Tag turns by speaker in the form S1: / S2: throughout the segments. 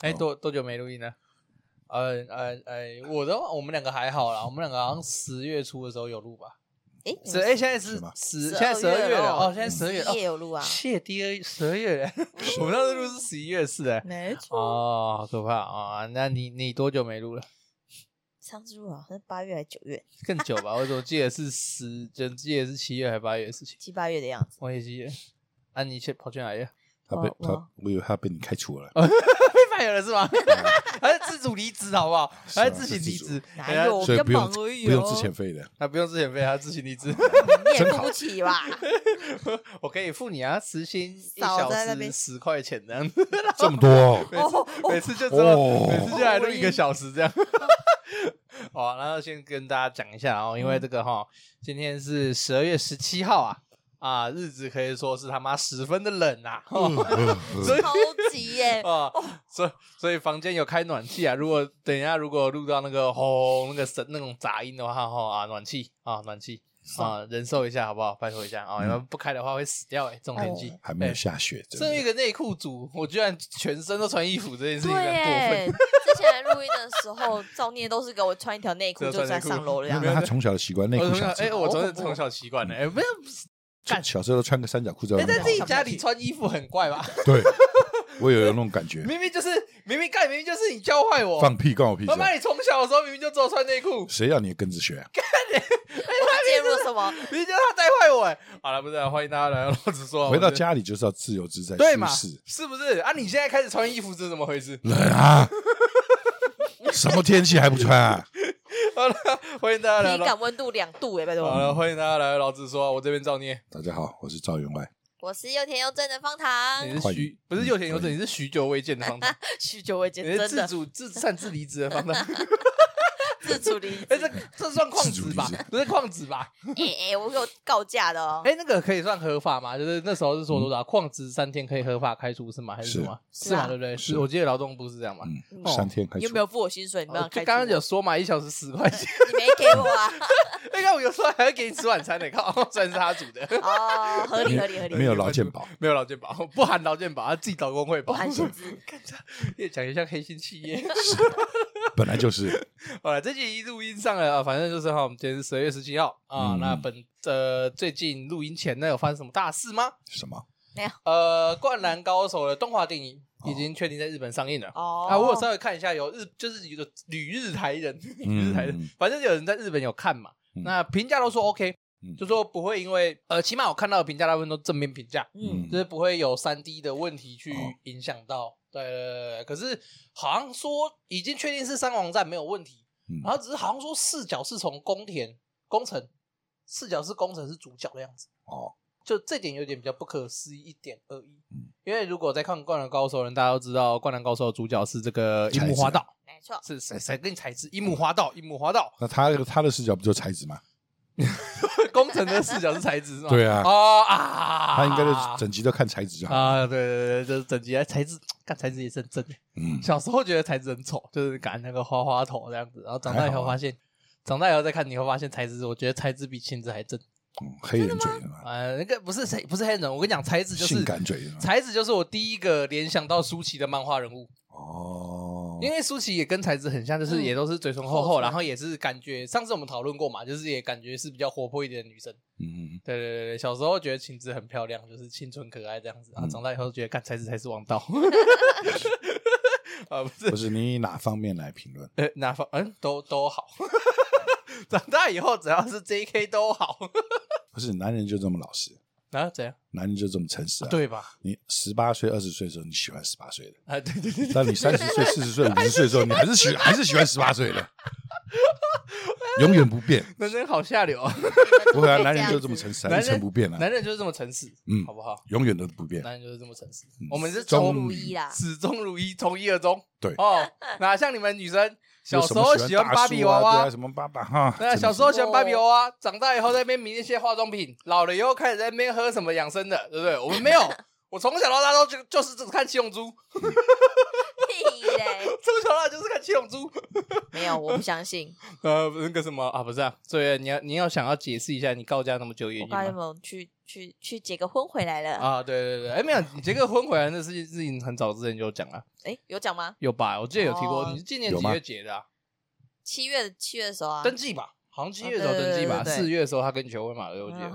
S1: 哎，多多久没录音了？呃呃呃，我的话我们两个还好啦，我们两个好像十月初的时候有录吧？
S2: 哎，
S1: 十哎，现在是
S3: 是吗
S1: 十，现
S2: 12
S1: 在十二月
S2: 月
S1: 了
S2: 了
S1: 哦，现在十二月
S2: 你也
S1: 哦，
S2: 有录啊？
S1: 谢第二十二月了，我们上次录是十一月是哎，
S2: 没错，
S1: 哦，好可怕啊！那你你多久没录了？
S2: 上次录好像是八月还是九月，
S1: 更久吧？我怎么记得是十，就记得是七月还是八月的事情？
S2: 七八月的样子。
S1: 我也记得。啊，你去跑去哪里了？
S3: 他被
S2: 哇
S3: 他
S2: 哇，
S3: 我以为他被你开除
S1: 哦
S3: 了。
S1: 被裁员了是吗？ 还是自主离职好不好？还嗯是自行离职？哎
S2: 哪有？我
S3: 所
S2: 比
S3: 以
S2: 较
S3: 不用
S2: 忙而已、哦，
S3: 不用之前费 的，
S1: 他不用自遣费，他自行离 职。
S2: 你也
S3: 真
S2: 付
S3: 好
S2: 不起 吧？
S1: 我可以付你啊，时薪一
S2: 少
S1: 小
S2: 在那
S1: 时
S2: 边
S1: 十块钱 这样子。
S3: 这么多哦，
S1: 每次、
S2: 哦
S1: 每次就只有、
S3: 哦
S1: 每次就来录一个小时这样。 好，然后先跟大家讲一下哦，因为这
S2: 嗯
S1: 个哈、今天是十二月十七号啊啊，日子可以说是他妈十分的冷啊。
S2: 嗯
S1: 所以
S2: 超级耶、
S1: 啊，所以所以房间有开暖气啊。如果等一下如果录到那个轰那个声那种杂音的话，哈啊，暖气啊，暖气啊，忍受一下好不好？拜托一下啊，要、不开的话会死掉哎、欸，这种天
S2: 哦
S1: 气、
S3: 嗯还没有
S1: 对
S3: 下雪，真
S1: 身为一
S3: 的。
S1: 个内裤主，我居然全身都穿衣服，这件事情
S2: 对
S1: 很过分。
S2: 耶，之前录音的时候，造孽都是给我穿一条内
S1: 只
S2: 裤
S1: 有
S2: 就
S1: 穿内
S2: 在
S1: 裤
S2: 上楼了，
S3: 那他从小的习惯，内
S1: 我
S3: 裤
S1: 从小
S3: 小
S1: 哎、
S3: 子，
S1: 我从
S2: 好恐怖哦
S1: 从小习惯了，哎、没有，干
S3: 小时候都穿个三角裤在
S1: 哎、
S3: 外面
S1: 在
S3: 跑
S1: 自己家里穿衣服很怪吧？
S3: 对，我也有那种感觉，
S1: 明明就是明明干，明明就是你教坏我。
S3: 放屁关我屁
S1: 妈妈，
S3: 事，
S1: 你从小的时候明明就只有穿内裤，
S3: 谁让你跟着学啊？
S2: 介入什么？
S1: 明明就是他带坏我、哎好了，不是啊、欢迎大家来到老子说啊。
S3: 回到
S1: 我是
S3: 家里就是要自由自在，
S1: 对嘛？
S3: 舒适
S1: 是不是啊？你现在开始穿衣服是怎么回事？
S3: 冷啊，什么天气还不穿啊？
S1: 好了，欢迎大 家来
S2: 体
S1: 到。
S2: 感温度两度哎、拜
S1: 好
S2: 托。
S1: 了，欢迎大家来到老子说啊，我这边造孽。
S3: 大家好，我是赵员外，
S2: 我是又甜又正的方糖，
S1: 你是
S3: 欢迎
S1: 许不是有钱有整，
S3: 欢
S1: 你是许久未见的方 糖，
S2: 许久未见，
S1: 你是
S2: 真
S1: 自
S2: 的
S1: 主自擅自离职的方糖。
S2: 自主离职。
S1: 哎，这这算矿子吧
S3: 自主离职？
S1: 不是矿子吧？
S2: 哎哎、我有告假的哦。
S1: 哎，那个可以算合法吗？就是那时候是说
S3: 嗯
S1: 多少矿子三天可以合法开除是吗？还是什么？
S2: 是
S1: 是吗？
S2: 是啊
S1: 对不对？
S3: 是
S1: 是，我记得劳动部是这样嘛。
S3: 嗯，
S1: 哦
S3: 三天开
S2: 你
S3: 除
S2: 有没，有付我薪水？你没有
S1: 哦就
S2: 开除
S1: 刚刚
S2: 我
S1: 有说嘛，一小时十块钱。
S2: 你没给我啊？
S1: 那个我有时候还会给你吃晚餐的，靠，算是他煮的。
S2: 哦，合理合理合理。
S3: 没有劳 健保，
S1: 没有劳健保，不含劳健保，他自己劳工会保。
S2: 不含薪资
S1: 看这越讲越像黑心企业。
S3: 本来就是
S1: 好了，这集一录音上了，啊反正就是哈，我们今天是十二月十七号啊。
S3: 嗯
S1: 那本呃最近录音前呢，有发生什么大事吗？
S3: 什么？
S1: 呃，《灌篮高手》的动画电影
S3: 哦
S1: 已经确定在日本上映了。
S2: 哦，
S1: 啊，我有稍微看一下，有日就是有个旅日台人， 旅日台人
S3: 嗯，
S1: 反正有人在日本有看嘛，
S3: 嗯
S1: 那评价都说 OK，
S3: 嗯
S1: 就说不会因为呃，起码我看到的评价大部分都正面评价，
S2: 嗯，
S1: 就是不会有三 D 的问题去
S3: 哦
S1: 影响到。对对对对，可是好像说已经确定是三王战没有问题，
S3: 嗯
S1: 然后只是好像说视角是从宫田工程，视角是工程是主角的样子，
S3: 哦，
S1: 就这点有点比较不可思议一点而已。
S3: 嗯
S1: 因为如果在看《灌篮高手》的人，大家都知道《灌篮高手》的主角是这个樱木
S3: 啊
S1: 花道，
S2: 没 错。
S1: 是谁谁跟你才知樱木花道，樱木花道
S3: 那他他的视角不就才子吗？
S1: 工程的视角是才子是吗？
S3: 对啊
S1: 哦啊，
S3: 他应该就是整集都看才子就 好。
S1: 啊，对对对，就是整集才子，看才子也是很正。
S3: 嗯，
S1: 小时候觉得才子很丑，就是赶那个花花头这样子，然后长大以
S3: 还好
S1: 后
S3: 啊
S1: 发现，长大以后再看你会发现才子，我觉得才子比晴子还正。
S3: 嗯黑人嘴的嘛，
S1: 呃，那个不是谁，不是黑人，我跟你讲，才子就是
S3: 性感嘴的嘛。
S1: 才子就是我第一个联想到舒淇的漫画人物，
S3: 哦，
S1: 因为舒淇也跟才子很像，就是
S2: 嗯
S1: 也都是嘴唇厚厚，
S2: 厚唇
S1: 然后也是感觉上次我们讨论过嘛，就是也感觉是比较活泼一点的女生。
S3: 嗯，
S1: 对对对对，小时候觉得晴子很漂亮，就是清纯可爱这样子啊，
S3: 嗯
S1: 长大以后觉得干才子才是王道。 啊，不是
S3: 不，是你以哪方面来评论？
S1: 呃，哪方嗯都都好。 长大以后只要是 J.K. 都好
S3: 不是男人就这么老实，
S1: 啊，怎样？
S3: 男人就这么诚实啊。，
S1: 对吧？
S3: 你十八岁、二十岁的时候你喜欢十八岁的，
S1: 啊，对对对对，
S3: 但你三十岁、四十岁、五十岁的时候，你还是喜还是喜欢十八岁的，永远不变。
S1: 男人好下流啊，
S3: 不会啊，男人就这么诚实，
S1: 男
S3: 还
S1: 人
S3: 是诚不变啊，
S1: 男人就是这么诚实，
S3: 嗯
S1: 好不好？
S3: 永远都不变。
S1: 男人就是这么诚实，我们是
S3: 终
S1: 从
S2: 如 一啦，
S1: 始终如一，从一而终。
S3: 对
S1: 哦，哪像你们女生小
S3: 有
S1: 时
S3: 什
S1: 候
S3: 么
S1: 喜
S3: 喜
S1: 欢
S3: 大
S1: 芭
S3: 叔
S1: 比
S3: 啊
S1: 娃
S3: 对啊
S1: 娃，
S3: 什么爸爸哈，
S1: 那
S3: 真的
S1: 小
S3: 是
S1: 时候喜欢芭比娃娃，长大以后在那边迷那些化妆品，老了以后开始在那边喝什么养生的，对不对？我们 没有，我从小到大都就就是只看七龙珠，
S2: 屁嘞，
S1: 从小到大就是看七龙珠。
S2: 没有有，我不相信。
S1: 呃，那个什么啊，不是啊，对，你要你要想要解释一下你告假那么久的原
S2: 我
S1: 因
S2: 刚才有
S1: 吗？
S2: 没有去去去结个婚回来了？
S1: 啊，对对对，哎，没有，你这个婚回来的事情事情很早之前就有讲了，
S2: 哎，有讲吗？
S1: 有吧？我记得有提过，
S2: 哦
S1: 你是今年
S3: 有
S1: 几
S3: 吗
S1: 月结的啊？
S2: 七月七月的时候啊，
S1: 登记吧，好像七月的时候
S2: 啊对
S1: 登记吧，
S2: 对对对
S1: 四月的时候他跟你求婚嘛，对不
S2: 嗯
S1: 对？
S2: 啊，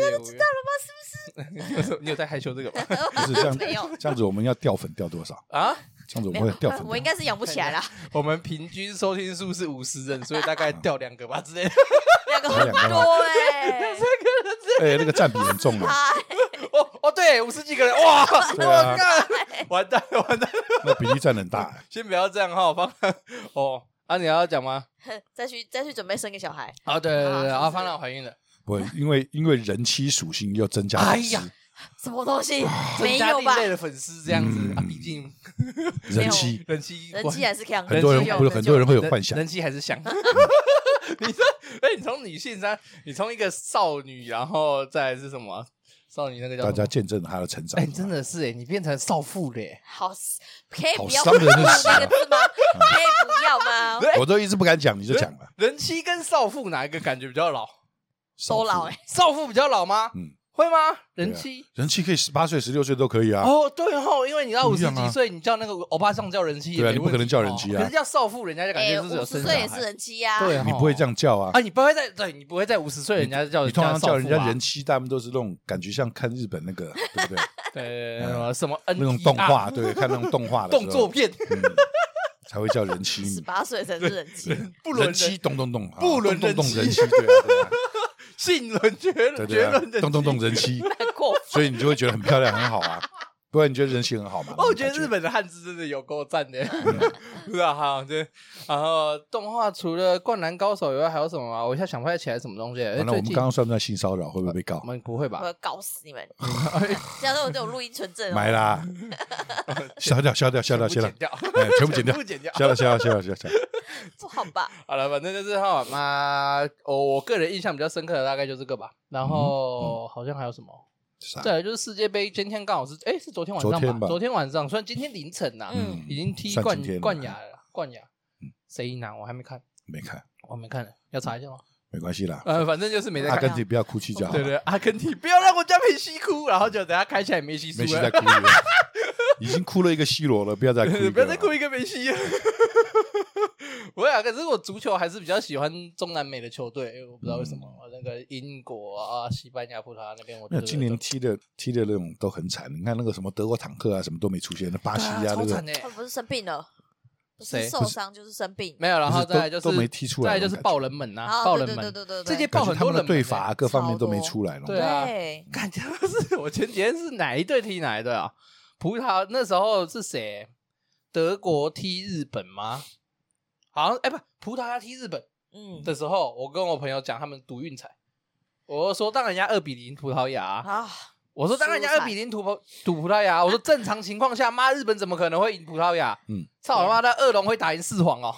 S1: 大家都知道了吗？是不 是？你有在害羞这个吧？
S3: 不是这样
S2: 没有，
S3: 这样子我们要掉粉掉多少？
S1: 啊，
S3: 这样子我
S2: 没
S3: 们会掉粉
S2: 有，
S3: 掉。
S2: 我应该是养不起来啦。
S1: 我们平均收听数是五十人，所以 大概掉两个吧之类的。
S2: 两个
S3: 才
S2: 很
S3: 两个吗
S2: 多哎，
S3: 哎，那个占比很重啊，
S2: 啊，
S1: 哦哦，对，五十几个人，哇，
S3: 对啊
S1: 我干，完蛋了完蛋了，
S3: 那比例占很大。啊
S1: 先不要这样哈，方哦。啊，你要讲吗？
S2: 再去再去准备生个小孩。
S1: 啊，对对对对，
S2: 啊
S1: 啊，
S2: 是不
S1: 方
S2: 是
S1: 朗怀孕了，
S3: 不，因为因为人妻属性又增加粉丝
S1: 哎呀
S2: 什么东西？
S1: 啊增
S2: 没
S1: 加
S2: 有
S1: 另
S2: 吧？
S1: 类的粉丝这样子
S3: 嗯
S1: 啊，毕竟
S3: 人妻，
S1: 人气
S2: 人既然是这样，
S3: 很多人
S1: 人妻有
S3: 不是很多人会有
S1: 人
S3: 幻想
S1: 人，气还是 想。 你说，哎、你从女性上，你从一个少女，然后再来是什么？啊少女那个叫
S3: 大
S1: 什
S3: 家
S1: 么？
S3: 见证了他的成长。
S1: 哎、真的是哎、你变成少妇了、欸。
S2: 好，可以
S3: 好
S2: 不要
S3: 伤人的事啊
S2: 那个字吗？可以不要吗？
S3: 我都一直不敢讲，你就讲了。
S1: 人妻跟少妇哪一个感觉比较老？
S3: 少
S2: 都
S3: 妇
S2: 老哎，
S1: 少妇比较老吗？
S3: 嗯，
S1: 会吗？人妻、
S3: 人妻可以十八岁、十六岁都可以啊。
S1: 哦，对哦，因为你到五
S3: 不一
S1: 十
S3: 样啊
S1: 几岁，你叫那个欧巴桑叫人妻也
S3: 对啊
S1: 没
S3: 你不
S1: 问
S3: 可能
S1: 题
S3: 叫人妻
S1: 哦
S3: 啊
S1: 可是叫少妇，人家就感觉
S2: 哎，
S1: 就
S2: 五
S1: 有
S2: 十
S1: 生
S2: 岁
S1: 小
S2: 也是
S1: 孩。
S2: 人妻呀。
S1: 对啊
S3: 你不会这样叫啊
S1: 啊，？你不会在对，你不会在五十岁人家就叫
S3: 你通常叫
S1: 少啊
S3: 人
S1: 妇
S3: 家
S1: 吧
S3: 人妻，他们都是那种感觉像看日本那个，对不对？
S1: 对什么什么 N
S3: 那种动画，对，看那种动画的时候
S1: 动作片，
S3: 嗯才会叫人妻。
S2: 十八岁才是人妻，
S1: 不伦
S3: 人妻动动动，啊
S1: 不伦
S3: 动动动
S1: 人
S3: 人
S1: 妻
S3: 妻，对啊对啊
S1: 性伦绝
S3: 对
S1: 伦
S3: 对
S1: 绝
S3: 啊
S1: 伦的，
S3: 动动动人妻，
S2: 难过。
S3: 所以你就会觉得很漂亮，很好啊。不然你觉得人妻很好吗？
S1: 哦，我觉得
S3: 那
S1: 日
S3: 种
S1: 本的汉字真的有够赞的， 是啊，哈，对。然后动画除了《灌篮高手》以外，还有什么啊吗？我一下想不太起来什么东西。哎
S3: 感觉。完了，我
S1: 最
S3: 们
S1: 近呃
S3: 刚刚算不算性骚扰？会不会被告
S1: 我？们不会
S2: 我
S1: 吧？
S2: 要搞死 你们！这样都有这种录音存证哦。
S3: 哎买啦， 消掉，消掉，消掉，消
S1: 全部
S3: 掉
S1: 剪，掉，
S3: 哎全部剪
S1: 全
S3: 掉
S1: 部剪掉。
S3: 消掉，消掉，消掉，消掉 消掉。
S2: 不好吧？
S1: 好了，反正就是哈，那我我个人印象比较深刻的大概就这个吧。然
S3: 嗯
S1: 后好像还有什么？
S3: 啥
S1: 再来就是世界杯，今天刚好是哎、是昨天晚上吧？
S3: 昨天吧
S1: 晚上，虽然今天凌晨呐、
S2: 嗯
S1: 已经踢
S3: 算
S1: 冠
S3: 今天了嗯
S1: 冠亚了啦，冠亚谁赢啊？我还没看，
S3: 没看，
S1: 我没看，要查一下吗？
S3: 没关系啦。
S1: 呃，反正就是没在
S3: 阿
S1: 看。
S3: 根廷不要哭泣就好
S1: 对
S3: 了。
S1: 对，阿根廷不要让我家梅西哭，然后就等他开起来梅西输
S3: 梅西在
S1: 了，
S3: 哭了，已经哭了一个 C 罗了，不要再哭一个了，
S1: 不要再哭一个梅西了。我呀，可是我足球还是比较喜欢中南美的球队，因为我不知道为什么、那个英国啊、西班牙、葡萄牙那边，我
S3: 嗯没有，
S1: 觉得
S3: 今年
S1: 都
S3: 踢的踢的那种都很惨。你看那个什么德国坦克啊，什么都没出现，那巴西
S1: 对
S3: 啊
S1: 啊，超
S3: 那个
S1: 惨的、
S2: 他们不是生病了，不
S1: 谁
S2: 是受伤就是生病。
S1: 没有，然
S3: 不
S1: 后
S3: 是
S1: 再来就
S3: 都
S1: 是
S3: 都没踢出来
S1: 再来
S3: 那
S1: 就
S3: 种
S1: 是
S3: 感
S1: 爆
S3: 觉
S1: 冷门
S2: 啊
S1: 啊，爆
S2: 对
S1: 冷
S2: 对对
S1: 门，
S2: 对对
S1: 这
S2: 对，
S1: 届
S3: 感
S1: 爆
S3: 觉
S1: 很
S3: 他
S1: 多
S3: 们
S1: 冷
S3: 的
S1: 门
S3: 对
S1: 欸
S3: 法啊各方面都没出来了嘛。
S1: 对啊
S2: 对
S1: 看，真的是我前几天是哪一队踢哪一队啊？葡萄那时候是谁？德国踢日本吗？好像哎，不，葡萄牙踢日本
S2: 嗯，
S1: 的时候，我跟我朋友讲他们赌运彩，我说当然人家二比零葡萄牙啊，
S2: 啊，
S1: 我说当然人家
S2: 输
S1: 二
S2: 惨
S1: 比零赌葡赌葡萄牙 啊，我说正常情况下，妈日本怎么可能会赢葡萄牙？
S3: 嗯，
S1: 操他妈的二龙会打赢四皇哦，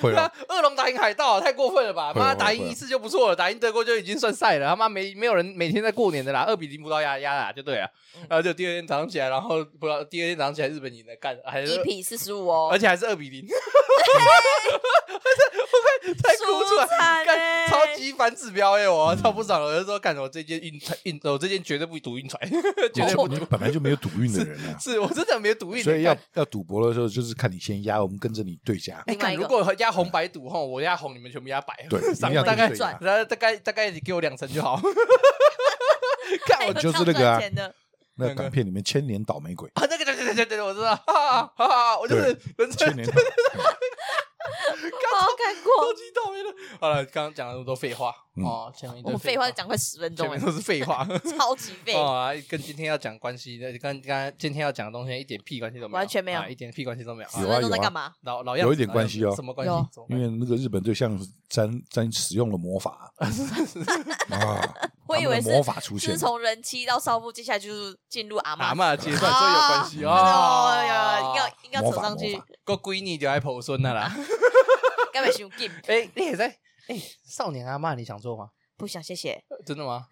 S3: 会
S1: 对
S3: 啊
S1: 啊，， 二龙打赢海盗啊太过分了吧？
S3: 会啊会
S1: 妈
S3: 啊
S1: 打赢一次就不错了，打赢德国就已经算赛了。他妈没没有人每天在过年的啦，二比零葡萄牙压啦就对了
S2: 嗯。
S1: 然后就第二天早上起来，然后葡萄第二天早上起来日本赢了，干还是
S2: 一比四十五哦，
S1: 呃而且还是二比 零， 太哭出
S2: 输
S1: 来，
S2: 惨
S1: 干
S2: 欸
S1: 超级反指标哎，我超不爽了。我就说干，我这件运船运，我这件绝对不赌运 船，绝对不
S3: 你
S1: 赌，
S3: 本来就没有赌运的人啊，
S1: 是我真的没有赌运，
S3: 所以要要赌博的时候，就是看你先压，我们跟着你对 家。
S1: 哎，
S2: 另外
S1: 看
S2: 一
S1: 如
S2: 个
S1: 果压红白赌吼，我压红，你们全部压白，
S3: 对
S1: 上
S3: 你要
S1: 大概
S3: 对
S2: 转
S1: 然后大概大概你给我两成就 好。看我
S2: 哎
S3: 就是那个啊
S2: 超赚钱的
S3: 那港片里面千年倒霉 鬼，
S1: 啊，那个对对对对对，我知道，哈哈哈哈，我就是 人生
S3: 千年倒
S2: 我好看
S1: 超
S2: 过，
S1: 级倒霉的。好了，刚刚讲了那么多废话
S3: 嗯
S1: 哦，前面一
S2: 我
S1: 堆
S2: 们废话讲快十分钟
S1: 前
S2: 哎
S1: 面，都是废 话。
S2: 超级废。
S1: 哦，啊跟今天要讲关系，那跟刚刚今天要讲的东西一点屁关系都没有，
S2: 完全没有
S1: 啊一点屁关系都没有。
S2: 十
S1: 啊
S3: 有
S2: 分钟在干嘛？
S1: 老老样
S3: 有
S1: 子
S3: 一点
S1: 老
S3: 关
S1: 样
S3: 系
S1: 子
S3: 哦
S1: 什么关系
S2: 有？
S1: 什么
S3: 因
S1: 关 系
S3: 为那个日本队像沾沾使用了魔法啊，
S2: 我以为
S3: 他们的
S2: 是
S3: 魔法出现
S2: 自，从人妻到少妇，接下来就是进入阿
S1: 阿
S2: 妈。
S1: 妈阶段，所以有关系哦
S2: 哦。哟，要要
S3: 魔
S2: 扯
S3: 法
S2: 上去
S3: 魔，
S1: 个闺女就爱抱孙了啦。
S2: 该不会劲？
S1: 哎，你也在哎，少年阿妈你想做吗？
S2: 不想谢谢，
S1: 呃真的吗？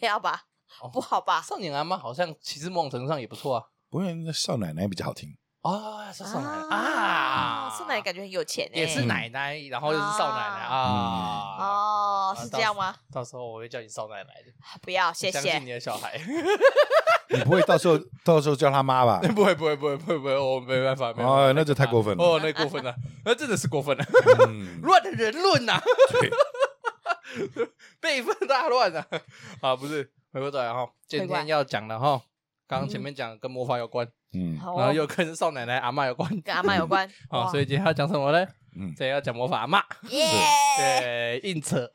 S2: 不要吧
S1: 哦，
S2: 不好吧？
S1: 少年阿妈好像其实某种程度上也不错啊。
S3: 不过那少奶奶比较好听，
S1: 哦，是少奶奶
S2: 啊
S1: 啊，，
S2: 少奶奶感觉很有钱诶，
S1: 也是奶奶，然后又是少奶奶啊。
S2: 哦，是这样吗？啊
S1: 到时候我会叫你少奶奶的，
S2: 不要，谢
S1: 相信你
S2: 谢。
S1: 的小孩。
S3: 你不会到时候到时候叫他妈吧？
S1: 不会不会不会不会不会，我没办法，没办法。
S3: 哦，那就太过分了。
S1: 哦，那过分 了，那真的是过分了，
S3: 嗯
S1: 乱人论 呐、
S3: 对，
S1: 辈分大乱啊！啊，不是，回过头来哈，今天要讲的哈，刚刚前面讲跟魔法有关，
S3: 嗯
S2: 好哦
S1: 然后又跟少奶奶阿嬷有关，
S2: 跟阿妈 有关，
S1: 啊，
S2: 哇
S1: 所以今天要讲什么呢？
S3: 嗯，
S1: 今天要讲魔法阿嬷，
S2: 耶，
S1: 对，硬扯，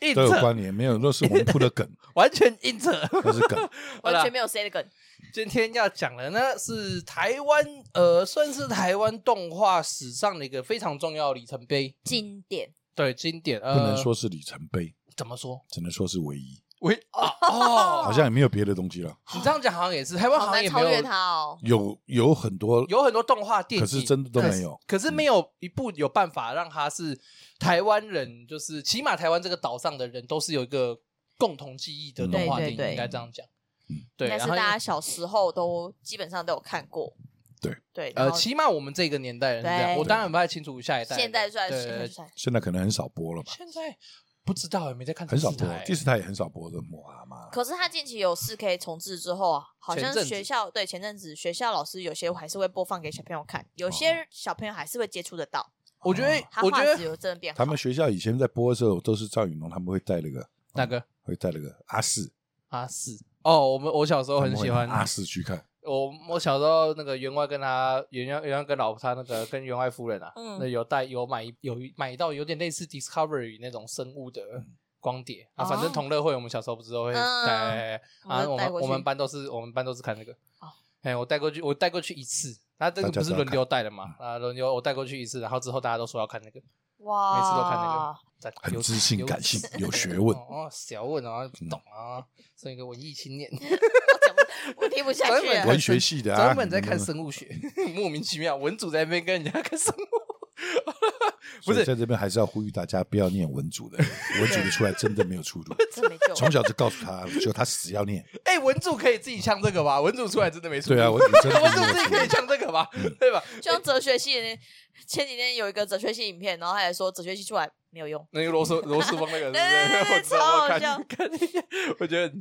S1: 硬
S3: 都有
S1: 扯，
S3: 关联，没有都是我们铺的 梗，
S1: 完全硬扯。
S3: 都是梗。
S1: 好啦
S2: 完全没有 say 的梗。
S1: 今天要讲的呢是台湾，呃，算是台湾动画史上的一个非常重要的里程碑，
S2: 经典
S1: 对，经典，呃，
S3: 不能说是里程碑，
S1: 怎么说，
S3: 只能说是唯一，
S1: 喂，啊哦，
S3: 好像也没有别的东西了。
S1: 你这样讲好像也是，台湾
S2: 好
S1: 好像
S2: 难
S1: 也没
S2: 超
S1: 有
S2: 越它哦，
S3: 有有很多，
S1: 有很多动画电影，
S3: 可是真的都没有。
S1: 可是，可是没有一部有办法让他是台湾人，就是起码台湾这个岛上的人都是有一个共同记忆的动画电
S2: 对对
S1: 影，
S2: 对
S1: 应该这样讲
S3: 嗯。
S1: 对，
S2: 应该是
S1: 然后
S2: 大家小时候都基本上都有看过。
S3: 对
S2: 对，然
S1: 呃，
S2: 后
S1: 起码我们这个年代人是这样，
S2: 对
S1: 我当然不太清楚下一代人。
S2: 现在算
S1: 对
S2: 现在
S1: 对
S2: 算
S3: 现在可能很少播 了吧，
S1: 现在不知道，没在看
S3: 很
S1: 电
S3: 少
S1: 视
S3: 播
S1: 台，
S3: 第。四台也很少播的摩阿妈。
S2: 可是他近期有四 K 重置之后啊，好像
S1: 前阵子
S2: 学校对前阵子学校老师有些还是会播放给小朋友看，有些小朋友还是会接触得到。
S1: 我觉得
S3: 哦，
S2: 他
S1: 哦我
S2: 画
S1: 觉
S2: 质
S1: 得
S2: 有真的变好，
S3: 他们学校以前在播的时候，都是赵云龙他们会带那个，
S1: 那个
S3: 会带那个阿四，
S1: 阿四哦，我们我小时候
S3: 我
S1: 很喜欢
S3: 阿四去看。
S1: 我我小时候那个员外跟他员外员外跟老婆他那个跟员外夫人啊，
S2: 嗯
S1: 那有带有买一有一买到有点类似 Discovery 那种生物的光碟啊，
S2: 哦
S1: 反正同乐会我们小时候不是都会
S2: 嗯
S1: 带啊，
S2: 我
S1: 我
S2: 们都带
S1: 们
S2: 过
S1: 我
S2: 去
S1: 们班都是我们班都是看那个
S2: 哦，
S1: 哎，我带过去我带过去一次，那这个
S3: 大家
S1: 不是
S3: 都要
S1: 轮流带的嘛啊，轮流我带过去一次，然后之后大家都说要看那个，
S2: 哇，
S1: 每次都看那赞
S3: 很
S1: 有
S3: 知性
S1: 有
S3: 感性 有学问嗯
S1: 哦，小问啊，不懂啊，是一个文艺青 年。
S2: 我 听不下
S1: 专
S2: 去
S1: 门
S2: 了
S3: 文。学系的啊
S1: 专门在看生物学， 莫名其妙，文组在那边跟人家看生物，不
S3: 所以
S1: 是
S3: 在这边还是要呼吁大家不要念文组的， 文组的出来真的没有出路。
S2: 真没救
S3: 从小就告诉他，就他死 要念。
S1: 哎、文组可以自己呛这个吧？文组出来真的没出路
S3: 对啊，嗯文组真的
S1: 文
S3: 没
S1: 组
S3: 有
S1: 自己
S3: 出
S1: 可以
S3: 路。
S1: 呛这个吧？对吧？
S2: 就像哲学系的那，前几天有一个哲学系影片，然后他还说哲学系出来没有用，
S1: 那个罗斯罗斯峰那个，对不
S2: 对对
S1: 对？
S2: 对
S1: 我知道
S2: 哎超好
S1: 我看
S2: 笑
S1: 看那些，我觉得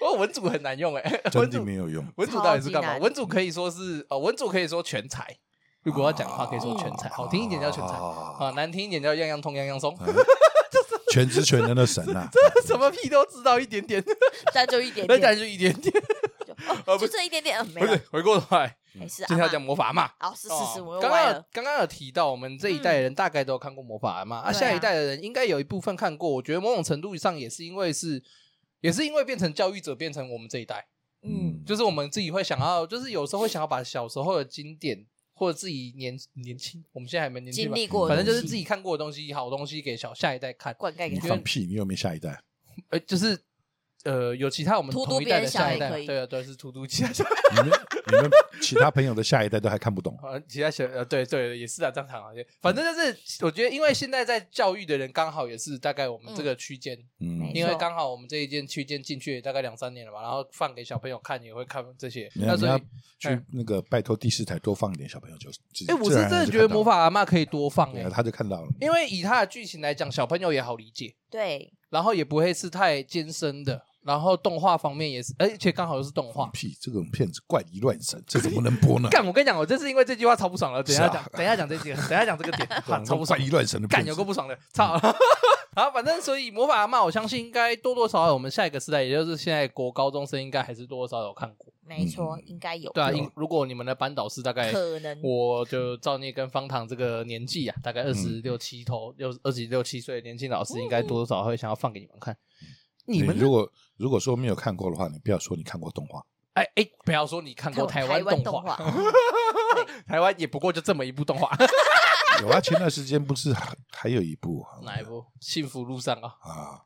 S1: 哦，文组很难用哎、
S3: 真
S1: 文
S3: 的
S1: 组
S3: 没有用。
S1: 文组到底是干
S2: 超级
S1: 嘛？
S2: 难
S1: 文组可以说是哦，文组可以说全才，如果要讲的话可以说全才，好听一点叫全才啊，
S3: 啊，
S1: 难听一点叫样样通样样松，
S3: 嗯全知全能的神啊！
S1: 什么屁都知道一点点，
S2: 但就一点
S1: 那感
S2: 点，
S1: 觉一点点。
S2: 就
S1: 呃 不
S2: 哦就这一点点，嗯没
S1: 不
S2: 了
S1: 是，，回过头来，
S2: 没事。
S1: 今天
S2: 阿
S1: 要
S2: 嬷
S1: 讲魔法嘛。哦
S2: 好，是是是，我又
S1: 刚
S2: 歪
S1: 刚
S2: 了嗯
S1: 有。刚刚有提到，我们这一代人大概都有看过魔法阿妈、啊，
S2: 对啊
S1: 下一代的人应该有一部分看过。我觉得某种程度上也是因为是，也是因为变成教育者，变成我们这一代，
S2: 嗯，
S1: 就是我们自己会想要，就是有时候会想要把小时候的经典或者自己年年轻，我们现在还没年轻
S2: 经
S1: 吧，
S2: 历过的
S1: 反正就是
S2: 东
S1: 自
S2: 西
S1: 己看过的东西，好东西给小下一代看，
S2: 灌溉给
S3: 你
S2: 他
S3: 放屁！你又没下一代，
S1: 呃，就是。呃，有其他我们
S2: 荼毒
S1: 同一
S2: 别
S1: 代
S2: 人
S1: 的下一
S2: 小
S1: 代
S2: 孩
S1: 嘛，
S2: 也可以
S1: 对啊，对，是荼毒其他小
S3: 你们你们其他朋友的下一代都还看不懂。
S1: 呃，其他小呃，对对，也是啊，这样谈好像，反正就是我觉得，因为现在在教育的人刚好也是大概我们这个区间，
S3: 嗯，
S1: 因为
S2: 没错
S1: 刚好我们这一间区间进去也大概两三年了吧，然后放给小朋友看也会看这些，
S3: 你
S1: 那
S3: 要
S1: 所以，
S3: 你要
S1: 哎、
S3: 去那个拜托第四台多放一点小朋友就自己。
S1: 我是
S3: 自然
S1: 真
S3: 而然
S1: 的
S3: 就
S1: 觉得
S3: 看到
S1: 魔法阿妈可以多放哎、
S3: 对啊，他就看到了。
S1: 因为以它的剧情来讲，小朋友也好理解，
S2: 对，
S1: 然后也不会是太艰深的，然后动画方面也是，而且刚好又是动画。
S3: 屁！这种骗子怪力乱神，这怎么能播呢？
S1: 干，我跟你讲，我就是因为这句话超不爽了，等一下
S3: 是啊啊
S1: 讲，等一下讲这几个，等一下讲这个 点，哈 超不爽
S3: 怪。力乱神的骗
S1: 干
S3: 子
S1: 有个不爽的，操！ 好，反正所以魔法阿嬷，我相信应该多多少少我们下一个时代，也就是现在国高中生，应该还是多多少少有看过。
S2: 没错，应该有。
S1: 嗯对啊，
S3: 有
S1: 因如果你们的班导师大概，
S2: 可能
S1: 我就照念跟方糖这个年纪啊，大概二十六七头，六二十六七岁的年轻老师，应该多多少少会想要放给你们看。你们
S3: 如果如果说没有看过的话，你不要说你看过动画，
S1: 哎哎，不要说你看过台湾
S2: 湾
S1: 动
S2: 画
S1: 画，，台湾也不过就这么一部动画，
S3: 有啊，前段时间不是还还有一部啊
S1: 哪一部？幸福路上啊，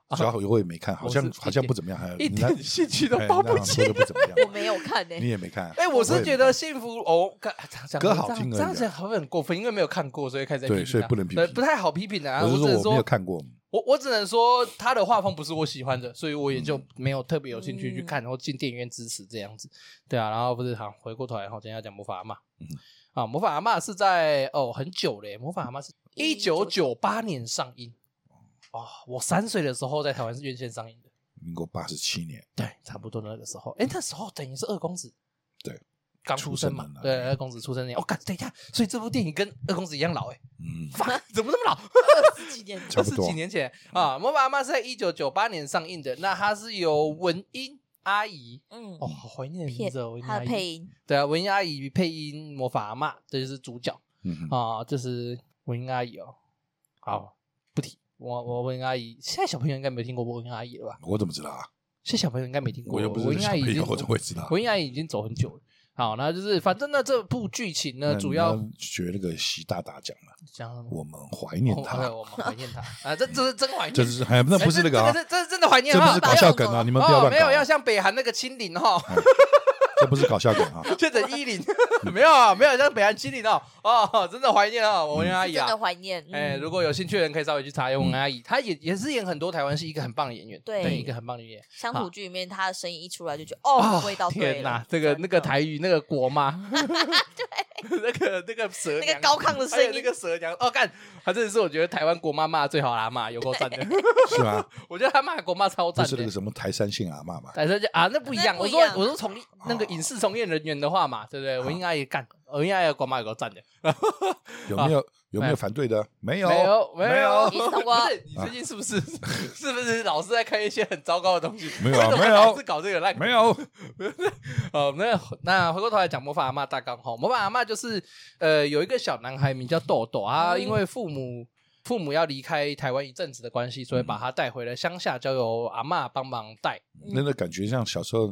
S3: 啊？小友我也没看，好
S1: 我
S3: 像
S1: 是
S3: 好像不怎么样，还有
S1: 一
S3: 你那
S1: 点兴趣都
S3: 哎
S1: 抱
S3: 那
S1: 不起
S3: 说的不怎么样
S2: 我， 没有看呢
S3: 你。也没看啊。
S1: 哎、我
S3: 我
S1: 是
S3: 也
S1: 觉得幸福哦，干这样
S3: 歌
S1: 讲
S3: 好听
S1: 这
S3: 而已啊
S1: 样讲会不会很过分？因为没有看过，所以开始在
S3: 对
S1: 批评
S3: 所以
S1: 他
S3: 不能批
S1: 对
S3: 评
S1: 不太好批评的啊。
S3: 我是
S1: 只能
S3: 说我
S1: 说
S3: 没有看过，
S1: 我我只能说他的画风不是我喜欢的，所以我也就
S3: 嗯
S1: 没有特别有兴趣去看，然后进电影院支持这样子。对啊，然后不是好回过头来，然后等一下讲魔法阿妈。
S3: 嗯
S1: 啊，魔法阿妈是在哦很久嘞，魔法阿妈是一九九八年上映。哦，我三岁的时候在台湾是院线上映的，
S3: 民国八十七年
S1: 对，差不多那个时候。哎，那时候等于是二公子，
S3: 对，
S1: 刚出生嘛
S3: 出生，了
S1: 对，二公子出生那年。我、哦、干，等一下，所以这部电影跟二公子一样老 哎、
S3: 嗯，
S1: 欸，怎么那么老？
S2: 十几年
S3: 差
S1: 二
S3: 不
S1: 十
S3: 多
S1: 几年前啊，《魔法阿妈》是在一九九八年上映的，那它是由文英阿姨，
S2: 嗯
S1: 哦，，好怀念的名
S2: 片
S1: 字哦，文英
S2: 他
S1: 阿
S2: 的配
S1: 姨，
S2: 音
S1: 对啊，文英阿姨配音《魔法阿妈》，这就是主角
S3: 嗯哼
S1: 啊，这是文英阿姨哦。好，不提我，我文英阿姨，现在小朋友应该没听过文英阿姨了吧？
S3: 我怎么知道啊？
S1: 现在小朋友应该没听过，
S3: 我又不
S1: 文
S3: 是
S1: 英
S3: 小
S1: 阿
S3: 朋
S1: 姨已
S3: 友，
S1: 经
S3: 我怎么会知道？
S1: 文英阿姨已经走很久了。好，那就是反正呢，这部剧情呢，
S3: 那
S1: 主要
S3: 你学那个习大大讲了，
S1: 讲什么？
S3: 我们怀念
S1: 对
S3: 他，
S1: 我们怀念他啊，这这是真怀念，
S3: 这是还那不是那个啊
S1: 哦哎，这这这是真的怀念
S3: 这
S1: 哈，
S3: 不是搞笑梗啊，
S2: 哦
S3: 你们不要
S1: 哦，
S3: 乱
S1: 没有要
S3: 搞啊，
S1: 像北韩那个哦清零 哈，
S3: 这不是搞笑梗 啊，
S1: 确诊一零，没有啊，没有像北韩清零哦，哦，真的怀念
S3: 嗯
S1: 啊，我文阿
S2: 是
S1: 姨
S2: 真
S1: 啊
S2: 的，怀念，嗯
S1: 哎，如果有兴趣的人可以稍微去查一下文阿姨，她也也是演很多台湾是一个很棒的演员，
S2: 对
S1: 一个很棒的演员。
S2: 乡
S1: 好啊
S2: 土剧里面他的声音一出来就觉得哦，味道对
S1: 天
S2: 了
S1: 哪，，这个
S2: 真
S1: 那个
S2: 的
S1: 台语那个国骂， 对， 那个那个蛇
S2: 那
S1: 娘
S2: 个高亢的
S1: 还有
S2: 声
S1: 那
S2: 音，
S1: 个蛇娘，哦，干，他真的是我觉得台湾国妈骂得最好啦，骂有够赞的，
S3: 是吧？
S1: 我觉得他骂国骂超
S3: 不
S1: 赞
S3: 是那
S1: 的
S3: 个。什么台山县阿嬷嘛，
S1: 反正就啊，那不一样。我
S2: 那不一
S1: 说
S2: 样
S1: 我说从那个影视从业人员的话嘛，对不对？
S3: 啊
S1: 我应该也干，我应该也管妈有个站的。
S3: 有没有有没有反对的？没有，
S1: 啊哎没有没有，
S2: 你懂吗
S1: 不是 你最近是不是是不是老是在看一些很糟糕的东西？
S3: 没有 啊
S1: 为什么
S3: 没有
S1: 老是搞这个烂梗
S3: 没有，
S1: 哦，那那回过头来讲魔法阿嬷大纲哈，魔法阿嬷就是呃有一个小男孩名叫豆豆啊，
S3: 哦
S2: 嗯
S1: 因为父母父母要离开台湾一阵子的关系，所以把他带回了乡下，交由阿嬷帮忙带
S3: 那个感觉像小时候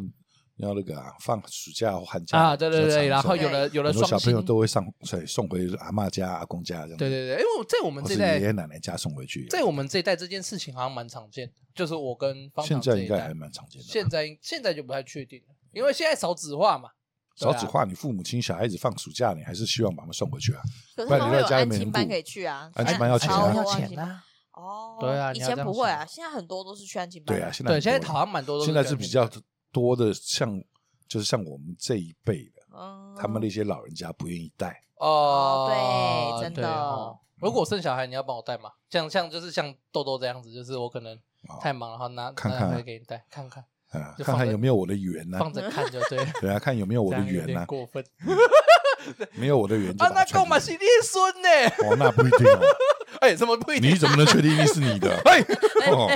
S3: 要那个啊，放暑假或寒假
S1: 啊，对对
S3: 比较长
S1: 对，
S3: 的
S1: 然后
S3: 时候
S1: 有了有了
S3: 很多
S1: 双
S3: 小朋
S1: 薪
S3: 友，都会上送送回阿嬷家、阿公家这样，
S1: 对，对对，因为我在我们
S3: 或
S1: 这
S3: 是
S1: 一代
S3: 爷爷奶奶家送回去，
S1: 在我们这一代这件事情好像蛮常见的，就是我跟方
S3: 现
S1: 糖
S3: 在
S1: 这一
S3: 应该
S1: 代
S3: 还，蛮常见的吧。
S1: 现在现在就不太确定了，因为现在少子化嘛，对啊
S3: 少子，化，你父母亲小孩子放暑假，你还是希望把他们送回去啊？
S2: 可是
S3: 不
S2: 他
S3: 然
S2: 们
S3: 你在
S2: 会有
S3: 家里
S2: 安
S3: 面
S2: 亲
S3: 顾
S2: 班可以去啊，
S3: 安
S2: 现
S3: 亲
S2: 在
S3: 班要钱
S2: 超
S3: 啊
S1: 哦
S2: 多
S1: 要
S2: 安
S1: 钱
S2: 亲
S1: 呐，
S2: 哦，
S1: 对啊
S2: 以
S1: 你要
S2: 前
S1: 这样
S2: 不会
S1: 想
S2: 啊，现在很多都是去安亲班
S3: 对
S2: 的
S3: 啊，，现在
S1: 对，
S3: 很
S1: 现在
S3: 多
S1: 好像蛮多都
S3: 现在是
S1: 这
S3: 比
S1: 样
S3: 较多的，像就是像我们这一辈的，
S2: 嗯，
S3: 他们那些老人家不愿意带，
S1: 哦
S2: 哦，对真的
S1: 对哦
S3: 嗯
S1: 如果我生小孩，你要帮我带吗？像像就是像豆豆这样子，就是我可能
S3: 哦
S1: 太忙了，然后拿
S3: 看
S1: 拿
S3: 看
S1: 回
S3: 啊
S1: 来给你带看看，
S3: 啊，
S1: 就
S3: 看
S1: 放
S3: 看
S1: 着
S3: 有没有我的缘呢？
S1: 放着看就对。
S3: 对啊，看有没 有我
S1: 这
S3: 的
S1: 样有
S3: 缘
S1: 点
S3: 呢？
S1: 过分
S3: 没有我的缘就
S1: 啊！
S3: 把它
S1: 那
S3: 传
S1: 够嘛
S3: 出
S1: 是
S3: 去
S1: 你的孙呢？
S3: 哦，那不一定哦。
S1: 哎，怎么 不一定
S3: 你？怎么能确定一定是你 的？哎，哦，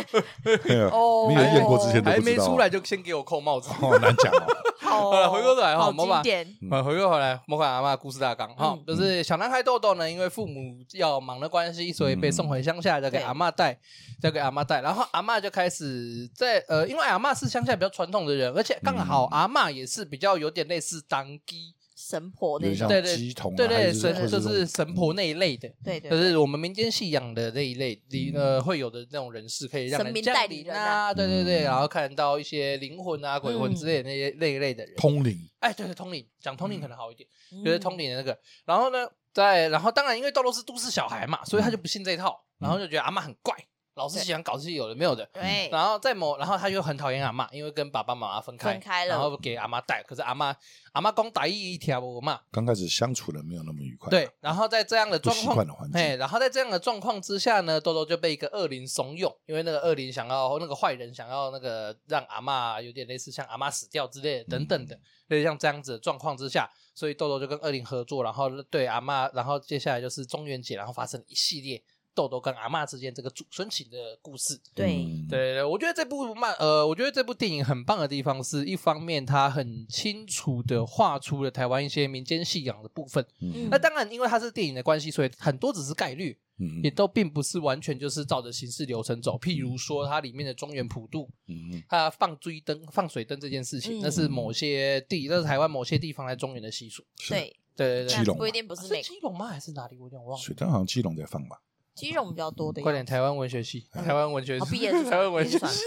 S3: 哎呀
S2: 哦，
S3: 你有验过之前都
S1: 还
S3: 不知
S1: 哎没
S3: 道
S1: 出
S3: 哦，
S1: 来就先给我扣帽子。
S3: 哦，难讲 哦。
S2: 好
S1: 好了
S2: 哦
S1: 回过头来哈
S2: 好
S1: 我们把
S2: 经典，
S3: 嗯
S1: 啊，回过头来，魔法阿妈故事大纲哈，
S2: 嗯
S1: 就是小男孩豆豆呢，因为父母要忙的关系，所以被送回乡下，交给
S2: 对
S1: 阿嬷带，交给阿嬷带。然后阿嬷就开始在呃，因为阿嬷是乡下比较传统的人，而且刚好
S3: 嗯
S1: 阿嬷也是比较有点类似当机，
S2: 神婆
S3: 有
S2: 那
S3: 点像
S2: 种，
S1: 对对
S3: 鸡童啊，
S1: 对
S3: 还
S1: 对，
S3: 是
S1: 神
S3: 或
S1: 就
S3: 者
S1: 是神婆那一类的。
S2: 对
S1: 就
S2: 对，
S1: 是我们民间信仰的那一类里呃会有的那种人士，可以让
S2: 神
S1: 人
S2: 明
S1: 降
S2: 代理
S1: 临
S2: 人
S1: 啊，对对对，
S3: 嗯
S1: 然后看到一些灵魂啊、鬼魂
S2: 嗯
S1: 之类的那些那一类的人。
S3: 通灵，
S1: 哎，对对，通灵讲通灵可能好一点。
S2: 嗯
S1: 就是通灵的那个。然后呢，在然后当然因为豆豆是都市小孩嘛，
S3: 嗯
S1: 所以他就不信这一套，然后就觉得阿妈很怪，老是喜欢搞这些有的没有的。
S2: 对，
S1: 然后在某，然后他就很讨厌阿妈，因为跟爸爸妈妈分开，
S2: 分开了
S1: 然后给阿妈带。可是阿妈阿妈公打一一条我嘛，
S3: 刚开始相处的没有那么愉快，
S1: 对。然后在这样的
S3: 不
S1: 状
S3: 习惯
S1: 况，
S3: 的环
S1: 哎，
S3: 境，
S1: 然后在这样的状况之下呢，豆豆就被一个恶灵怂恿，因为那个恶灵想要那个坏人想要那个让阿妈有点类似像阿妈死掉之类的等
S3: 嗯
S1: 等的，所以像这样子的状况之下，所以豆豆就跟恶灵合作，然后对阿嬷，然后接下来就是中元节，然后发生了一系列豆豆跟阿嬷之间这个祖孙情的故事。
S2: 对，
S3: 嗯
S1: 对，对对，我觉得这部漫呃，我觉得这部电影很棒的地方是，一方面它很清楚的画出了台湾一些民间信仰的部分。
S3: 嗯
S1: 那当然，因为它是电影的关系，所以很多只是概率，
S3: 嗯
S1: 也都并不是完全就是照着行事流程走。譬如说，它里面的中原普渡，
S3: 嗯
S1: 它放追灯、放水灯这件事情，
S2: 嗯
S1: 那是某些地，那是台湾某些地方在中原的习俗。
S2: 对，
S1: 对对
S3: 基
S1: 对，
S3: 隆
S2: 不一
S3: 嘛
S2: 定不是
S1: 啊是
S2: 每
S1: 基隆吗？还是哪里？我有点忘了。
S3: 水灯好像基隆在放吧，
S2: 基隆比较多的样子，
S1: 快点，台湾文学系，台湾文学
S2: 哦毕
S1: 系，
S2: 业是
S1: 台湾文学
S2: 毕业
S1: 系
S2: 是，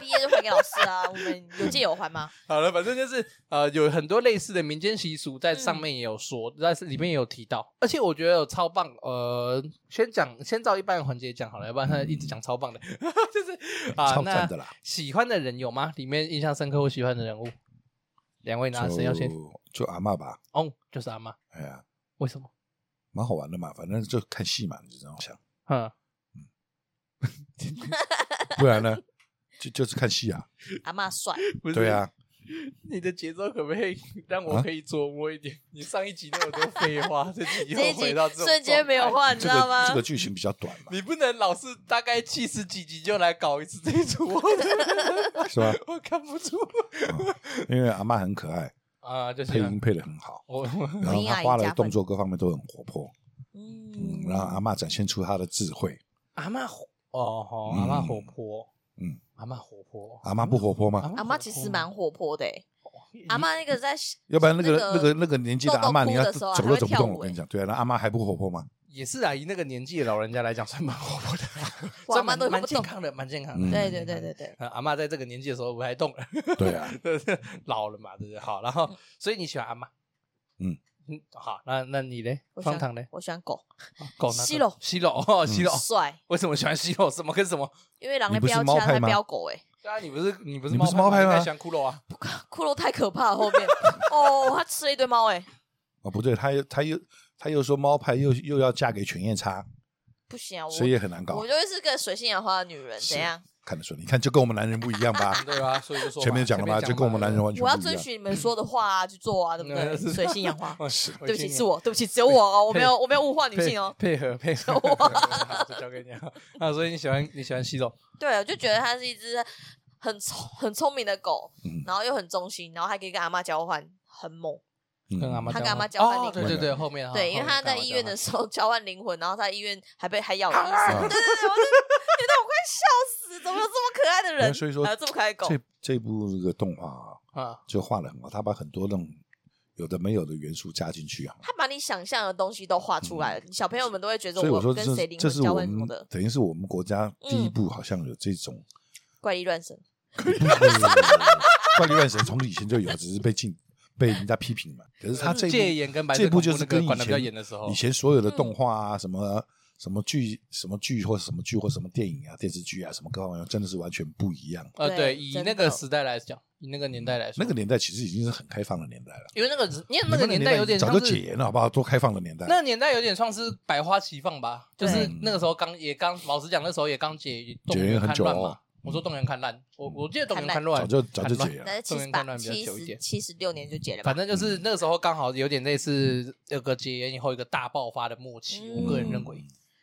S2: 毕业就还给老师啊，我们有借有还吗？
S1: 好了，反正就是呃，有很多类似的民间习俗，在上面也有说，但是里面也有提到，而且我觉得有超棒。呃，先讲先照一般的环节讲好了，要不然他一直讲超棒的， 就是啊，
S3: 嗯超
S1: 那
S3: 赞的啦。
S1: 喜欢的人有吗？里面印象深刻或喜欢的人物，两位男生要先？
S3: 就就阿嬷吧，
S1: 哦，就是阿妈，
S3: 哎呀，
S1: 为什么？
S3: 蛮好玩的嘛，反正就看戏嘛，你就这 样想，
S1: 嗯，
S3: 不然呢，就就是看戏啊，
S2: 阿 妈帅，
S1: 不是
S3: 对，啊，
S1: 你的节奏可不可以让我
S3: 啊
S1: 可以琢磨一点？你上一集那么多废 话，这集
S2: 这
S1: 又
S2: 一集
S1: 回到这种
S2: 瞬间没有
S1: 状态
S2: 话，你知
S3: 这
S2: 道
S3: 个
S2: 吗
S3: 这？个剧情比较短嘛，
S1: 你不能老是大概七十几集就来搞一次这一出，我
S3: 是吧？
S1: 我看不出
S3: 因为阿嬷很可 爱，
S1: 啊，就是
S3: 配音配的很好，
S1: 我
S3: 然后她花的动作各方面都很活泼，嗯
S2: 嗯，，
S3: 然后阿嬷展现出她的智慧，
S1: 阿妈哦哦，
S3: 嗯
S1: 阿妈活泼，
S3: 嗯，
S1: 阿妈活泼，
S3: 阿嬷不活泼吗？
S1: 嬷活泼吗，
S2: 阿妈其实蛮活泼的欸，阿妈那个在
S3: 要不然那个那
S2: 那
S3: 个
S2: 个
S3: 那个年纪的阿嬷，
S2: 豆豆
S3: 你
S2: 哭
S3: 要
S2: 的时候啊
S3: 走
S2: 还
S3: 都
S2: 会
S3: 走不
S2: 跳
S3: 动，
S2: 舞
S3: 我跟你
S2: 欸
S3: 讲，对啊，那阿嬷还不活泼 吗？
S1: 也是啊，以那个年纪的老人家来讲，算蛮活泼的，
S2: 我
S1: 算
S2: 阿嬷
S1: 蛮
S2: 都看
S1: 蛮
S2: 不
S1: 健
S2: 懂
S1: 康的，蛮健康
S3: 嗯
S1: 的。
S2: 对对对对对，
S1: 呃。阿妈在这个年纪的时候不太动了，
S3: 对啊，
S1: 老了嘛，对不对？好，然后所以你喜欢阿妈，
S3: 嗯
S1: 嗯，好，那那你嘞？
S2: 我喜
S1: 方
S2: 欢
S1: 糖嘞？
S2: 我喜欢 狗，
S1: 啊狗呢？
S2: 西洛
S1: 西洛哦，西洛，
S2: 帅，
S1: 为什么喜欢西洛？什么跟什么？
S2: 因为狼
S3: 你
S2: 在
S3: 不是
S2: 标
S3: 猫
S2: 枪，
S3: 派
S2: 在
S3: 吗
S2: 标狗，哎，
S1: 对啊，你不是你不是
S3: 你不是
S1: 猫派
S3: 猫派吗
S1: 你应该喜欢骷髅啊？
S2: 骷髅太可怕了，后面哦，他吃了一堆猫，哎，
S3: 哦不对，他又他又他又说猫派又又要嫁给犬夜叉，
S2: 不行啊，我
S3: 所以也很难搞
S2: 我。就会是个水性杨花的女人，
S3: 是
S2: 怎样？
S3: 看得出来，你看就跟我们男人不一样吧？
S1: 对啊，所以就说嘛
S3: 前面讲了吧，就跟我们男人 完全
S2: 我要
S3: 不一
S2: 遵
S3: 样。
S2: 循你们说的话啊去做啊，对不
S1: 嗯是
S2: 对？水性杨花，
S1: 是，
S2: 对不起，是我，对不起，只有我哦，我没有，我没有物化女性哦。
S1: 配合配合， 好就交给你了。啊，所以你喜欢你喜欢西肉，
S2: 对，我就觉得它是一只很聪很聪明的狗
S3: 嗯，
S2: 然后又很忠心，然后还可以跟阿妈交换，很猛。
S1: 跟阿
S3: 嗯，
S1: 妈
S2: 他跟阿嬷
S1: 交
S2: 交
S1: 换
S2: 换
S1: 哦
S2: 灵
S1: 对
S2: 魂
S1: 对对，后面啊
S2: 对，因为
S1: 后面
S2: 他
S1: 跟阿
S2: 在
S1: 嬷
S2: 医院的
S1: 交
S2: 时候 交换灵魂，然后在医院还被还咬了医生。
S3: 啊
S2: 对对对，我真的觉得我快笑死，怎么有这么可爱的人？
S3: 哎所以说
S2: 还有这么可爱的狗，
S3: 这这部这个动画啊，
S1: 换啊，
S3: 就画的很好，他把很多那种有的没有的元素加进去啊。
S2: 他把你想象的东西都画出来了，小朋友们都会觉得
S3: 嗯所以我说
S2: 跟
S3: 这
S2: 谁
S3: 是
S2: 灵
S3: 这
S2: 魂
S3: 是
S2: 交
S3: 我
S2: 换什么
S3: 们
S2: 的，
S3: 等于是我们国家第一部好像有这种
S2: 怪力乱神。
S3: 不不不不不怪力乱神，从以前就有，只是被禁被人家批评嘛。可是他这一部
S1: 呃戒严跟白色
S3: 这部
S1: 恐
S3: 就
S1: 怖那
S3: 是
S1: 个
S3: 跟以
S1: 管得
S3: 前
S1: 比较严的时候
S3: 以前所有
S1: 嗯
S3: 的动画啊，什么什么剧、什么剧或什么剧或什么电影啊、电视剧啊，什么各方面真的是完全不一样。
S1: 呃，对，
S2: 对
S1: 以
S2: 真
S1: 那个
S2: 的
S1: 时代来讲，以那个年代来说，
S3: 那个年代其实已经是很开放的年代了，
S1: 因为那个因为
S3: 你
S1: 那
S3: 们
S1: 个
S3: 那
S1: 年代有点
S3: 早
S1: 像
S3: 就是解严了，好不好？多开放的年代。
S1: 那个年代有点像是百花齐放吧，就是
S2: 对
S1: 那个时候刚也刚，老实讲，那时候也刚解动
S3: 嗯解
S1: 员
S3: 严很
S1: 看
S3: 久
S1: 乱
S3: 哦嗯
S1: 嘛。我说动员看烂，我我记得动员
S2: 看
S1: 看
S2: 烂
S1: 乱
S3: 早就早就
S1: 看
S3: 解
S1: 乱
S3: 严了，
S2: 但是七
S1: 中
S2: 十
S1: 间看
S2: 八、
S1: 断比较
S2: 七
S1: 久一
S2: 十、
S1: 点
S2: 七十六年就解了吧
S1: 反？正就是那个时候刚好有点类似那个解严以后一个大爆发的末期，
S2: 嗯
S1: 我个人认为，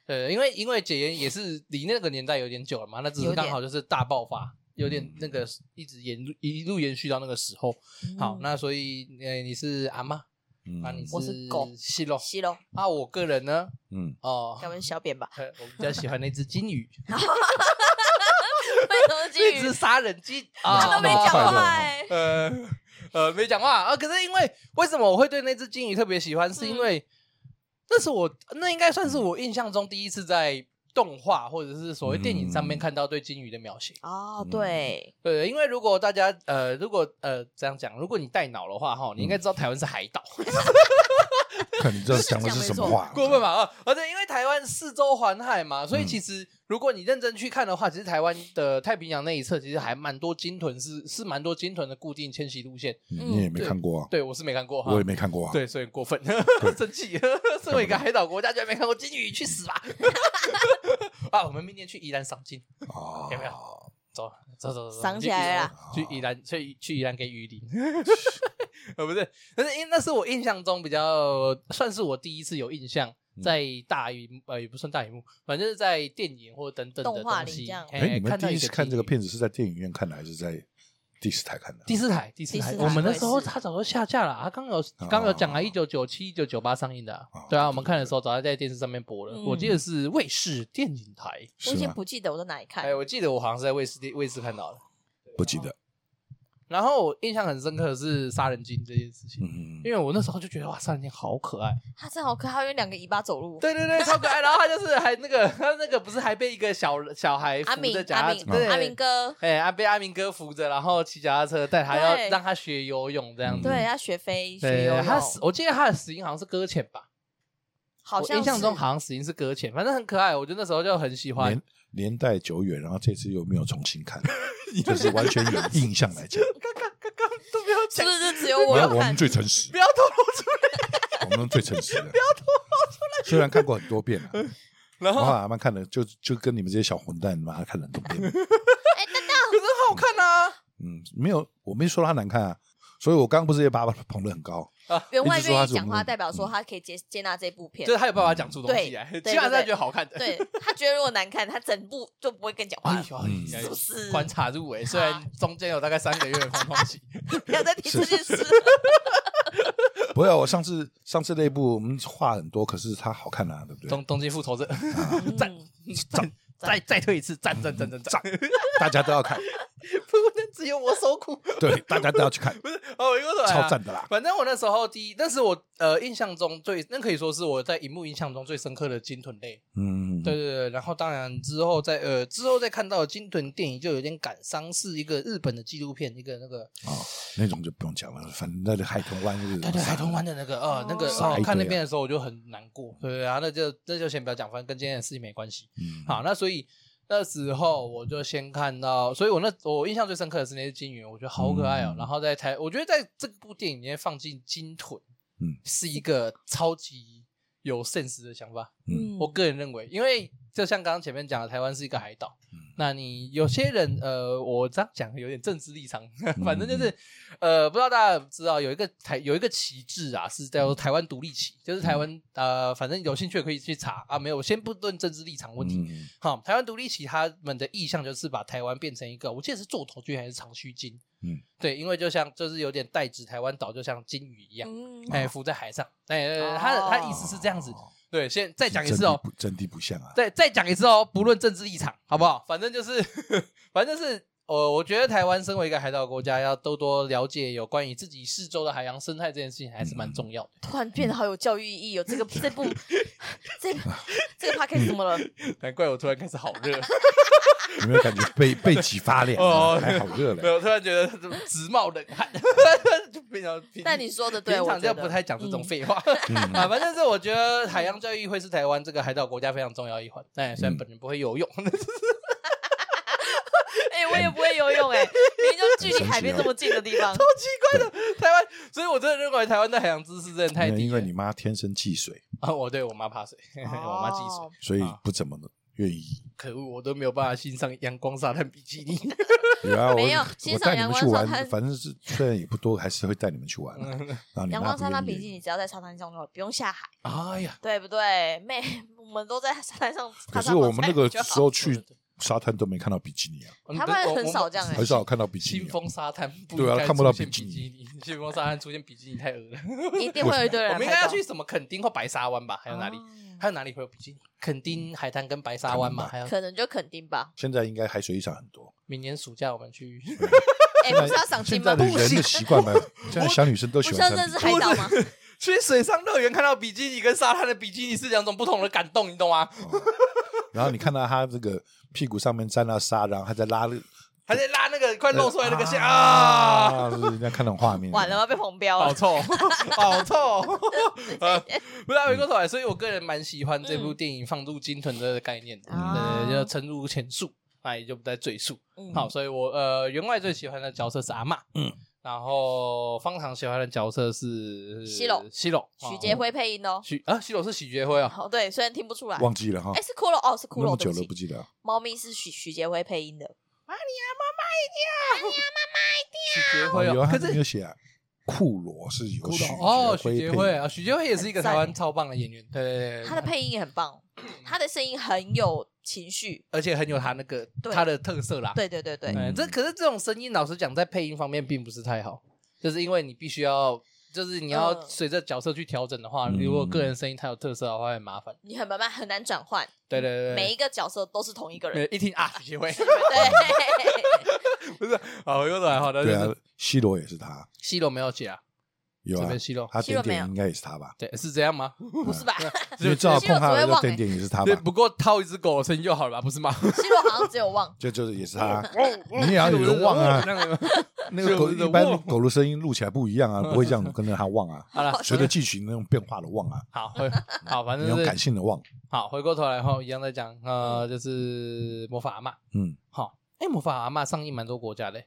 S1: 对，因为因为解严也是离那个年代有点久了嘛，那只是
S2: 有点
S1: 刚好就是大爆发，有点那个一直延一路延续到那个时候。好
S2: 嗯，
S1: 那所以呃你是阿妈，
S3: 嗯
S1: 啊你
S2: 我是狗
S1: 西洛，
S2: 嗯西喽，
S1: 啊我个人呢
S3: 嗯，
S1: 哦
S2: 要。不然小扁 吧？
S1: 呃我比较喜欢那只金鱼，
S2: 为什么金
S1: 那
S2: 鱼
S1: 只杀人金啊，
S2: 他都没
S3: 好
S2: 讲
S3: 快乐
S2: 话
S3: 哦
S2: 欸？
S1: 呃呃，没讲话啊。可是因为为什么我会对那只金鱼特别喜欢，
S2: 嗯
S1: 是因为、那是我那应该算是我印象中第一次在动画或者是所谓电影上面
S3: 嗯
S1: 看到对金鱼的描写。
S2: 哦
S3: 嗯，
S2: 对，
S1: 对，因为如果大家呃，如果呃这样讲，如果你带脑的话哈，你应该知
S3: 嗯
S1: 道台湾是海 岛，
S3: 看你知道讲的是什么 话？
S1: 过分吧？啊，而且因为台湾四周环海嘛，所以
S3: 嗯
S1: 其实如果你认真去看的话，其实台湾的太平洋那一侧其实还蛮多鲸豚是是蛮多鲸豚的固定迁徙路线。
S3: 嗯你也没看过啊，
S1: 对我是没看过哈，
S3: 我也没看过啊。
S1: 对，所以很过分， 生气。身为一个海岛国家，居然没看过金鱼，去死吧！ 啊，我们明年去宜兰赏金，
S3: 啊，
S1: 有没有走走走走，
S2: 赏起来了
S1: 去宜兰，去宜兰去去宜兰给 鱼鳞。呃，不是，但是因为那是我印象中比较算是我第一次有印象，
S3: 嗯
S1: 在大荧幕呃也不算大荧幕，反正是在电影或等等的
S2: 动画
S1: 东
S2: 里
S1: 西。
S2: 这样
S3: 哎，你们
S1: 到
S3: 第一
S1: 个
S3: 次看这个
S1: 金鱼
S3: 片子是在电影院看的，还是在第四台看的？
S1: 第四台，第四
S2: 第
S1: 台，
S2: 四
S1: 我
S2: 台
S1: 们那
S2: 我也
S1: 时候
S2: 是
S1: 它早就下架了啊，刚有
S3: 哦
S1: 刚有讲啊，一九九七、一九九八上映的啊，对啊，我们看的时候早就在电视上面播了，
S2: 嗯
S1: 我记得是卫视电影台，
S2: 我已
S3: 是
S2: 经
S3: 吗？
S1: 哎
S2: 不记得我在哪里看
S1: 哎，。我记得我好像是在卫视电卫视看到的，
S3: 不记得。
S1: 然后我印象很深刻的是杀人鲸这件事情，
S3: 嗯
S1: 因为我那时候就觉得哇，杀人鲸好可爱，
S2: 它真好可爱，它有两个尾巴走路。
S1: 对对对，超可爱。然后他就是还那个 他那个不是还被一个小小孩
S2: 阿
S1: 扶
S2: 明
S1: 着脚
S2: 阿
S1: 踏
S2: 明
S1: 对
S2: 阿明，哥，
S1: 哎，阿被阿明哥扶着，然后骑脚踏车带他，要
S2: 对
S1: 让他学游泳这样子。
S2: 对，他学飞学
S1: 对
S2: 游，泳，
S1: 他死，我记得他的死因好像是搁浅吧，
S2: 好
S1: 我
S2: 像
S1: 印象中
S2: 是
S1: 好像死因是搁浅，反正很可爱，我就那时候就很喜欢
S3: 年。年代久远，然后这次又没有重 新看，就是完全以印象来讲。
S1: 刚刚刚刚都没有
S2: 是
S1: 讲
S2: 不，是就只有我
S3: 我
S2: 有
S3: 们我
S2: 看
S3: 们？最诚 实
S1: 不，要透露出来。
S3: 我们最诚实的。不要脱出来。虽然看过很多 遍了，
S1: 然
S3: 我
S1: 后
S3: 好像看了，就就跟你们这些小混蛋，妈看了很多 遍。
S2: 哎，蛋蛋
S1: 可是很好看啊，
S3: 嗯，没有，我没说他难看啊，所以我刚刚不是也把他捧得很高？
S2: 员外
S3: 一直说
S2: 愿
S3: 他
S2: 意
S3: 是
S2: 讲
S3: 我
S2: 话，
S3: 们
S2: 代表
S1: 嗯
S2: 说他可以接接纳这部片
S1: 就。是他有办法讲出东西来，
S2: 对
S1: 基本上
S2: 对对
S1: 他觉得好看的。
S2: 对他觉得如果难看，他整部就不会跟你讲话
S1: 哎
S2: 了，
S1: 呦，
S3: 嗯
S1: 哎
S2: 是
S1: 呦
S2: 不是？
S1: 观察入围，虽然中间有大概三个月的空窗期，
S2: 不要再提这
S1: 啊
S2: 件事。
S3: 不要，我上次上次那部我们话很多，可是他好看啊，对不对？
S1: 东东京复仇者，赞
S2: 嗯
S1: 赞 再再退一次，赞赞赞赞赞，
S3: 大家都要看，
S1: 不能只有我受苦，
S3: 对，大家都要去看，
S1: 不是哦，一个
S3: 超赞。的啦。
S1: 反正我那时候第一，那是我呃印象中最，那可以说是我在荧幕印象中最深刻的鲸豚类。
S3: 嗯，
S1: 对，对对，然后当然之后在呃之后再看到的鲸豚电影，就有点感伤，是一个日本的纪录片，一个那个
S3: 哦，那种就不用讲了，反正那个海豚湾日，
S1: 对对，海豚湾的那个呃
S2: 哦
S1: 那个
S3: 杀一
S1: 哦
S3: 堆，啊
S1: 看那边的时候我就很难过，对对对啊，那就那就先不要讲，反正跟今天的事情没关系。
S3: 嗯，
S1: 好，那所以那时候我就先看到，所以我那我印象最深刻的是那只金鱼，我觉得好可爱哦、
S3: 嗯
S1: 然后在台，我觉得在这部电影里面放进鲸豚，
S3: 嗯
S1: 是一个超级有 sense 的想法。
S3: 嗯
S1: 我个人认为，因为就像刚刚前面讲的，台湾是一个海岛，
S3: 嗯
S1: 那你有些人呃，我这样讲有点政治立场，
S3: 嗯
S1: 反正就是呃，不知道大家知道有一个台有一个旗帜啊，是
S3: 嗯
S1: 叫做台湾独立旗，就是台湾呃，反正有兴趣的可以去查啊。没有，我先不论政治立场问题。
S3: 嗯
S1: 好，台湾独立旗他们的意向就是把台湾变成一个，我记得是座头鲸还是长须鲸，
S3: 嗯，
S1: 对，因为就像就是有点代指台湾岛，就像鲸鱼一样，
S2: 嗯
S1: 哎、浮在海上，哎、
S2: 哦
S1: 他的他的意思是这样子。
S3: 哦
S1: 对，先再讲一次哦、
S3: 真的不真的不像啊，
S1: 再再讲一次哦，不论政治立场，好不好？反正就是， 反正就是，呃，我觉得台湾身为一个海岛国家，要多多了解有关于自己四周的海洋生态这件事情，还是蛮重要的。
S2: 突然变得好有教育意义哦，这个这部这 这个 p o d 怎么了？
S1: 难怪我突然开始好 热，
S3: 有没有感觉被被挤 发脸
S1: 哦
S3: 啊？还好热
S1: 没
S3: 嘞。
S1: 有，突然觉得直冒冷 汗，就非常。平
S2: 但你说的对，
S1: 平
S2: 我
S1: 常
S2: 觉
S1: 就
S2: 得
S1: 不太讲这种废 话、
S3: 嗯
S1: 啊，反正是我觉得海洋教育会是台湾这个海岛国家非常重要一环。哎，虽
S3: 嗯
S1: 然本人不会游泳，
S2: 哎、我也不会 游泳哎、明明就距离海边这么近的地方，
S1: 台湾，所以我真的认为台湾的海洋知识真的太低了。
S3: 因为你妈天生忌水，
S1: 啊，我对我妈怕水， 我妈忌水。
S2: 哦
S3: 所以
S1: 啊
S3: 不怎么愿意。
S1: 可恶，我都没有办法欣赏阳光沙滩比基尼。
S3: 有啊，我
S2: 没有欣
S3: 我
S2: 赏
S3: 带你们
S2: 阳光
S3: 去玩
S2: 沙滩，
S3: 反正是虽然也不多，还是会带你们去玩啊。
S1: 嗯
S3: 然后你
S2: 阳
S3: 妈
S2: 光
S3: 不
S2: 沙
S3: 愿
S2: 滩比
S3: 意
S2: 基，你只要在沙滩上就好，不用下海，
S1: 哎呀，
S2: 对不对？妹，我们都在沙滩上。
S3: 可是我们那个
S2: 就
S3: 时
S2: 好
S3: 候去沙滩都没看到比基尼啊，
S2: 他们很少这样哎、
S3: 很少看到比基
S1: 新
S3: 尼啊。
S1: 风沙滩不
S3: 对啊
S1: 应该
S3: 看不到
S1: 出现
S3: 比基尼
S1: 尼，新风沙滩出现比基尼太恶了。
S2: 一定会有一堆人
S1: 我们应
S2: 拍
S1: 该要
S2: 照
S1: 去什么垦丁或白沙湾吧？还有哪里？
S2: 啊哦
S1: 还有哪里会有比基尼？垦丁海滩跟白沙湾嘛？还有
S2: 可能就肯 定吧。
S3: 现在应该海水浴场很 多。
S1: 明年暑假我们去。
S2: 哎、
S3: 现
S2: 不
S3: 在
S2: 是要赏
S3: 现
S2: 金吗？
S3: 在的
S2: 不
S3: 人
S2: 行
S3: 的，习 惯嘛，现在小女生都
S2: 不
S3: 喜
S2: 是
S3: 欢
S2: 要
S3: 穿
S2: 认
S3: 比
S2: 识
S3: 基
S2: 海 岛吗？
S1: 去水上乐园看到比基尼跟沙滩的比基尼是两种不同的感动，你懂吗？
S3: 尼哦。然后你看到她这个屁股上面沾到沙，然后还在拉那
S1: 还在拉那个快 露出来那个线啊！
S3: 哎啊，是人家看到画面。
S2: 完了，我要被红标
S1: 好
S2: 了。
S1: 臭，好臭！呃，不是啊，回过头来，所以我个人蛮喜欢这部电影放入鲸豚的概念的，
S2: 嗯
S1: 对，就深入前述，那也就不再赘述。
S2: 嗯
S1: 好，所以我呃，员外最喜欢的角色是阿嬷，嗯
S3: 嗯，
S1: 然后方糖喜欢的角色是
S2: 西楼
S1: 西楼，
S2: 许
S1: 哦
S2: 杰，辉配音哦。
S1: 许啊，西楼是许杰辉啊，
S2: 哦，对，虽然听不出来。
S3: 忘记了哈
S2: 哎、，是骷髅哦，是骷
S3: 那
S2: 髅，
S3: 么
S2: 对
S3: 久
S2: 不
S3: 了
S2: 起
S3: 不，记得啊。
S2: 猫咪是许许杰辉配音的。
S1: 许杰辉
S3: 有
S1: 哦
S3: 啊，，
S1: 可
S3: 他没
S1: 是
S3: 有写啊，库罗是有
S1: 古
S3: 啊许
S1: 董哦，许杰
S3: 配
S1: 辉啊，许杰辉也是一个
S2: 很赞
S1: 台湾超棒的演员，对对对，嗯
S2: 他的配音也很棒，他的声音很有情绪。
S1: 而且很有他那个
S2: 对
S1: 他的特色啦，
S2: 对对对对，
S3: 嗯
S1: 哎，这可是这种声音，老实讲，在配音方面并不是太好，就是因为你必须要就是你要
S2: 嗯
S1: 随着角色去调整的话，
S3: 嗯
S1: 如果个人声音太有特色的话，会很麻烦。
S2: 你很慢慢很难转换，
S1: 对对对
S2: 每一
S1: 对
S2: 个角色都是同一个人
S1: 对，。一听啊，许杰 辉
S2: 对，
S1: 不是，好，我又来，好的，
S3: 对
S1: 就
S3: 啊
S1: 是，
S3: 西罗也是他，
S1: 西罗没有解啊，
S3: 有
S1: 这
S3: 啊
S1: 边，西罗，
S3: 他
S2: 西罗
S3: 点
S2: 没有
S3: 点应该也是他 吧？
S1: 对，是这样吗？
S2: 不是吧？
S3: 因为正好
S2: 西罗
S3: 碰他
S2: 只会
S3: 的时
S2: 忘
S3: 候点
S2: 欸
S3: 点也是他
S1: 对，
S3: 吧？
S1: 不过套一只狗的声音就好了吧，不是吗？
S2: 西罗好像只有忘，
S3: 就就是也是 他，
S1: 哦
S3: 你也要有人忘啊。
S1: 这样子
S3: 那个狗一般狗的声音录起来不一 样啊，不会这样跟着他忘 啊。
S1: 好了，
S3: 随着剧情那种变化的忘啊，
S1: 好，回好，反
S3: 你
S1: 正
S3: 用
S1: 是
S3: 感性的忘。
S1: 好，回过头来后一样在讲，呃，就是魔法阿嬷。
S3: 嗯，
S1: 好，哎，魔法阿嬷上映蛮多国家的，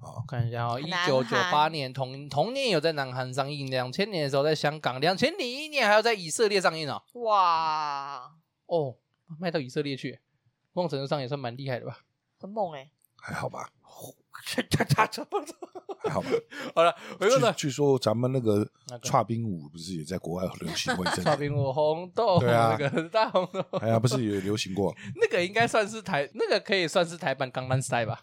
S3: 好
S1: 我，看一下哦，一
S2: 南
S1: 九九八
S2: 韩
S1: 年同同年有在南韩上映，两千年的时候在香港，两千零一年还要在以色列上映哦，
S2: 哇，
S1: 哦，卖到以色列去，某种程度上也算蛮厉害的 吧。
S2: 很猛哎、
S3: 还好吧，
S1: 他他这么
S3: 还好吧。
S1: 好了，回过头
S3: 据据说咱们那个
S1: 哎那个
S3: 叉冰舞不是也在国外流行过一 阵
S1: 草
S3: 子？
S1: 坪舞红豆，
S3: 对啊
S1: 那个大红豆，
S3: 哎呀，不是也流行过？
S1: 那个应该算是台，那个可以算是台版《钢弹 style》吧？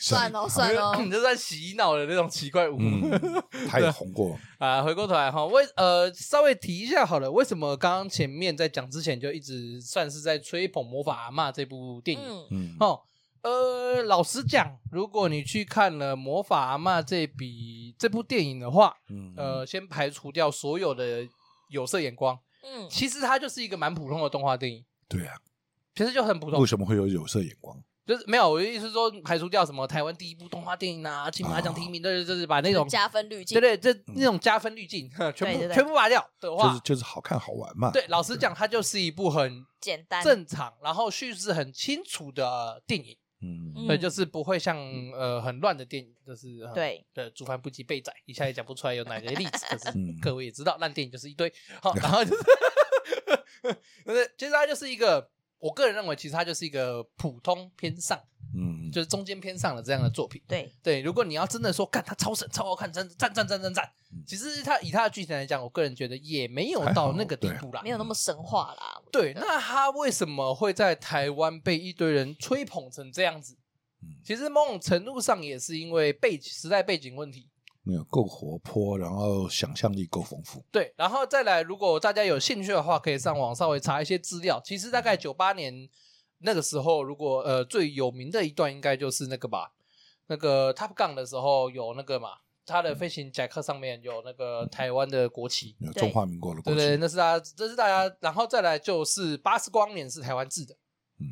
S2: 算哦算哦，
S1: 你这算洗脑的那种奇怪舞、
S3: 嗯，他也红过。
S1: 啊！回过头来哈，为呃稍微提一下好了，为什么刚刚前面在讲之前就一直算是在吹捧《魔法阿嬷》这部电影？
S3: 嗯，
S2: 嗯，
S1: 哦，呃，老实讲，如果你去看了《魔法阿嬷》这笔这部电影的话，
S3: 嗯，
S1: 呃，先排除掉所有的有色眼光，
S2: 嗯，
S1: 其实它就是一个蛮普通的动画电影，
S3: 对啊，
S1: 其实就很普通
S3: 为。什么会有有色眼光？
S1: 就是没有，我的意思是说，排除掉什么台湾第一部动画电影啊，金马奖提名，对对，就是把那种
S2: 加分滤镜
S1: 对，对，这那种加分滤镜，呵全
S2: 对
S1: 部
S2: 对
S1: 全部拔掉的
S3: 就是
S1: 话，
S3: 就是好看好玩嘛。
S1: 对，老实讲，它就是一部很
S2: 简单，
S1: 正常，然后叙事很清楚的电影，
S3: 嗯
S2: 嗯
S1: 对，就是不会像呃很乱的电影，就是呃
S2: 对
S1: 对，主犯不及被宰，一下也讲不出来有哪些例子，可是
S3: 嗯
S1: 各位也知道，烂电影就是一堆。好，然 后就是， 就是其实它就是一个，我个人认为，其实它就是一个普通偏上，
S3: 嗯，
S1: 就是中间偏上的这样的作品。
S2: 对，
S1: 对，如果你要真的说，干它超神、超好看，真的赞赞赞赞赞
S3: 嗯。
S1: 其实它以它的剧情来讲，我个人觉得也没有
S3: 还
S1: 到
S3: 好
S1: 那个地
S3: 对
S1: 步啦
S2: 没。有那么神话啦。我
S1: 对，
S2: 觉得
S1: 那他为什么会在台湾被一堆人吹捧成这样子
S3: 嗯？
S1: 其实某种程度上也是因为背景时代背景问题。
S3: 没有够活泼，然后想象力够丰富。
S1: 对，然后再来，如果大家有兴趣的话，可以上网稍微查一些资料。其实大概九八年那个时候，如果呃最有名的一段应该就是那个吧，那个 Top Gun 的时候有那个嘛，他的飞行夹克上面有那个台湾的国旗，
S3: 有
S2: 对
S3: 中华民国的
S1: 对
S3: 国
S1: 不
S3: 旗，
S1: 对？那是大家，这是大家，然后再来就是巴斯光年是台湾制的，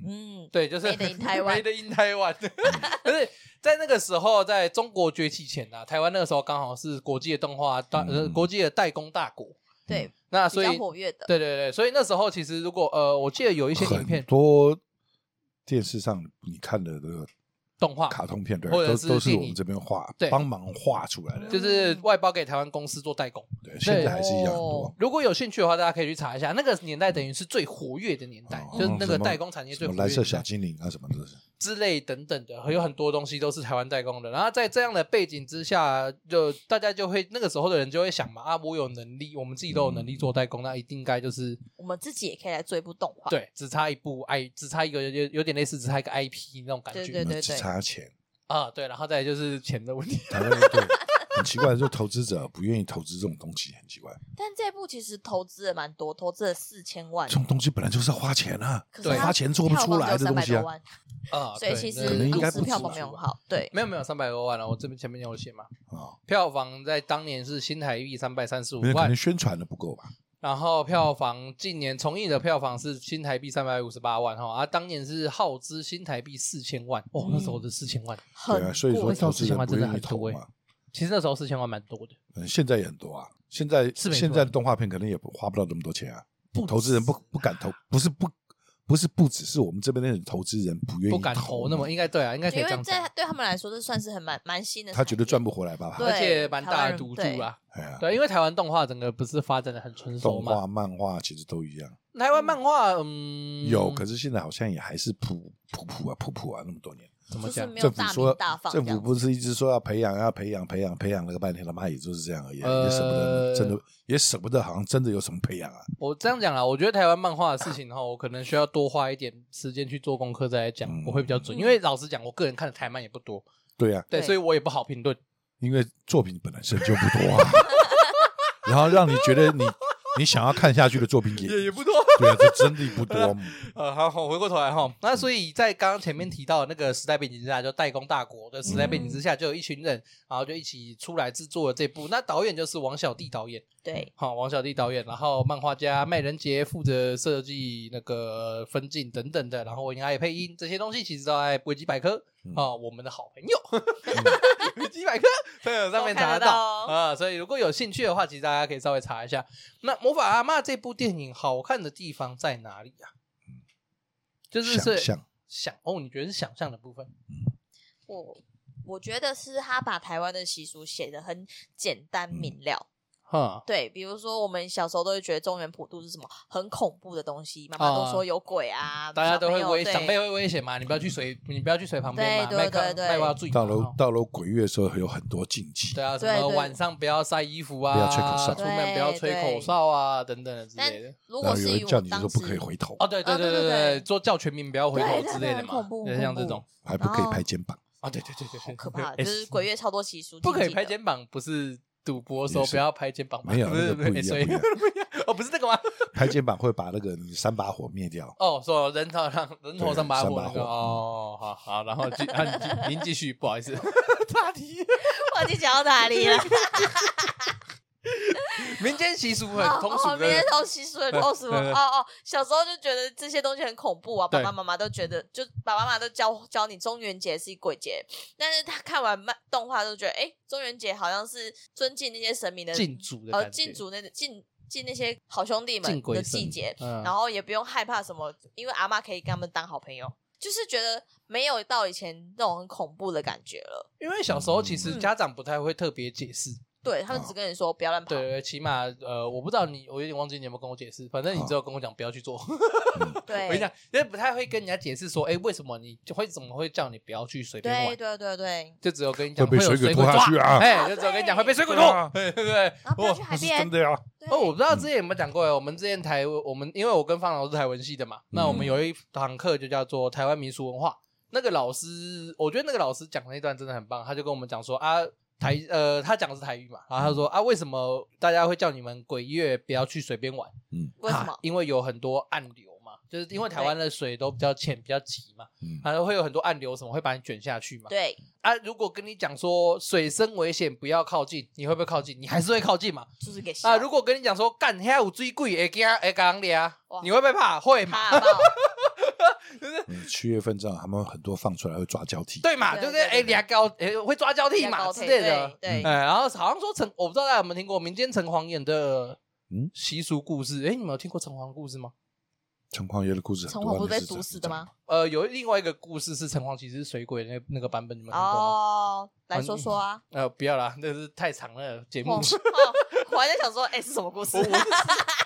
S2: 嗯，
S1: 对，就是
S2: Made in Taiwan
S1: Made in Taiwan 可是在那个时候，在中国崛起前啊，台湾那个时候刚好是国际的动画大、呃
S3: 嗯
S1: 国际的代工大国，
S2: 对，
S1: 那
S2: 比
S1: 所以
S2: 较活跃的，
S1: 对对对，所以那时候其实如果呃，我记得有一些影
S3: 很
S1: 片
S3: 多电视上你看的那个
S1: 动画，
S3: 卡通片，对，
S1: 或者
S3: 都
S1: 是
S3: 都是
S1: 电
S3: 我们
S1: 影
S3: 这边画
S1: 对
S3: 帮忙画出来的，
S1: 就是外包给台湾公司做代工。
S3: 对，现在还是一样很多。
S1: 如果有兴趣的话，大家可以去查一下，那个年代等于是最活跃的年代，
S3: 哦
S1: 就是那个
S3: 什么
S1: 代工产业
S3: 什
S1: 最
S3: 么
S1: 活跃的
S3: 蓝色
S1: 年代
S3: 小精灵啊，什么都是，
S1: 之类等等的，有很多东西都是台湾代工的。然后在这样的背景之下，就大家就会那个时候的人就会想嘛，啊，我有能力，我们自己都有能力做代工，那一定该就是
S2: 我们自己也可以来做一部动画，
S1: 对，只差一部 I，只差一个有有点类似只差一个 IP 那种感觉。
S2: 对对
S3: 我们只差钱。
S1: 啊，对，然后再来就是钱的问题。
S3: 台湾人对很奇怪，就投资者不愿意投资这种东西，很奇怪。
S2: 但这部其实投资了蛮多，投资了四千万
S3: 这，种东西本来就是要花钱啊，
S2: 可
S1: 对
S2: 是它
S3: 花钱做不出来的
S2: 票
S3: 东
S2: 房只
S3: 西
S2: 有300多
S3: 啊。
S2: 万
S1: 啊，
S2: 所以
S1: 对
S2: 其
S1: 那
S2: 实
S3: 可能应该
S2: 公
S3: 不
S2: 司票
S3: 止
S2: 房没有很好，对，
S1: 没有没有三百多万了，我这边前面有写嘛，
S3: 啊，
S1: 票房在当年是新台币三百三十五
S3: 因为可
S1: 万
S3: 能，宣传的不够吧。
S1: 然后票房近年重映的票房是新台币三百五十八万哈，啊，当年是耗资新台币四千万，
S3: 嗯
S1: 哦，那时候的四千万，
S3: 对
S2: 很
S3: 啊，所以说
S2: 贵
S3: 投资人不愿意
S1: 很欸
S3: 投
S1: 贵
S3: 嘛。
S1: 其实那时候四千万蛮多的，
S3: 嗯，现在也很多啊。现在
S1: 是没错
S3: 现在动画片可能也不花不到这么多钱啊。
S1: 不
S3: 投资人不不敢投，不是不不是不只是我们这边的投资人不愿意
S1: 不敢投
S3: 投
S1: 那么，应该对啊，应该可以这
S2: 因为
S1: 样
S2: 在
S1: 讲，
S2: 对他们来说，这算是很蛮蛮新的产业，
S3: 他觉得赚不回来吧？
S2: 对
S1: 而且蛮大的赌注
S2: 台湾
S1: 啦，
S3: 哎呀，
S1: 对，因为台湾动画整个不是发展的很成熟
S3: 动
S1: 嘛，
S3: 画、漫画其实都一样，
S1: 台湾漫画嗯
S3: 有，可是现在好像也还是普普普啊普普啊，那么多年，
S1: 怎么
S2: 就是
S1: 讲？
S2: 没有
S3: 政府
S2: 大
S3: 说
S2: 名大放这
S3: 政
S2: 样子，
S3: 府不是一直说要培养，要培养，培养，培养了个半天，他妈也就是这样而已啊，
S1: 呃
S3: 也舍不得，真的也舍不得，好像真的有什么培养啊？
S1: 我这样讲啦，我觉得台湾漫画的事情哈，我可能需要多花一点时间去做功课再来讲
S3: 嗯，
S1: 我会比较准。
S2: 嗯
S1: 因为老实讲，我个人看的台漫也不多，
S3: 对呀、啊
S1: 对，
S2: 对
S1: 所以我也不好评论。
S3: 因为作品本来身就不多、 啊，然后让你觉得你你想要看下去的作品也
S1: 也也不多。
S3: 对啊，这真的不多。
S1: 呃，好好回过头来哈，那所以在刚刚前面提到的那个时代背景之下，就代工大国的时代背景之下，就有一群人，然后就一起出来制作了这部。那导演就是王小棣导演，
S2: 对，
S1: 好、王小棣导演，然后漫画家麦仁杰负责设计那个分镜等等的，然后我应该也配音这些东西，其实都在维基百科啊、
S3: 嗯
S1: 我们的好朋友、维基百科，对，上面查
S2: 都看得
S1: 得
S2: 到
S1: 到
S2: 哦
S1: 啊、所以如果有兴趣的话，其实大家可以稍微查一下。那《魔法阿嬷》这部电影好看的地方在哪里啊？就是
S3: 想
S1: 是
S3: 象，
S1: 想哦，你觉得是想象的部分？
S2: 我我觉得是他把台湾的习俗写的很简单
S1: 嗯
S2: 明了。
S1: 哈，
S2: 对，比如说我们小时候都会觉得中原普渡是什么很恐怖的东西，妈妈都说有鬼啊，
S1: 哦大家都会
S2: 小朋
S1: 威，
S2: 友
S1: 长辈会威胁嘛，你不要去水，你不要去水旁边嘛，
S2: 对
S1: 麦
S2: 对
S1: 克
S2: 对对
S1: 麦克要注意嘛。
S3: 到
S1: 哦
S3: 了到了鬼月的时候有很多禁忌
S1: 对，啊，什
S2: 对
S1: 么
S2: 对
S1: 晚上不要晒衣服啊，
S3: 不要吹口哨
S1: 出门不要吹口哨啊，等等的之类的。
S2: 如
S3: 然
S2: 果
S3: 后有
S2: 是以
S3: 人叫
S2: 我
S3: 你说
S2: 当
S3: 不可以
S2: 时，
S3: 回头，
S1: 哦，对对
S2: 啊
S1: 对
S2: 对
S1: 对，
S2: 对对
S1: 做叫全民不要回头
S2: 对
S1: 之
S2: 对
S1: 类的
S2: 很
S1: 嘛
S2: 恐，怖
S1: 就
S2: 很
S1: 像
S2: 恐
S1: 这
S2: 怖
S1: 种
S3: 还不可以拍肩膀，
S1: 啊，对对对对，对
S2: 好可 怕，
S1: 对
S2: 就是鬼月超多习俗，
S1: 哎不可以
S2: 禁忌的
S1: 拍肩膀，不是赌博的时
S3: 也
S1: 候
S3: 是
S1: 不要拍肩
S2: 哦
S1: 膀吧，
S3: 没有
S1: 不
S3: 那
S1: 是
S3: 个
S1: 不
S3: 不 一
S1: 是，
S3: 样
S1: 所以
S3: 不一样
S1: 哦，不是这个吗？
S3: 拍肩膀会把那个你三把火灭掉。
S1: 哦，说人头上人头上把火那个
S3: 对三把火
S1: 哦，好好，然后继啊你继 您继续，不好意 思，岔题。
S2: 忘记讲到哪 里了。
S1: 民间习俗很
S2: 哦
S1: 通
S2: 哦
S1: 俗
S2: 明天
S1: 的，
S2: 偷习俗了，
S1: 对
S2: 哦什么？
S1: 对对
S2: 哦哦，小时候就觉得这些东西很恐怖啊，爸
S1: 对
S2: 爸妈妈都觉得，就爸爸妈妈都教教你中元节是鬼节，但是他看完漫动画都觉得，哎，中元节好像是尊敬那些神明的，
S1: 禁足的
S2: 呃
S1: 感觉，
S2: 敬主那敬敬那些好兄弟
S1: 敬
S2: 们
S1: 鬼
S2: 的
S1: 神
S2: 季节，
S1: 嗯
S2: 然后也不用害怕什么，因为阿妈可以跟他们当好朋友，就是觉得没有到以前那种很恐怖的感觉了。
S1: 因为小时候其实
S2: 嗯
S1: 家长不太会特别解释，
S2: 对他们只跟你说不要乱跑，
S1: 哦对，起码呃，我不知道你，我有点忘记你有没有跟我解释。反正你
S3: 好
S1: 只有跟我讲不要去做。我跟你
S2: 对
S1: 讲，因为不太会跟人家解释说，哎，为什么你就会怎么会叫你不要去随便
S2: 对
S1: 玩？
S2: 对对对，
S1: 就只有跟你讲
S3: 会被
S1: 有
S3: 水鬼
S1: 鬼
S3: 拖下
S1: 抓
S3: 去啊
S1: 哎，就只有跟你讲会被水鬼
S3: 对
S1: 拖
S3: 啊，
S1: 对对对。
S2: 然后不要去海
S3: 那是
S2: 边
S3: 真。的呀，
S2: 对
S1: 哦，我不知道之前有没有讲过，我们之前台我们因为我跟方老师是台文系的嘛，那我们
S3: 嗯
S1: 有一堂课就叫做台湾民俗文化。那个老师，我觉得那个老师讲的那段真的很棒，他就跟我们讲说啊，台呃，他讲的是台语嘛，然后他说啊，为什么大家会叫你们鬼月不要去随便玩？
S2: 为什
S1: 啊
S2: 么？
S1: 因为有很多暗流嘛，就是因为台湾的水都比较浅、比较急嘛，
S3: 嗯
S1: 然后会有很多暗流什么会把你卷下去嘛。
S2: 对，
S1: 啊，如果跟你讲说水深危险，不要靠近，你会不会靠近？你还是会靠近嘛。
S2: 就是给笑
S1: 啊，如果跟你讲说干遐有水鬼会惊会讲你啊
S2: 哇，
S1: 你会不会怕？会嘛？
S2: 怕 爆，
S3: 嗯，七月份这样，他们很多放出来会抓交替，
S1: 对嘛？
S2: 对
S1: 对不对？
S2: 对对
S1: 哎，俩高哎会抓交替
S2: 压
S1: 嘛
S2: 高
S1: 之
S2: 配
S1: 类的。
S2: 对
S1: 哎，
S2: 对，
S1: 然后好像说城，我不知道大家有没有听过民间城隍演的
S3: 嗯
S1: 习俗故事。哎，你们有听过城隍故事吗？
S3: 城隍爷的故事很
S2: 城
S3: 多，啊
S2: 隍不是被毒死的？吗？
S1: 呃，有另外一个故事是城隍其实是水鬼的那那个版本，你们听过吗？
S2: 哦，来说说啊。
S1: 呃，不要啦，那是太长了节目
S2: 哦，。 哦我还在想说，哎，是什么故事
S1: 我？我是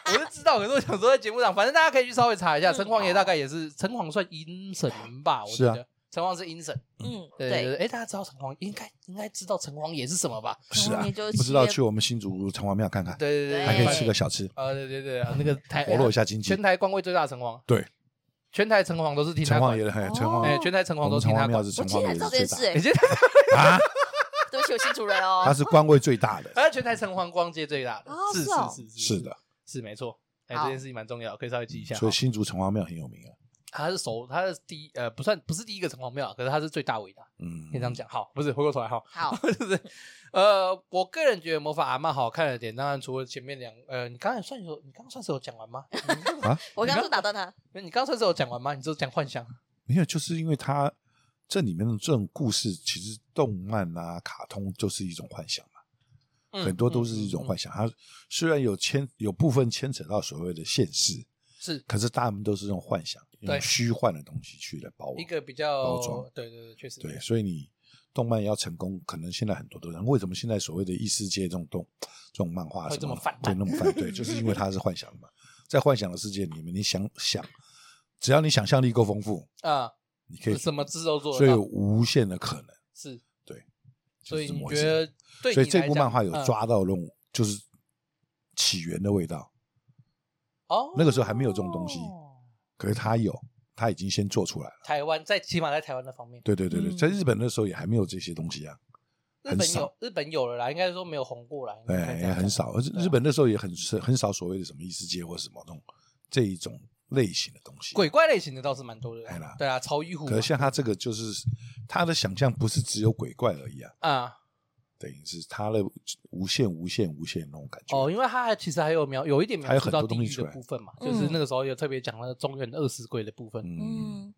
S1: 我是知道，可是我想说在节目上，反正大家可以去稍微查一下，
S2: 嗯
S1: 城隍爷大概也是城隍算阴神吧，我记
S3: 是啊
S1: 得城隍是阴神。
S2: 嗯，
S1: 对对对，哎，大家知道城隍应该应该知道城隍爷是什么吧？
S3: 是啊
S2: 也就，
S3: 不知道
S2: 七月
S3: 去我们新竹城隍庙看看，
S1: 对对对，
S3: 还
S1: 反
S3: 可以
S1: 正
S3: 吃个小吃，
S1: 呃，对对对，啊 那个台
S3: 活络一下经 济
S1: 全。台官位最大的城隍，
S3: 对，
S1: 全台城隍都是听
S3: 城
S1: 他
S3: 隍
S1: 管
S3: 爷，的，嘿城隍
S1: 哎，
S2: 哦
S1: 全台城
S3: 我
S1: 隍
S3: 们
S1: 都
S3: 城
S1: 听
S3: 隍
S1: 他
S3: 庙
S1: 庙
S3: 是城
S2: 我竟
S3: 隍
S2: 然
S3: 爷
S2: 知道这
S3: 是最大
S2: 件事，哎嗯
S1: 你这
S3: 啊，
S2: 对不起，我新主人哦
S1: 啊
S3: 它。是官位最大的，
S1: 而全台城隍逛街最大的
S2: 哦，
S1: 是
S2: 是哦
S1: 是是
S3: 是的，
S1: 是没错。哎，
S2: 好
S1: 这件事情蛮重要，可以稍微记一下。
S3: 所以新竹城隍庙很有名啊。
S1: 他是首，他是第一，呃，不算不是第一个城隍庙，可是他是最大伟大，
S3: 嗯
S1: 可以这样讲。好，不是回过头来哈，
S2: 好，
S1: 就是呃，我个人觉得魔法阿嬷好看的点，当然除了前面两，呃，你刚才算有，你刚刚算是有讲完吗？
S2: 我刚刚就打断他。
S1: 你刚刚算是有讲完吗？你就讲幻想，
S3: 没有，就是因为它这里面的这种故事，其实动漫啊、卡通就是一种幻想嘛，
S1: 嗯
S3: 很多都是一种幻
S1: 想，
S3: 想。它虽然有牵有部分牵扯到所谓的现实，
S1: 嗯是
S3: 可是大部分都是用幻想、
S1: 对
S3: 用虚幻的东西去来包
S1: 一
S3: 容。
S1: 个比较
S3: 哦包装，
S1: 对对对，确实
S3: 对，所以你动漫要成功，可能现在很多的人为什么现在所谓的异世界这种动这种漫画
S1: 会
S3: 什
S1: 这么
S3: 么
S1: 反
S3: 对
S1: 叛
S3: 那么反对，就是因为它是幻想的嘛，在幻想的世界里面，你想想，只要你想象力够丰富，
S1: 啊，
S3: 你可以
S1: 什么字都做
S3: 所以
S1: 得
S3: 有
S1: 到，
S3: 无限的可能。
S1: 是，
S3: 对，
S1: 所
S3: 就
S1: 以
S3: 是这
S1: 你
S3: 么回
S1: 觉
S3: 事
S1: 得对你来讲？
S3: 所以这部漫画有
S1: 嗯
S3: 抓到那种就是起源的味道，
S1: 哦，
S3: 那个时候还没有这种东西可是它有，它已经先做出来了。
S1: 台湾在起码在台湾那方面，
S3: 对对对对，
S2: 嗯
S3: 在日本那时候也还没有这些东西啊，
S1: 日
S3: 很
S1: 本
S3: 少
S1: 有日本有了啦，应该说没有红过来，应该可
S3: 哎，
S1: 以这
S3: 也
S1: 样
S3: 很
S1: 讲。
S3: 少。而且
S1: 对啊
S3: 日本那时候也很很少所谓的什么异世界或什么那种这一种类型的东西。
S1: 鬼怪类型的倒是蛮多的
S3: 哎啦，
S1: 对啊，曹玉虎嘛
S3: 可是像他这个，就是他的想象不是只有鬼怪而已啊，
S1: 啊
S3: 等于是他的无限、无限、无限那种感觉。
S1: 哦，因为他还其实还有描有一点
S3: 还
S1: 描
S3: 有
S1: 述
S3: 很
S1: 到
S3: 多
S1: 地
S3: 东西
S1: 狱
S3: 出
S1: 的
S3: 来
S1: 部分嘛，
S2: 嗯
S1: 就是那个时候有特别讲那个中原二十鬼的部分，
S3: 嗯，
S2: 嗯，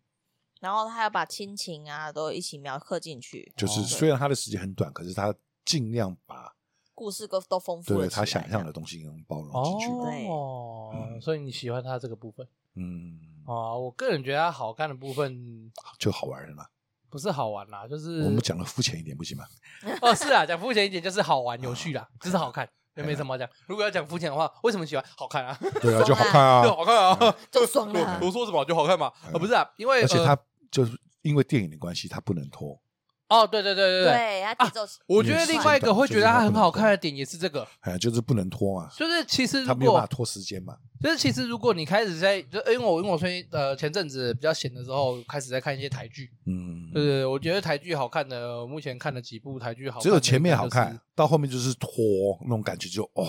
S2: 然后他要把亲情啊都一起描刻进去，
S3: 就是
S1: 哦
S3: 虽然他的时间很短，可是他尽量把
S2: 故事都都丰富
S3: 对
S2: 了
S3: 他
S2: 起来
S3: 想象的
S2: 这样
S3: 东西能包容进去。
S2: 对
S1: 哦，
S3: 嗯
S1: 所以你喜欢他这个部分
S3: 嗯，
S1: 哦，我个人觉得他好看的部分
S3: 就好玩了嘛。
S1: 不是好玩啦，就是
S3: 我们讲的肤浅一点不行吗？
S1: 哦，是啊，讲肤浅一点就是好玩有趣啦，就是好看，也没什么好讲。如果要讲肤浅的话，为什么喜欢？好看啊，
S3: 对啊，就好看啊
S1: 就。 好看啊，
S2: 就爽啦
S1: 我我说什么就好看嘛，啊，不是啊，因为
S3: 嗯而且
S1: 呃
S3: 他就是因为电影的关系，他不能拖。
S1: 哦，对对对啊对对，
S2: 对他节奏是
S1: 我觉得另外一个会觉得他很好看的点也是这个，
S3: 哎，就是不能拖啊，
S1: 就是其实
S3: 他
S1: 如
S3: 没有办法
S1: 果
S3: 拖时间嘛。
S1: 就是其实如果你开始在就因为我因为我最近呃前阵子比较闲的时候开始在看一些台剧，
S3: 嗯，
S1: 对对对，我觉得台剧好看的，我目前看了几部台剧好看的，
S3: 只有前面好
S1: 一个就
S3: 看
S1: 是。，
S3: 到后面就是拖那种感觉就，哦，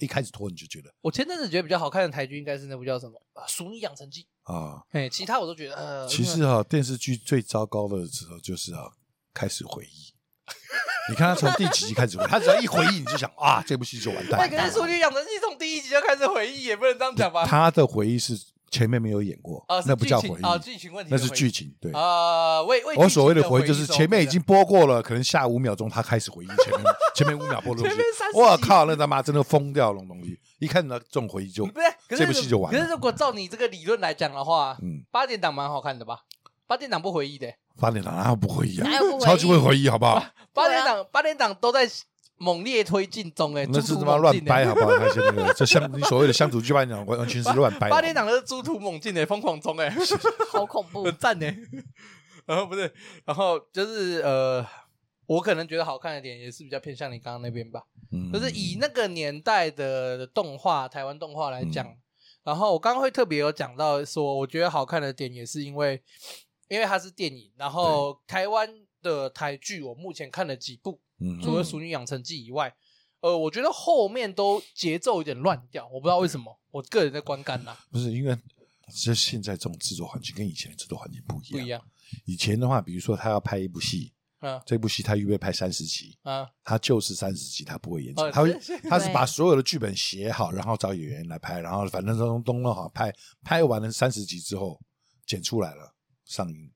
S3: 一开始拖你就觉得
S1: 我前阵子觉得比较好看的台剧应该是那部叫什么《啊熟女养成记》，
S3: 啊，
S1: 哎，其他我都觉得呃，
S3: 其实啊，电视剧最糟糕的时候就是啊，开始回忆。你看他从第几集开始 回忆，他只要一回忆你就想啊，这部戏就完
S1: 那
S3: 蛋
S1: 可是《
S3: 了。
S1: 熟女养成记》从第一集就开始回忆，也不能这样讲吧？
S3: 他的回忆是前面没有演过
S1: 啊，，是
S3: 那不叫
S1: 剧
S3: 回
S1: 情
S3: 忆，
S1: 啊，剧情问题
S3: 那
S1: 的
S3: 是
S1: 回忆
S3: 剧情。对，
S1: 啊，为为
S3: 我所谓的回
S1: 回
S3: 忆就是前面已经播过了，可能下五秒钟他开始回忆 前面前面五秒播的东
S1: 前
S3: 西
S1: 面30。集
S3: 我靠，那他妈真的疯掉那种东西，一看到这种回忆就
S1: 不是，可是
S3: 这部戏就完了
S1: 可是如果照你这个理论来讲的话，
S3: 嗯，
S1: 八点档蛮好看的吧？八点档不回忆的，
S3: 八点档啊不回忆啊
S2: 哪有不回，忆
S3: 超级会回忆好不好？
S1: 八点档八点档都在猛烈推进中，哎，
S3: 那是
S1: 猪
S3: 他
S1: 突
S3: 妈
S1: 猛
S3: 乱
S1: 进
S3: 掰
S1: 欸。
S3: 好不好？那些那 个这乡你所谓的乡土剧八点档完完全是乱掰的。
S1: 八点档都是猪突猛进的，疯狂冲 哎，
S2: 好恐怖
S1: 很赞呢。欸然后不是，然后就是呃，我可能觉得好看的点也是比较偏向你刚刚那边吧。
S3: 嗯，
S1: 就是以那个年代的动画，台湾动画来讲，
S3: 嗯
S1: 然后我刚刚会特别有讲到说，我觉得好看的点也是因为，因为它是电影，然后台湾的台剧，我目前看了几部，
S3: 嗯
S1: 除了《熟女养成记》以外，呃，我觉得后面都节奏有点乱掉，我不知道为什么，我个人的观感啦、
S3: 不是因为这现在这种制作环境跟以前的制作环境不
S1: 不
S3: 一
S1: 一
S3: 样。
S1: 样，
S3: 以前的话，比如说他要拍一部戏，
S1: 嗯
S3: 这部戏他预备拍三十集，
S1: 啊，
S3: 他就是三十集，他不会延
S1: 哦
S3: 长，他会
S1: 是
S3: 他是把所有的剧本写好，然后找演员来拍，然后反正东东弄好拍，拍完了三十集之后剪出来了上映。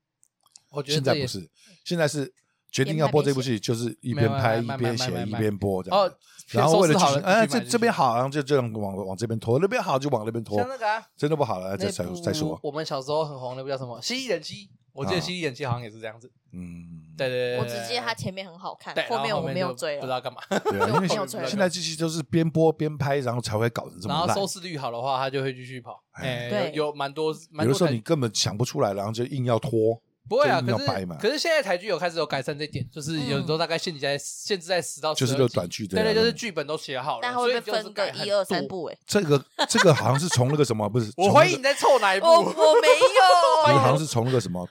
S1: 我觉得
S3: 现在
S1: 这也
S3: 不是，现在是决定要播这部戏，就是一边拍一
S1: 没有没有
S3: 边
S1: 没有没有
S3: 写
S1: 没
S3: 一
S1: 有
S3: 边播这样
S1: 哦
S3: 子。，然后为了
S1: 收
S3: 剧
S1: 拾好
S3: 情，
S1: 了，
S3: 哎，
S1: 继续
S3: 这
S1: 买
S3: 这边，好，然后就这样往往这边拖，那边好就往那边
S1: 继续
S3: 拖
S1: 买像，那个、啊。
S3: 真的不好了
S1: 那
S3: 再再
S1: 部
S3: 再说。
S1: 我们小时候很红的部叫什么《蜥蜴人妻》，我记得《
S3: 啊
S1: 蜥蜴人妻》好像也是这样子。
S3: 嗯，
S1: 对对对，
S2: 我只记得他前面很好看
S1: 对，，
S2: 后
S1: 然
S2: 面
S1: 后
S2: 我
S1: 面
S2: 没有
S1: 就
S2: 追
S1: 不知道
S2: 了。
S1: 干嘛。
S3: 对啊，因为
S2: 没有
S3: 现
S2: 追了
S3: 现在这些就是边播边拍，然后才会搞成这
S1: 然
S3: 么
S1: 后
S3: 烂。
S1: 收视率好的话，他就会继续跑。哎，
S3: 哎
S1: 有
S2: 对
S1: 有蛮多蛮
S3: 有的
S1: 多
S3: 时候
S1: 台
S3: 你
S1: 剧
S3: 根本想不出来，然后就硬要拖。
S1: 不会啊，
S3: 就
S1: 可
S3: 硬要掰
S1: 是
S3: 嘛
S1: 可是现在台剧有开始有改善这一点，就是有
S2: 嗯
S1: 时候大概限制在限制在哦十到
S3: 就是
S1: 12
S3: 就
S1: 集
S3: 短剧
S1: 对对，
S3: 对啊
S1: 就是剧本都写好了，
S2: 但他
S1: 所
S2: 会
S1: 以
S2: 被
S1: 就是
S2: 分
S1: 改
S2: 个
S1: 很
S2: 一二三
S1: 多。
S2: 部哎，
S3: 这个这个好像是从那个什么，不是？
S1: 我
S3: 从那
S1: 怀疑
S3: 个
S1: 你在凑 哪一
S2: 我
S1: 部？
S2: 我没
S3: 因为好像
S2: 有，
S3: 是从那个什么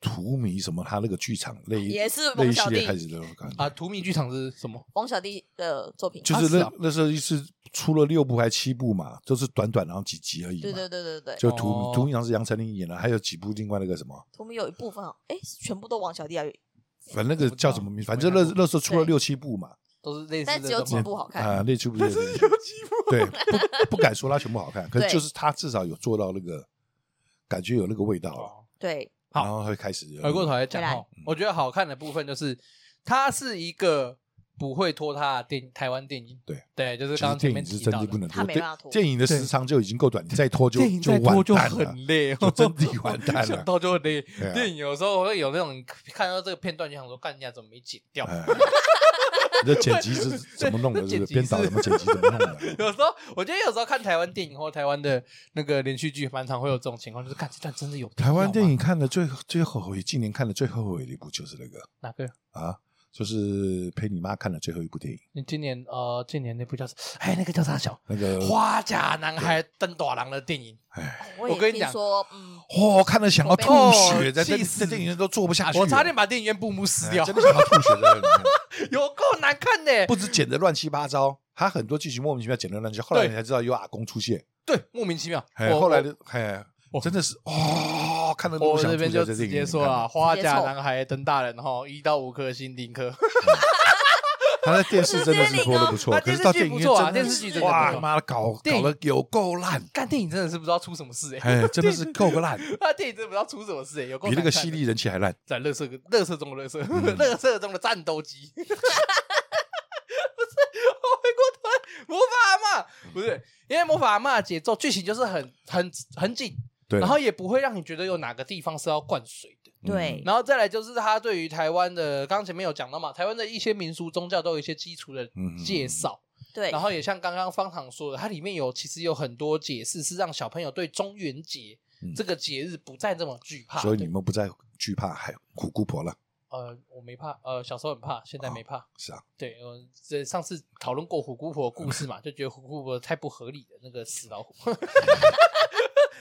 S3: 图迷什么他那个剧场类
S2: 也是
S3: 类
S2: 王
S3: 一
S2: 小
S3: 系列开
S2: 弟
S3: 始的那种感觉
S1: 啊，荼蘼剧场是什么？
S2: 王小弟的作品，
S3: 就是那、
S1: 啊是啊
S3: 那时候一次出了六部还七部嘛，就是短短然后几集而已嘛。
S2: 对对对对对，
S3: 就图
S1: 哦
S3: 迷图迷好像是杨丞琳演的，还有几部另外那个什么，
S2: 我们有一部分好，哎，是全部都王小弟啊，
S3: 反正那个叫什么名，
S1: 我
S3: 反
S1: 不知道
S3: 正那那时候出了
S2: 对
S3: 六七部嘛，
S1: 都是类似的
S2: 但只有
S1: 这
S2: 几
S1: 种
S2: 部好看。
S3: 啊，那七部六七部，对，不不敢说它全部好看，可是
S2: 对
S3: 就是它至少有做到那个感觉有那个味道了，
S1: 哦
S2: 对，
S1: 好
S3: 然后会开始有
S1: 回过头来讲
S2: 回来
S1: 哦，我觉得好看的部分就是它是一个不会拖沓的电台湾电影，
S3: 对
S1: 对，就是
S3: 其
S1: 刚
S3: 实
S1: 刚前
S3: 电
S1: 面
S3: 影是
S1: 提
S3: 真
S1: 到
S3: 的不
S1: 的，
S3: 能
S2: 他
S3: 拖，
S2: 没办法
S3: 电
S2: 拖
S3: 电影的时长就已经够短，你再拖就
S1: 电影再
S3: 完
S1: 拖就
S3: 蛋了
S1: 很，累，哦
S3: 就真的完蛋 了
S1: 想到就很累
S3: 对。啊
S1: 电影有时候会有那种看到这个片段就想说，干人家怎么没剪掉？
S3: 哎，你的剪辑是怎么弄的？
S1: 对
S3: 是
S1: 这剪
S3: 不是
S1: 辑
S3: 编导
S1: 是
S3: 怎么剪辑怎么弄的？
S1: 有时候我觉得有时候看台湾电影或台湾的那个连续剧，蛮常会有这种情况，就是看这段真的有必要
S3: 台
S1: 吗
S3: 湾电影看的最最后悔，今年看的最后悔的一部就是那个
S1: 哪个？
S3: 啊，就是陪你妈看了最后一部电影，
S1: 你今年呃，今年那部叫什哎，那个叫啥小
S3: 那个
S1: 《花甲男孩登短郎》的电影，
S3: 哎，
S2: 我也
S1: 我跟你
S2: 听
S1: 讲
S2: 说，嗯，
S3: 哦，看了想要吐血，
S1: 哦
S3: 在在
S1: 气死
S3: 在电影院都坐不下去，
S1: 我差点把电影院布幕撕
S3: 哎
S1: 掉，
S3: 真的想要吐血在 那里面，
S1: 有够难看呢。
S3: 不止剪得乱七八糟，还很多剧情莫名其妙剪得乱七八糟，后来
S1: 对
S3: 你才知道有阿公出现，
S1: 对，莫名其妙。
S3: 哎，
S1: 我
S3: 后来的哎
S1: 我，
S3: 真的是哦，看得
S1: 我
S3: 都
S1: 我
S3: 想
S1: 这
S3: 吐
S1: 边
S3: 血
S1: 就
S3: 在
S1: 直
S3: 电影
S1: 接
S3: 院
S1: 说
S3: 看
S1: 啊，花
S2: 直接
S1: 甲
S2: 凑
S1: 男孩登大人哈，一到五颗星零颗。
S3: 他在电视真的是播的不错，
S1: 那
S3: 可
S1: 电视剧
S3: 是到电影
S1: 不
S3: 院
S1: 错
S3: 真
S1: 啊
S3: 的
S1: 电视剧真的不
S3: 哇
S1: 错
S3: 妈的搞
S1: 电
S3: 搞
S1: 影
S3: 的有够烂，
S1: 干电影真的是不知道出什么事哎、
S3: 哎，真的是够个烂，
S1: 他电影真的不知道出什么事哎、有够
S3: 比那
S1: 难
S3: 个
S1: 看
S3: 犀
S1: 的
S3: 利人嗯气还烂。
S1: 在乐色乐色中的乐色， 乐色中的战斗 机。不是，我回过头来，魔法
S3: 嗯
S1: 阿嬷不是，因为魔法阿嬷的节奏剧情就是很很很紧，
S3: 对，
S1: 然后也不会让你觉得有哪个地方是要灌水的。
S2: 对，
S1: 然后再来就是他对于台湾的，刚刚前面有讲到嘛，台湾的一些民俗宗教都有一些基础的
S3: 嗯
S1: 介绍，
S2: 对
S1: 然，后也像刚刚方糖说的，它里面有其实有很多解释是让小朋友对中元节、
S3: 嗯
S1: 这个节日不再这么惧怕。
S3: 所以
S1: 对
S3: 你们不再惧怕海虎姑婆了，
S1: 呃，我没怕，呃，小时候很怕，现在没怕。
S3: 是啊，
S1: 对，我这上次讨论过虎姑婆的故事嘛，就 觉得虎姑婆太不合理了，那个死老虎，
S3: 嗯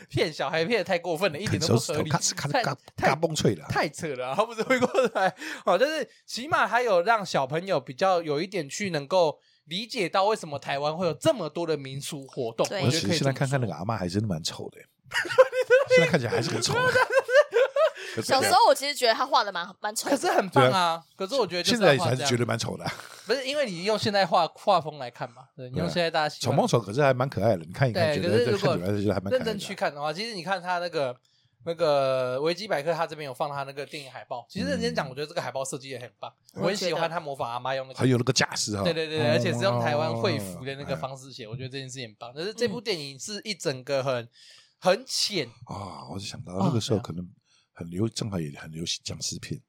S1: 骗小孩骗的太过分了，一
S3: 啃
S1: 点都
S3: 手
S1: 不
S3: 指
S1: 合
S3: 头
S1: 理
S3: 咔哧咔，哧
S1: 太
S3: 嘎嘎
S1: 太
S3: 嘣脆 了，
S1: 太扯了、啊，他不是会过来 哦，就是起码还有让小朋友比较有一点去能够理解到为什么台湾会有这么多的民俗活动。
S2: 对
S1: 我
S3: 而
S1: 觉
S3: 且
S1: 得可以
S3: 现
S1: 这
S3: 在
S1: 么
S3: 看看那
S1: 说
S3: 个阿妈还真的蛮丑的，现在看起来还是很丑。可是
S2: 小时候我其实觉得他画的蛮蛮丑
S1: 可
S2: 的，
S1: 是很棒啊！可是我觉得就是
S3: 现
S1: 要
S3: 在
S1: 画
S3: 还
S1: 这
S3: 是
S1: 样
S3: 觉得蛮丑的，
S1: 不是因为你用现代画画风来看嘛，对，你用
S3: 对啊
S1: 现在大家习
S3: 丑
S1: 惯
S3: 萌丑，可是还蛮可爱的。你看一看，
S1: 对
S3: 觉
S1: 可是
S3: 得
S1: 如果
S3: 看久了觉得还蛮可爱
S1: 认
S3: 的
S1: 真去。看的话，其实你看他那个那个维基百科，他这边有放他那个电影海报。其实认真讲，
S3: 嗯
S1: 我觉得这个海报设计也很棒，
S2: 我
S1: 我很
S2: 觉
S1: 喜欢
S2: 得
S1: 他模仿阿妈用那
S3: 很
S1: 个。
S3: 有那个架势哈，
S1: 对对对，对而且是用台湾会服的那个
S3: 嗯
S1: 方式写，我觉得这件事情很棒。但是这部电影是一整个很很浅，
S3: 啊，我就想到
S1: 哦
S3: 那个时候
S1: 对啊
S3: 可能很流，正好也很流行僵尸片，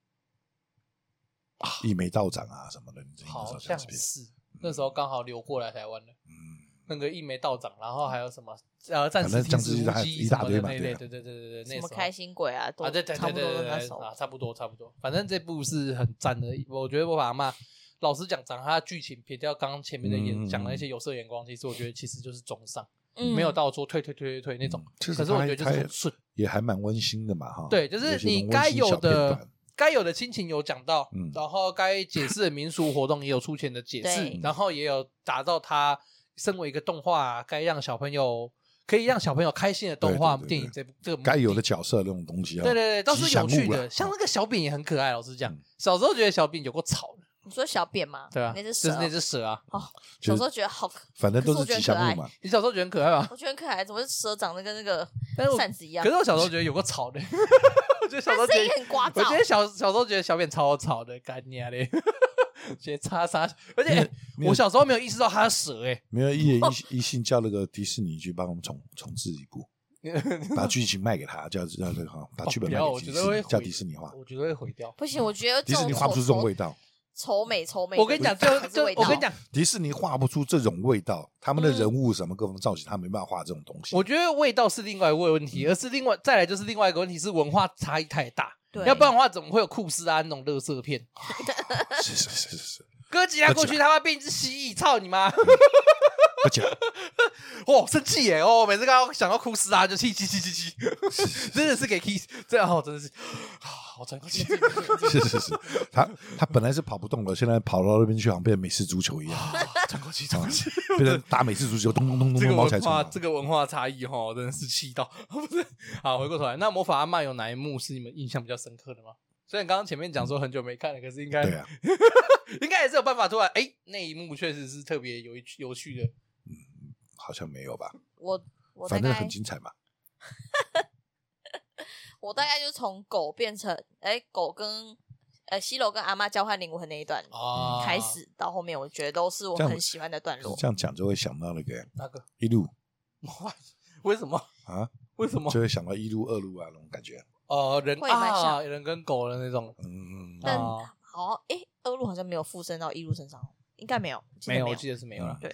S3: 一眉道长啊什么的，你知道
S1: 好
S3: 僵
S1: 像
S3: 尸片，
S1: 是那时候刚好流过来台湾的
S3: 嗯，
S1: 那个一眉道长，然后还有什么呃战士
S3: 反正
S1: 金
S3: 僵
S1: 丝
S3: 尸一大
S1: 乌鸡
S3: 一
S1: 什
S3: 大
S1: 么
S3: 堆
S1: 的
S3: 嘛
S1: 那一
S3: 对
S1: 类，
S3: 啊
S1: 对对对对对，那
S2: 什
S1: 时
S2: 么
S1: 候
S2: 开心鬼啊，都
S1: 啊，对对
S2: 差
S1: 对
S2: 不
S1: 对
S2: 多都
S1: 对
S2: 那
S1: 对
S2: 首。
S1: 啊，差不多差不多，反正这部是很赞的。我觉得我把嘛，老实讲，讲它的剧情，撇掉刚刚前面的
S3: 嗯嗯
S1: 眼
S3: 嗯
S1: 讲的一些有色眼光，其实我觉得其实就是中上，
S2: 嗯
S1: 没有到说退退退退退那种。
S3: 其实
S1: 可是我
S3: 它
S1: 觉得就
S3: 它
S1: 是
S3: 也
S1: 很顺，
S3: 也还蛮温馨的嘛哈。
S1: 对，就是
S3: 些那
S1: 你
S3: 种
S1: 该
S3: 温馨
S1: 有
S3: 小片
S1: 的
S3: 段。
S1: 该有的亲情有讲到，
S3: 嗯
S1: 然后该解释的民俗活动也有出钱的解释
S2: 对，
S1: 然后也有打造它身为一个动画，该让小朋友可以让小朋友开心的动画
S3: 对对对对
S1: 电影这部这个目
S3: 该有
S1: 的
S3: 的角色那种东西啊，
S1: 对对对，都
S3: 吉
S1: 是有
S3: 祥
S1: 趣
S3: 物啦
S1: 的。像那个小饼也很可爱，老实讲
S3: 嗯，
S1: 小时候觉得小饼有过吵的，
S2: 你说小扁吗？
S1: 对吧？啊就
S2: 那只
S1: 是
S2: 蛇，
S1: 那只蛇啊，
S3: 就
S2: 小时
S3: 是
S2: 候觉得好可，
S3: 反正都
S2: 可是我
S3: 是
S2: 觉得
S3: 吉祥
S2: 很
S3: 物
S2: 可爱
S3: 嘛。
S1: 你小时候觉得很可爱吧？
S2: 我觉得很可爱，怎么蛇长得跟那个
S1: 但哎是我
S2: 扇子一样
S1: 可是？我小时候觉得有过吵的， 我觉得小
S2: 它
S1: 时候
S2: 声
S1: 觉
S2: 音
S1: 得，
S2: 很聒
S1: 我觉
S2: 噪
S1: 得，小小时候觉得小饼超吵的，干你 啊嘞！觉得叉叉，而且欸
S3: 没有
S1: 我小时候没有意识到它是蛇 哎，
S3: 没有一言一一信叫那个迪士尼去帮我们重重置一部，把剧情卖给他，叫叫这个哈，把
S1: 哦
S3: 剧本
S1: 不
S3: 卖
S1: 要我
S3: 给迪
S1: 觉
S3: 士
S1: 得会
S3: 尼，叫
S1: 毁
S3: 迪士尼画，
S1: 我觉得会毁掉。
S2: 不行，我觉得这
S3: 迪士
S2: 种
S3: 尼画不出这种味道，
S2: 丑美丑美。
S1: 我跟你讲，就
S2: 还是
S1: 就
S2: 味道
S1: 我跟你，讲，
S3: 迪士尼画不出这种味道，他们的
S2: 嗯
S3: 人物什么各种造型，他没办法画这种东西。
S1: 我觉得味道是另外一个问题，而是另外再来就是另外一个问题是文化差异太大，
S2: 对
S1: 要不然的话怎么会有库斯安那种乐色片？
S3: 是是是是是，
S1: 哥吉拉过去他妈变一只蜥蜴，操你妈！
S3: 而且
S1: 哦，生气耶！哦，每次刚刚想到哭死啊，就气气气气气， 真的是给 kiss，这样哦，真的是啊，好喘口 气。
S3: 是是是，他他本来是跑不动了，现在跑到那边去，好像变成美式足球一样，
S1: 喘口气，喘口气。
S3: 变成打美式足球，咚咚咚咚
S1: 这
S3: 咚
S1: 个
S3: 毛起来
S1: 文
S3: 冲
S1: 化，
S3: 啊。
S1: 这个文化差异哈，真的是气到 不是。好，回过头来，那魔法阿曼有哪一幕是你们印象比较深刻的吗？虽然刚刚前面讲说很久没看了，可是应该、
S3: 对啊，
S1: 应该也是有办法突然哎、那一幕确实是特别有一有趣的。
S3: 好像没有吧，
S2: 我我大
S3: 反正很
S2: 概
S3: 精彩嘛。
S2: 我大概就从狗变成哎狗跟呃西楼跟阿妈交换灵魂那一段
S1: 啊
S2: 嗯开始到后面，我觉得都是我
S3: 这样
S2: 很喜欢的段落。
S3: 这样讲就会想到那个
S1: 那个
S3: 一路
S1: 哇为什么
S3: 啊，
S1: 为什么
S3: 就会想到一路二路啊那种感觉。
S1: 呃人
S2: 会蛮
S1: 啊
S2: 像
S1: 人跟狗的那种
S3: 嗯，
S2: 但
S1: 啊
S2: 好，哎，二路好像没有附身到一路身上，应该没有，我记
S1: 没
S2: 得
S1: 有，
S2: 没
S1: 我
S2: 有。
S1: 记得是没有了。
S2: 对，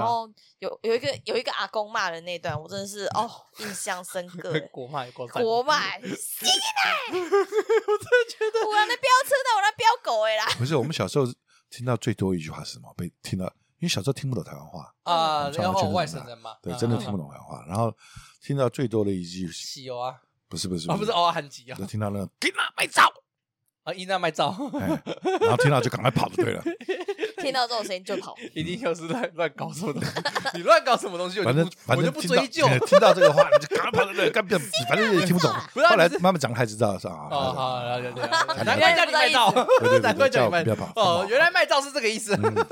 S3: 对啊
S2: 后有有一个有一个阿公骂人那段，我真的是哦印象深刻欸。
S1: 国骂也国赞，
S2: 国骂，欸我真的觉得我啊那飙车的，我那飙狗哎啦，
S3: 不是我们小时候听到最多一句话是什么？被听到，因为小时候听不懂台湾话，
S1: 啊，
S3: 嗯
S1: 然后外省人嘛，
S3: 对，
S1: 啊
S3: 真的听不懂台湾话。然后听到最多的一句，
S1: 西游啊，
S3: 不是不是
S1: 啊不是欧汉吉啊
S3: 就，听到那个给那卖照，
S1: 啊伊娜麦照，
S3: 哎，然后听到就赶快跑就对 了。
S2: 听到这种声音就跑。
S1: 一定又是乱乱搞什么东西， 你乱搞什么东西，我
S3: 反
S1: 就
S3: 正
S1: 不
S3: 反
S1: 我
S3: 正
S1: 就不
S3: 听到
S1: 追究。
S3: 哎听到这个话，你就赶快跑就对了，干不反正也听不懂。
S1: 不是啊
S3: 后来慢慢长大才知道是啊，
S1: 哦，好，了解了解，
S3: 对
S1: 难怪叫你麦照
S3: 对对，对
S1: 难怪叫你麦
S3: 叫我不要跑
S1: 哦，原来麦照是这个意思。
S3: 嗯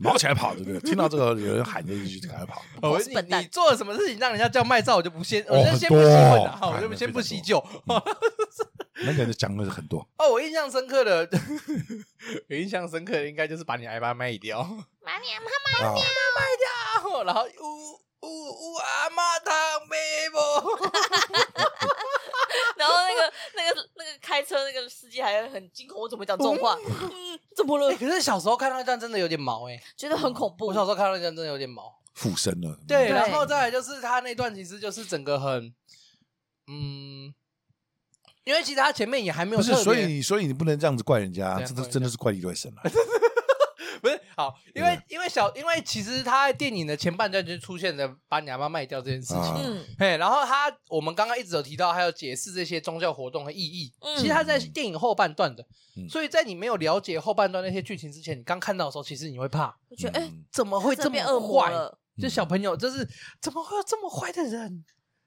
S3: 毛起来跑就对了。听到这个有人喊这一句就赶快跑。
S1: 哦
S2: 我是
S1: 你
S2: 笨蛋
S1: 你做了什么事情让人家叫麦照，我就不先，我
S3: 哦
S1: 就
S3: 很
S1: 先不喜欢 了，
S3: 多
S1: 我就先不喜旧。
S3: 那个人讲的很多，
S1: 哦，我印象深刻的， 有印象深刻的应该就是把你挨巴卖掉，
S2: 妈咪，
S3: 啊，
S1: 然后呜呜呜阿妈汤妹不，
S2: 然后那个那个那个开车那个司机还很惊恐，我怎么讲这种话？嗯，怎么了
S1: 欸？可是小时候看到一段真的有点毛哎、欸，
S2: 觉得很恐怖
S1: 我。小时候看到一段真的有点毛。
S3: 附身了。
S1: 对，
S2: 对
S1: 然后再来就是他那段其实就是整个很，嗯，因为其实他前面也还没有
S3: 不是，
S1: 特
S3: 所以
S1: 别
S3: 你所以你不能这样子怪人家，
S1: 对啊
S3: 这
S1: 怪
S3: 都
S1: 人家
S3: 真的是怪李瑞生了。
S1: 不是好，因为因为小因为其实他在电影的前半段就出现了把你阿妈卖掉这件事情。
S3: 啊
S2: 嗯，
S1: 嘿，然后他我们刚刚一直有提到，还有解释这些宗教活动的意义。
S2: 嗯
S1: 其实他在电影后半段的，
S3: 嗯
S1: 所以在你没有了解后半段那些剧情之前，你刚看到的时候，其实你会怕，
S2: 我觉得哎，
S3: 嗯
S1: 怎么会
S2: 这
S1: 这
S2: 边恶
S1: 么
S2: 魔
S1: 坏？
S2: 了，
S1: 就小朋友，就是怎么会有这么坏的人？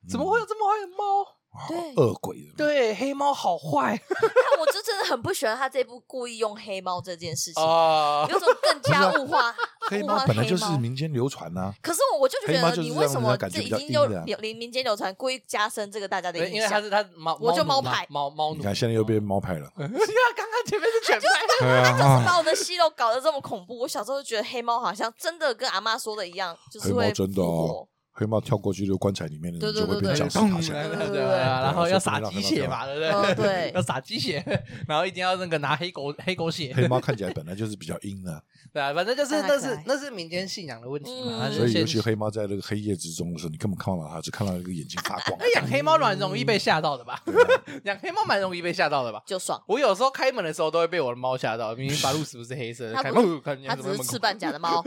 S1: 怎
S3: 嗯
S1: 么会有这么坏的猫？
S2: 对
S3: 恶鬼？，
S1: 对，黑猫好坏
S2: 但我就真的很不喜欢他这部故意用黑猫这件事情，
S3: 哦
S1: 啊！
S2: 有种更加物 化
S3: 黑
S2: 物
S3: 猫
S2: 化
S3: 本来就是
S2: 黑猫
S3: 民间流传啊呐，
S2: 可是我我就觉
S3: 黑猫
S2: 得
S3: 就是
S2: 你为什
S3: 让人
S2: 么
S3: 家感觉
S2: 这已
S3: 比较
S2: 经就
S3: 阴的啊
S2: 流民民间流传，故意加深这个大家的
S1: 对，
S2: 印
S1: 因为它
S2: 象？
S1: 是它是猫，
S2: 我就
S1: 奴嘛
S2: 猫派
S1: 猫猫奴。
S3: 你看现在又被猫派了。
S1: 你看刚刚前面是犬派，
S3: 对啊，
S2: 把我的息肉搞得这么恐怖，我小时候就觉得黑猫好像真的跟阿妈说的一样，就是
S3: 黑猫
S2: 会
S3: 真的
S2: 复
S3: 哦
S2: 活，
S3: 黑猫跳过去就棺材里面的
S2: 对
S3: 人
S2: 对
S3: 就会被
S2: 对
S3: 绞
S2: 对
S3: 死
S1: 咚
S3: 拿起来。
S1: 对
S2: 对
S1: 对对
S2: 对
S1: 然后
S3: 对
S1: 要
S3: 所以
S1: 撒
S3: 不能让
S1: 鸡
S3: 它
S1: 血
S3: 跳
S1: 嘛，对
S2: 哦
S1: 不对？
S2: 对
S1: 要撒鸡血，然后一定要那个拿黑狗黑狗血，
S3: 黑猫看起来本来就是比较阴的，
S1: 对啊，反正就是
S2: 让它
S1: 那
S2: 可
S1: 是
S2: 爱
S1: 那是民间信仰的问题嘛
S2: 嗯。
S1: 它就
S3: 所以
S1: 先
S3: 尤其黑猫在那个黑夜之中的时候，你根本看不到它，只看到一个眼睛发光。
S1: 那养黑猫蛮容易被吓到的吧？
S3: 对啊
S1: 养黑猫蛮容易被吓到的吧？
S2: 就爽。
S1: 我有时候开门的时候都会被我的猫吓到，明明把路是不是黑色的，
S2: 它
S1: 看
S2: 不
S1: 哦看见
S2: 它
S1: 怎
S2: 只
S1: 么那
S2: 是
S1: 么
S2: 翅膀甲的猫，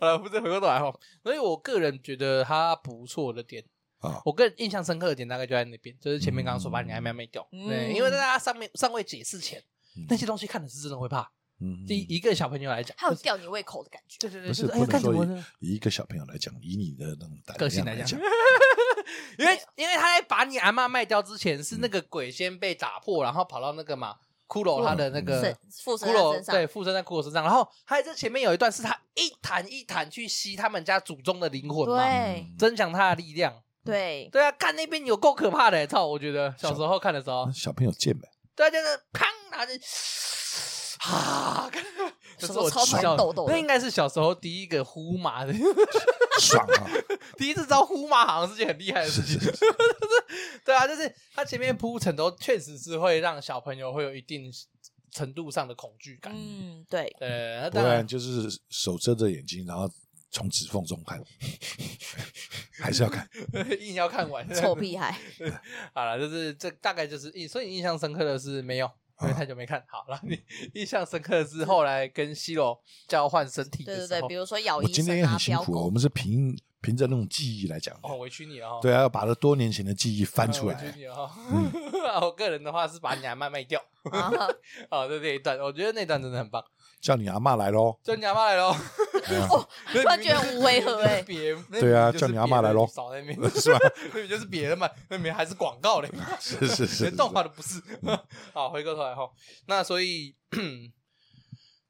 S1: 呃，不是回过头来哈，所以我个人觉得它不错的点，
S3: 啊，
S1: 我个人印象深刻的点大概就在那边，就是前面刚刚说把你还没卖掉，
S2: 嗯
S1: 对，因为在它上面尚未解释前
S3: 嗯，
S1: 那些东西看的是真的会怕。
S3: 嗯
S1: 第一个小朋友来讲，
S2: 还有吊你胃口的感觉。
S1: 对对对，
S3: 不是
S1: 就是哎
S3: 不
S1: 呀，
S3: 能
S1: 干什么
S3: 说以
S1: 呢？
S3: 以一个小朋友来讲，以你的那种胆
S1: 个性
S3: 量
S1: 来讲
S3: 讲，
S1: 因为因为他在把你阿妈卖掉之前，
S3: 嗯
S1: 是那个鬼先被打破，然后跑到那个嘛骷髅他的那个
S2: 身附
S1: 骷
S2: 身在
S1: 髅
S2: 身上，
S1: 对附身在骷髅身上，然后还在前面有一段是他一弹一弹去吸他们家祖宗的灵魂嘛，
S2: 对
S3: 嗯
S1: 增强他的力量。
S2: 对，
S1: 对啊，看那边有够可怕的，欸操！我觉得小时候看的时候
S3: 那， 小朋友贱呗，
S1: 对啊，就是砰，然后就 啊，看这是我
S2: 手超
S1: 小
S2: 抖抖的
S1: 那应该是小时候第一个呼麻的，
S3: 爽啊！
S1: 第一次招呼嘛，好像是件很厉害的 事情。
S3: 是是
S1: 对啊，就是它前面铺陈都确实是会让小朋友会有一定程度上的恐惧感。
S2: 嗯对，
S1: 呃，那
S3: 不
S1: 当然
S3: 然就是手遮着眼睛，然后从指缝中看， 还是要看。
S1: 硬要看完。
S2: 嗯臭屁孩，
S1: 好了，就是这大概就是印，所以你印象深刻的是没有，因为
S3: 啊
S1: 太久没看。好了，你 印象深刻的是后来跟西罗交换身体
S2: 对
S1: 的
S2: 对
S1: 时
S2: 对，
S1: 候
S2: 比，如说咬
S3: 我
S2: 医
S3: 今天
S2: 生
S3: 也
S2: 啊
S3: 很，辛
S2: 标
S3: 苦哦，我
S2: 狗，
S3: 们是凭凭着那种记忆来讲的
S1: 哦，，委屈你了哦。
S3: 对啊，要把那多年前的记忆翻
S1: 嗯
S3: 出
S1: 委屈
S3: 来。
S1: 你了哦。 我个人的话是把你阿妈卖掉。
S2: 啊
S1: 哦，就这一段，我觉得那段真的很棒。
S3: 叫你阿妈 来喽，
S1: 叫你阿妈来 喽！
S3: 哎呀
S2: 哦，突然觉得很无违和哎
S1: 别
S3: 对啊叫你阿嬷来咯
S1: 少在那边
S3: 是吧？
S1: 那边就是别的嘛，那边还是广告嘞，
S3: 是 是是，
S1: 连动画都不是。好，回过头来哈，那所以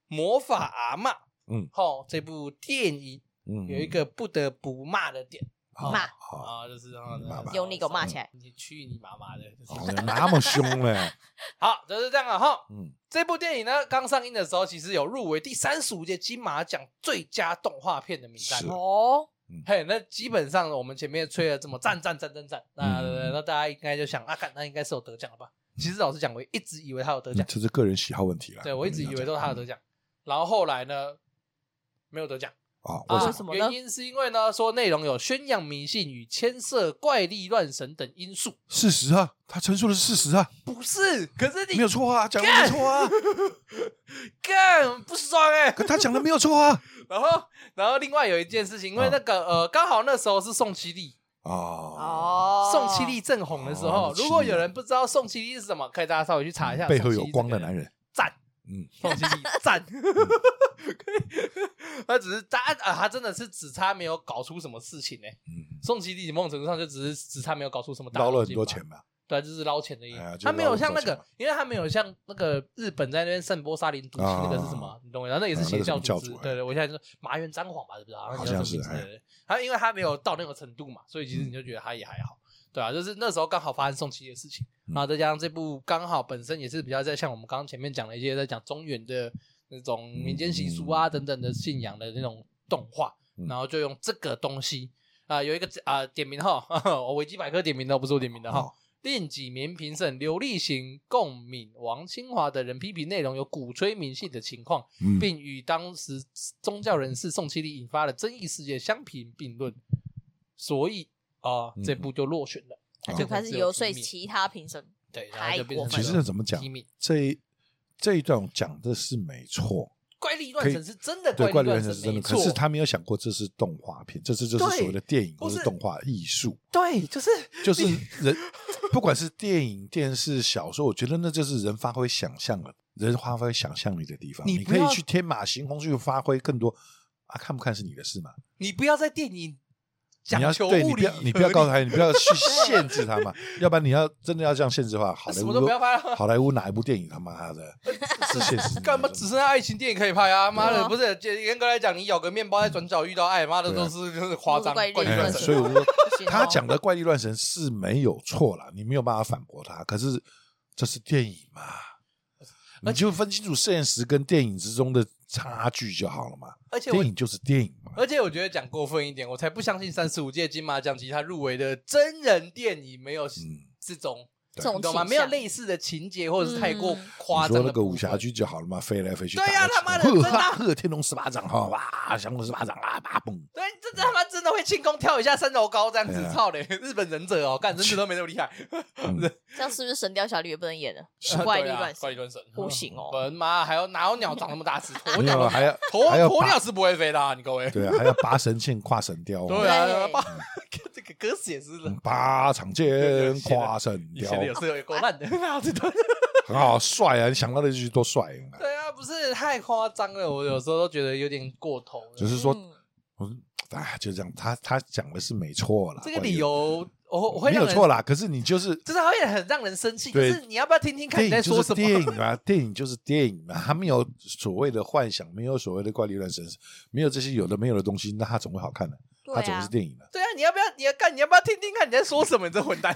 S1: 魔法阿嬷，
S3: 嗯，
S1: 吼，这部电影
S3: 嗯
S1: 有一个不得不骂的点
S3: 好
S2: 骂
S3: 好，
S1: 啊，就是啊
S3: 你妈妈
S2: 用力给我骂起来，
S1: 你去你妈妈的！就是
S3: 嗯哦那么凶嘞，
S1: 好，就是这样啊哈。
S3: 嗯，
S1: 这部电影呢，刚上映的时候，其实有入围第三十五届金马奖最佳动画片的名单
S3: 是。
S2: 哦，
S1: 嘿，那基本上我们前面吹了这么赞赞赞赞赞，那、
S3: 嗯
S1: 那大家应该就想啊，干那应该是有得奖了吧？其实老实讲，我一直以为他有得奖，
S3: 这是个人喜好问题了。嗯
S1: 对我一直以为都是他有
S3: 的
S1: 得奖，然后后来呢，没有得奖，
S3: 啊，为
S1: 啊
S3: 什
S2: 为
S3: 么？
S2: 什么呢
S1: 原？因是因为呢，说内容有宣扬迷信与牵涉怪力乱神等因素，
S3: 事实啊，他陈述的是事实啊，
S1: 不是？可是
S3: 没
S1: 你
S3: 有错啊，讲的没错啊，
S1: 干不爽哎、
S3: 可他讲的没有错啊。
S1: 然后，然后另外有一件事情，因为
S3: 啊
S1: 那个、呃，刚好那时候是宋七力，
S3: 哦，
S2: 哦，
S1: 宋七力正红的时候，
S3: 哦
S1: 如果有人不知道宋七力是什么，可以大家稍微去查一下。
S3: 背后有光的男
S1: 人，
S3: 人，
S1: 赞，
S3: 嗯，
S1: 宋七力赞。 他只是他啊，他真的是只差没有搞出什么事情呢、欸
S3: 嗯，
S1: 宋七力某种程度上就只是只差没有搞出什么大
S3: 捞了
S1: 动
S3: 很
S1: 静
S3: 多
S1: 吧
S3: 钱吧？
S1: 对，啊就是捞钱的意思。
S3: 哎呀就是
S1: 他没有
S3: 捞很
S1: 像那
S3: 多钱
S1: 个
S3: 嘛，
S1: 因为他没有像那个日本在那边圣波沙林毒气那个是什么，
S3: 啊
S1: 你懂我意思吗？那也是
S3: 啊那
S1: 邪
S3: 个什
S1: 教
S3: 么教
S1: 织。
S3: 主哎
S1: 对对，我现在就是麻原彰晃吧，对不对？啊好
S3: 好
S1: 叫
S3: 像
S1: 这个
S3: 是
S1: 名字
S3: 哎嗯
S1: 对对对他因为他没有到那个程度嘛，所以其实你就觉得他也还好，对啊，就是那时候刚好发生宋琦的事情，
S3: 嗯
S1: 然后再加上这部刚好本身也是比较在像我们刚刚前面讲的一些在讲中原的那种民间习俗啊等等的信仰的那种动画，
S3: 嗯
S1: 然后就用这个东西啊、有一个啊、点名哈， 我维基百科点名的不是我点名的哈。
S3: 哦
S1: 令几名评审刘立行、共敏、王清华等人批评内容有鼓吹迷信的情况，
S3: 嗯，
S1: 并与当时宗教人士宋其力引发的争议事件相提并论，所以啊、
S3: 嗯哦
S1: 这部就落选了。
S2: 他就开始游说
S1: 提名
S2: 其他 评审，
S1: 对，然后就变成
S3: 其实怎么讲
S1: 提，名
S3: 这一这一段讲的是没错，
S1: 怪力乱神是真的
S3: 对，
S1: 力
S3: 怪力乱
S1: 神
S3: 神是真的，
S1: 没
S3: 可
S1: 错，
S3: 是他没有想过这是动画片，这是就是
S1: 对
S3: 所谓的电影
S1: 不
S3: 或
S1: 是
S3: 是动画艺术，
S1: 对，就是
S3: 就是人不管是电影、电视、小说，我觉得那就是人发挥想象了，人发挥想象力的地方，
S1: 你
S3: 你
S1: 不
S3: 可
S1: 要
S3: 以去天马行空去发挥更多啊，看不看是你的事嘛，
S1: 你不要在电影
S3: 你
S1: 讲
S3: 要
S1: 求
S3: 对你
S1: 物
S3: 不
S1: 理
S3: 要你不要告 诉
S1: 合理
S3: 他，你不要去限制他嘛，要不然你要真的要这样限制的话，好莱
S1: 什么都不要
S3: 坞
S1: 拍 了
S3: 好莱坞哪一部电影他 妈的是现实？
S1: 干嘛只剩下爱情电影可以拍啊？妈
S2: 对
S1: 的，
S2: 啊
S1: 不是严格来讲，你咬个面包在转角遇到爱，妈的
S3: 对
S1: 都
S3: 啊
S1: 是就是夸张
S2: 怪力
S1: 怪力
S2: 乱
S1: 乱
S3: 哎
S2: 神
S1: 神。
S3: 所以我就说
S2: 不行哦
S3: 他讲的怪力乱神是没有错啦，你没有办法反驳他。可是这是电影嘛，你就分清楚现实跟电影之中的差距就好了嘛。
S1: 而且我
S3: 电影就是电影嘛，
S1: 而且我觉得讲过分一点，我才不相信三十五届金马奖及他入围的真人电影没有
S3: 嗯，
S1: 这种，
S2: 这
S3: 对
S2: 种
S1: 你懂吗？
S2: 倾
S1: 没有
S2: 向
S1: 类似的情节，或者是太过
S2: 嗯
S1: 夸张
S3: 你说
S1: 的
S3: 那个
S1: 部
S3: 武
S1: 分
S3: 侠剧就好了嘛，飞来飞去，
S1: 对呀
S3: 打来打
S1: 他妈的真
S3: 去
S1: 的啊
S3: 呵呵天龙十八掌哈，哇，降龙十八掌啊，叭嘣，
S1: 对，这这他妈真的会轻功跳一下三楼高这样子
S3: 对，啊
S1: 操嘞！日本忍者哦，干忍者都没那么厉害，
S3: 嗯
S2: 这样是不是《神雕侠侣》也不能 演了？
S1: 啊
S2: 怪 力
S1: 对啊
S2: 乱
S1: 怪力
S2: 神，
S1: 乱神
S2: 不行哦
S1: 我的妈，还有哪有鸟长那么大只？鸵
S3: 没有
S1: 鸟
S3: 还要还
S1: 鸵
S3: 要
S1: 鸵鸟
S3: 拔，
S1: 是不会飞的啊，你各位。
S3: 对啊，还要拔神剑跨神雕哦，
S1: 对啊，
S2: 对
S1: 八这个歌词也是
S3: 嗯八长剑跨神
S1: 以
S3: 雕啊
S1: 前，的有时候也够烂的，哪有这段
S3: 很好帅啊！你想到那句多帅啊！
S1: 对啊，不是太夸张了，我有时候都觉得有点过头了。
S3: 只是说
S2: 嗯
S3: 嗯，啊，就这样，他他讲的是没错啦，
S1: 这个理由，我我会
S3: 没
S1: 让
S3: 有
S1: 人
S3: 错，啦。可是你就是
S1: 就是它会很让人生气。可
S3: 对
S1: 是你要不要听听看
S3: 电
S1: 你在
S3: 影
S1: 说
S3: 就
S1: 什
S3: 是
S1: 么？
S3: 电影啊，电影就是电影啊，他没有所谓的幻想，没有所谓的怪力乱神，没有这些有的没有的东西，那他总会好看的，
S2: 对
S3: 他总
S2: 啊
S3: 是电影的，
S1: 对啊，你要不要？你要干？你要不要听听看你在说什么？你这混蛋！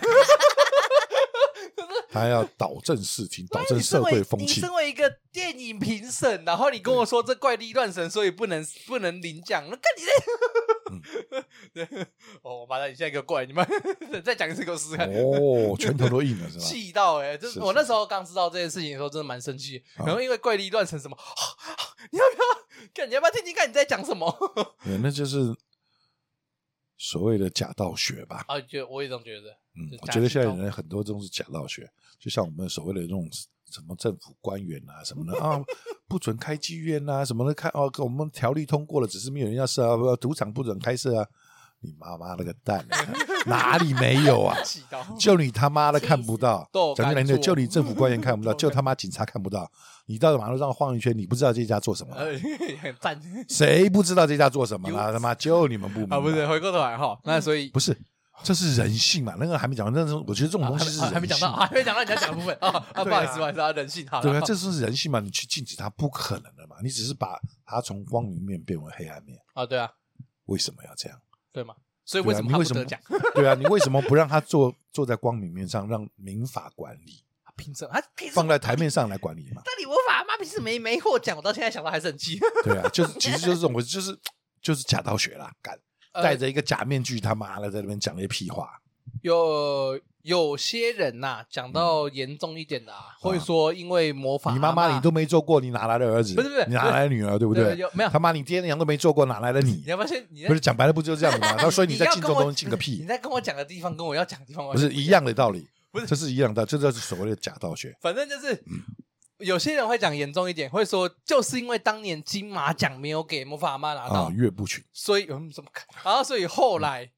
S3: 他要导正视 听， 导
S1: 啊你
S3: 正
S1: 身
S3: 社
S1: 为
S3: 会风
S1: 你
S3: 气
S1: 身。为一个电影评审，然后你跟我说这怪力乱神，所以不能不能领奖，那干
S3: 嗯
S1: 你这！哦，我妈的，你现在给我过来，你们 再讲一次给我试试看。
S3: 哦，拳头都硬了是 吧？
S1: 气到哎、欸！就是
S3: 是
S1: 我那时候刚知道这件事情的时候，真的蛮生气。
S3: 啊
S1: 然后因为怪力乱神什么， 你要不要？看你要不要听听看你在讲什么？
S3: 对，那就是所谓的假道学吧。
S1: 啊，觉得我也这么觉得。
S3: 嗯
S1: 就，
S3: 我
S1: 假
S3: 觉得现在
S1: 道
S3: 人很多都是假道学，就像我们所谓的那种什么政府官员啊什么的啊，不准开妓院啊什么的，开哦，我们条例通过了，只是没有人要设啊，不赌场不准开设啊，你妈妈了个蛋啊、哪里没有啊？
S1: 气到。
S3: 就你他妈的看不到
S1: 豆，
S3: 讲句难听的，
S1: 干做
S3: 就你政府官员看 不到，
S1: 豆
S3: 就
S1: 干
S3: 他妈警察看不到，你到马路上晃一圈，你不知道这家做什么
S1: 呃
S3: 了，，
S1: 很赞
S3: 谁不知道这家做什么了？
S1: 有
S3: 他妈就你们不明白
S1: 啊！不是，回过头来哈，那所以
S3: 不是，这是人性嘛？那个还没讲，那是我觉得这种
S1: 啊
S3: 东
S1: 还
S3: 西
S1: 没
S3: 是
S1: 啊
S3: 人
S1: 还没讲到，
S3: 性
S1: 啊还没讲到你要讲的部分 啊啊！不好意思，不
S3: 对啊
S1: 好意思啊，人性好了。
S3: 对啊，
S1: 好
S3: 这是人性嘛，你去禁止它不可能的嘛，你只是把它从光明面变为黑暗面，
S1: 啊，对啊，
S3: 为什么要这样？
S1: 对嘛。所以
S3: 对
S1: 为
S3: 啊，
S1: 什么
S3: 你
S1: 他
S3: 为
S1: 不
S3: 什
S1: 得
S3: 么
S1: 奖？？
S3: 对啊，你为什么不让它坐坐在光明面上，让民法管 理，
S1: 他啊凭什么？他凭什
S3: 放
S1: 么？
S3: 在台面上来管理嘛？
S1: 到底无法？妈凭什么没没获奖？我到现在想到还是很 气。
S3: 对啊，就是其实就是这种，我就是就是假道学啦，敢
S1: 呃
S3: 戴着一个假面具，他妈的在那边讲那些屁话，
S1: 有有些人呐、讲到严重一点的、啊，会说因为模仿
S3: 嗯你妈
S1: 阿
S3: 妈
S1: 嬷
S3: 你都没做过，你哪来的儿子？
S1: 不是不是
S3: 你哪来的女儿，对不
S1: 对
S3: 对？
S1: 有 没有
S3: 他妈，你爹娘都没做过，哪来的你
S1: 你？要不要先你在
S3: 不是讲白了，不就是这样子吗？他说你在
S1: 要
S3: 敬
S1: 跟
S3: 重
S1: 我
S3: 东西敬 个
S1: 你
S3: 屁，
S1: 在跟我讲的地方跟我要讲的地方完
S3: 不
S1: 全
S3: 是一样的道理
S1: 不是，
S3: 这是一样的，这就是所谓的假道学。
S1: 反正就是
S3: 嗯
S1: 有些人会讲严重一点，会说就是因为当年金马奖没有给魔法阿妈拿到，
S3: 啊，嗯岳不群
S1: 所以嗯怎么看？然后所以后来，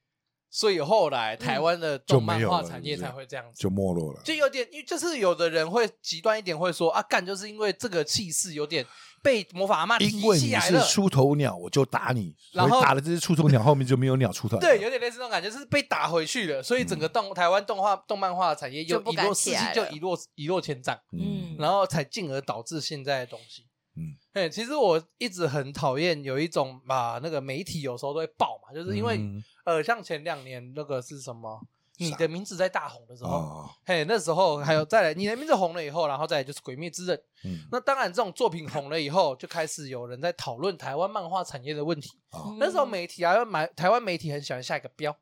S1: 所以后来台湾的动漫画产业才会这样子。
S3: 就没落了。
S1: 就有点，因为就是有的人会极端一点，会说啊，干就是因为这个气势有点被魔法阿妈提
S3: 因为
S1: 起
S3: 你
S1: 来
S3: 是
S1: 了，
S3: 出头鸟，我就打你。
S1: 然后
S3: 所以打了这只出头鸟，后面就没有鸟出头。
S1: 对，，有点类似那种感觉，就是被打回去了，所以整个
S3: 嗯
S1: 动台湾动画动漫画产业又
S2: 就不
S1: 一
S2: 敢
S1: 落士
S2: 起
S1: 气
S2: 来
S1: 就
S2: 了
S1: 一落一落千丈。
S3: 嗯，
S1: 然后才进而导致现在的东西。
S3: 嗯，
S1: 哎，其实我一直很讨厌有一种把那个媒体有时候都会爆嘛，就是因为、
S3: 嗯
S1: 呃，像前两年那个是什么，你的名字在大红的时候，
S3: 哦，
S1: 嘿，那时候还有再来，你的名字红了以后，然后再来就是《鬼灭之刃》。
S3: 嗯，
S1: 那当然，这种作品红了以后，就开始有人在讨论台湾漫画产业的问题。
S2: 嗯
S3: 哦
S1: 那时候媒体啊，买台湾媒体很喜欢下一个标，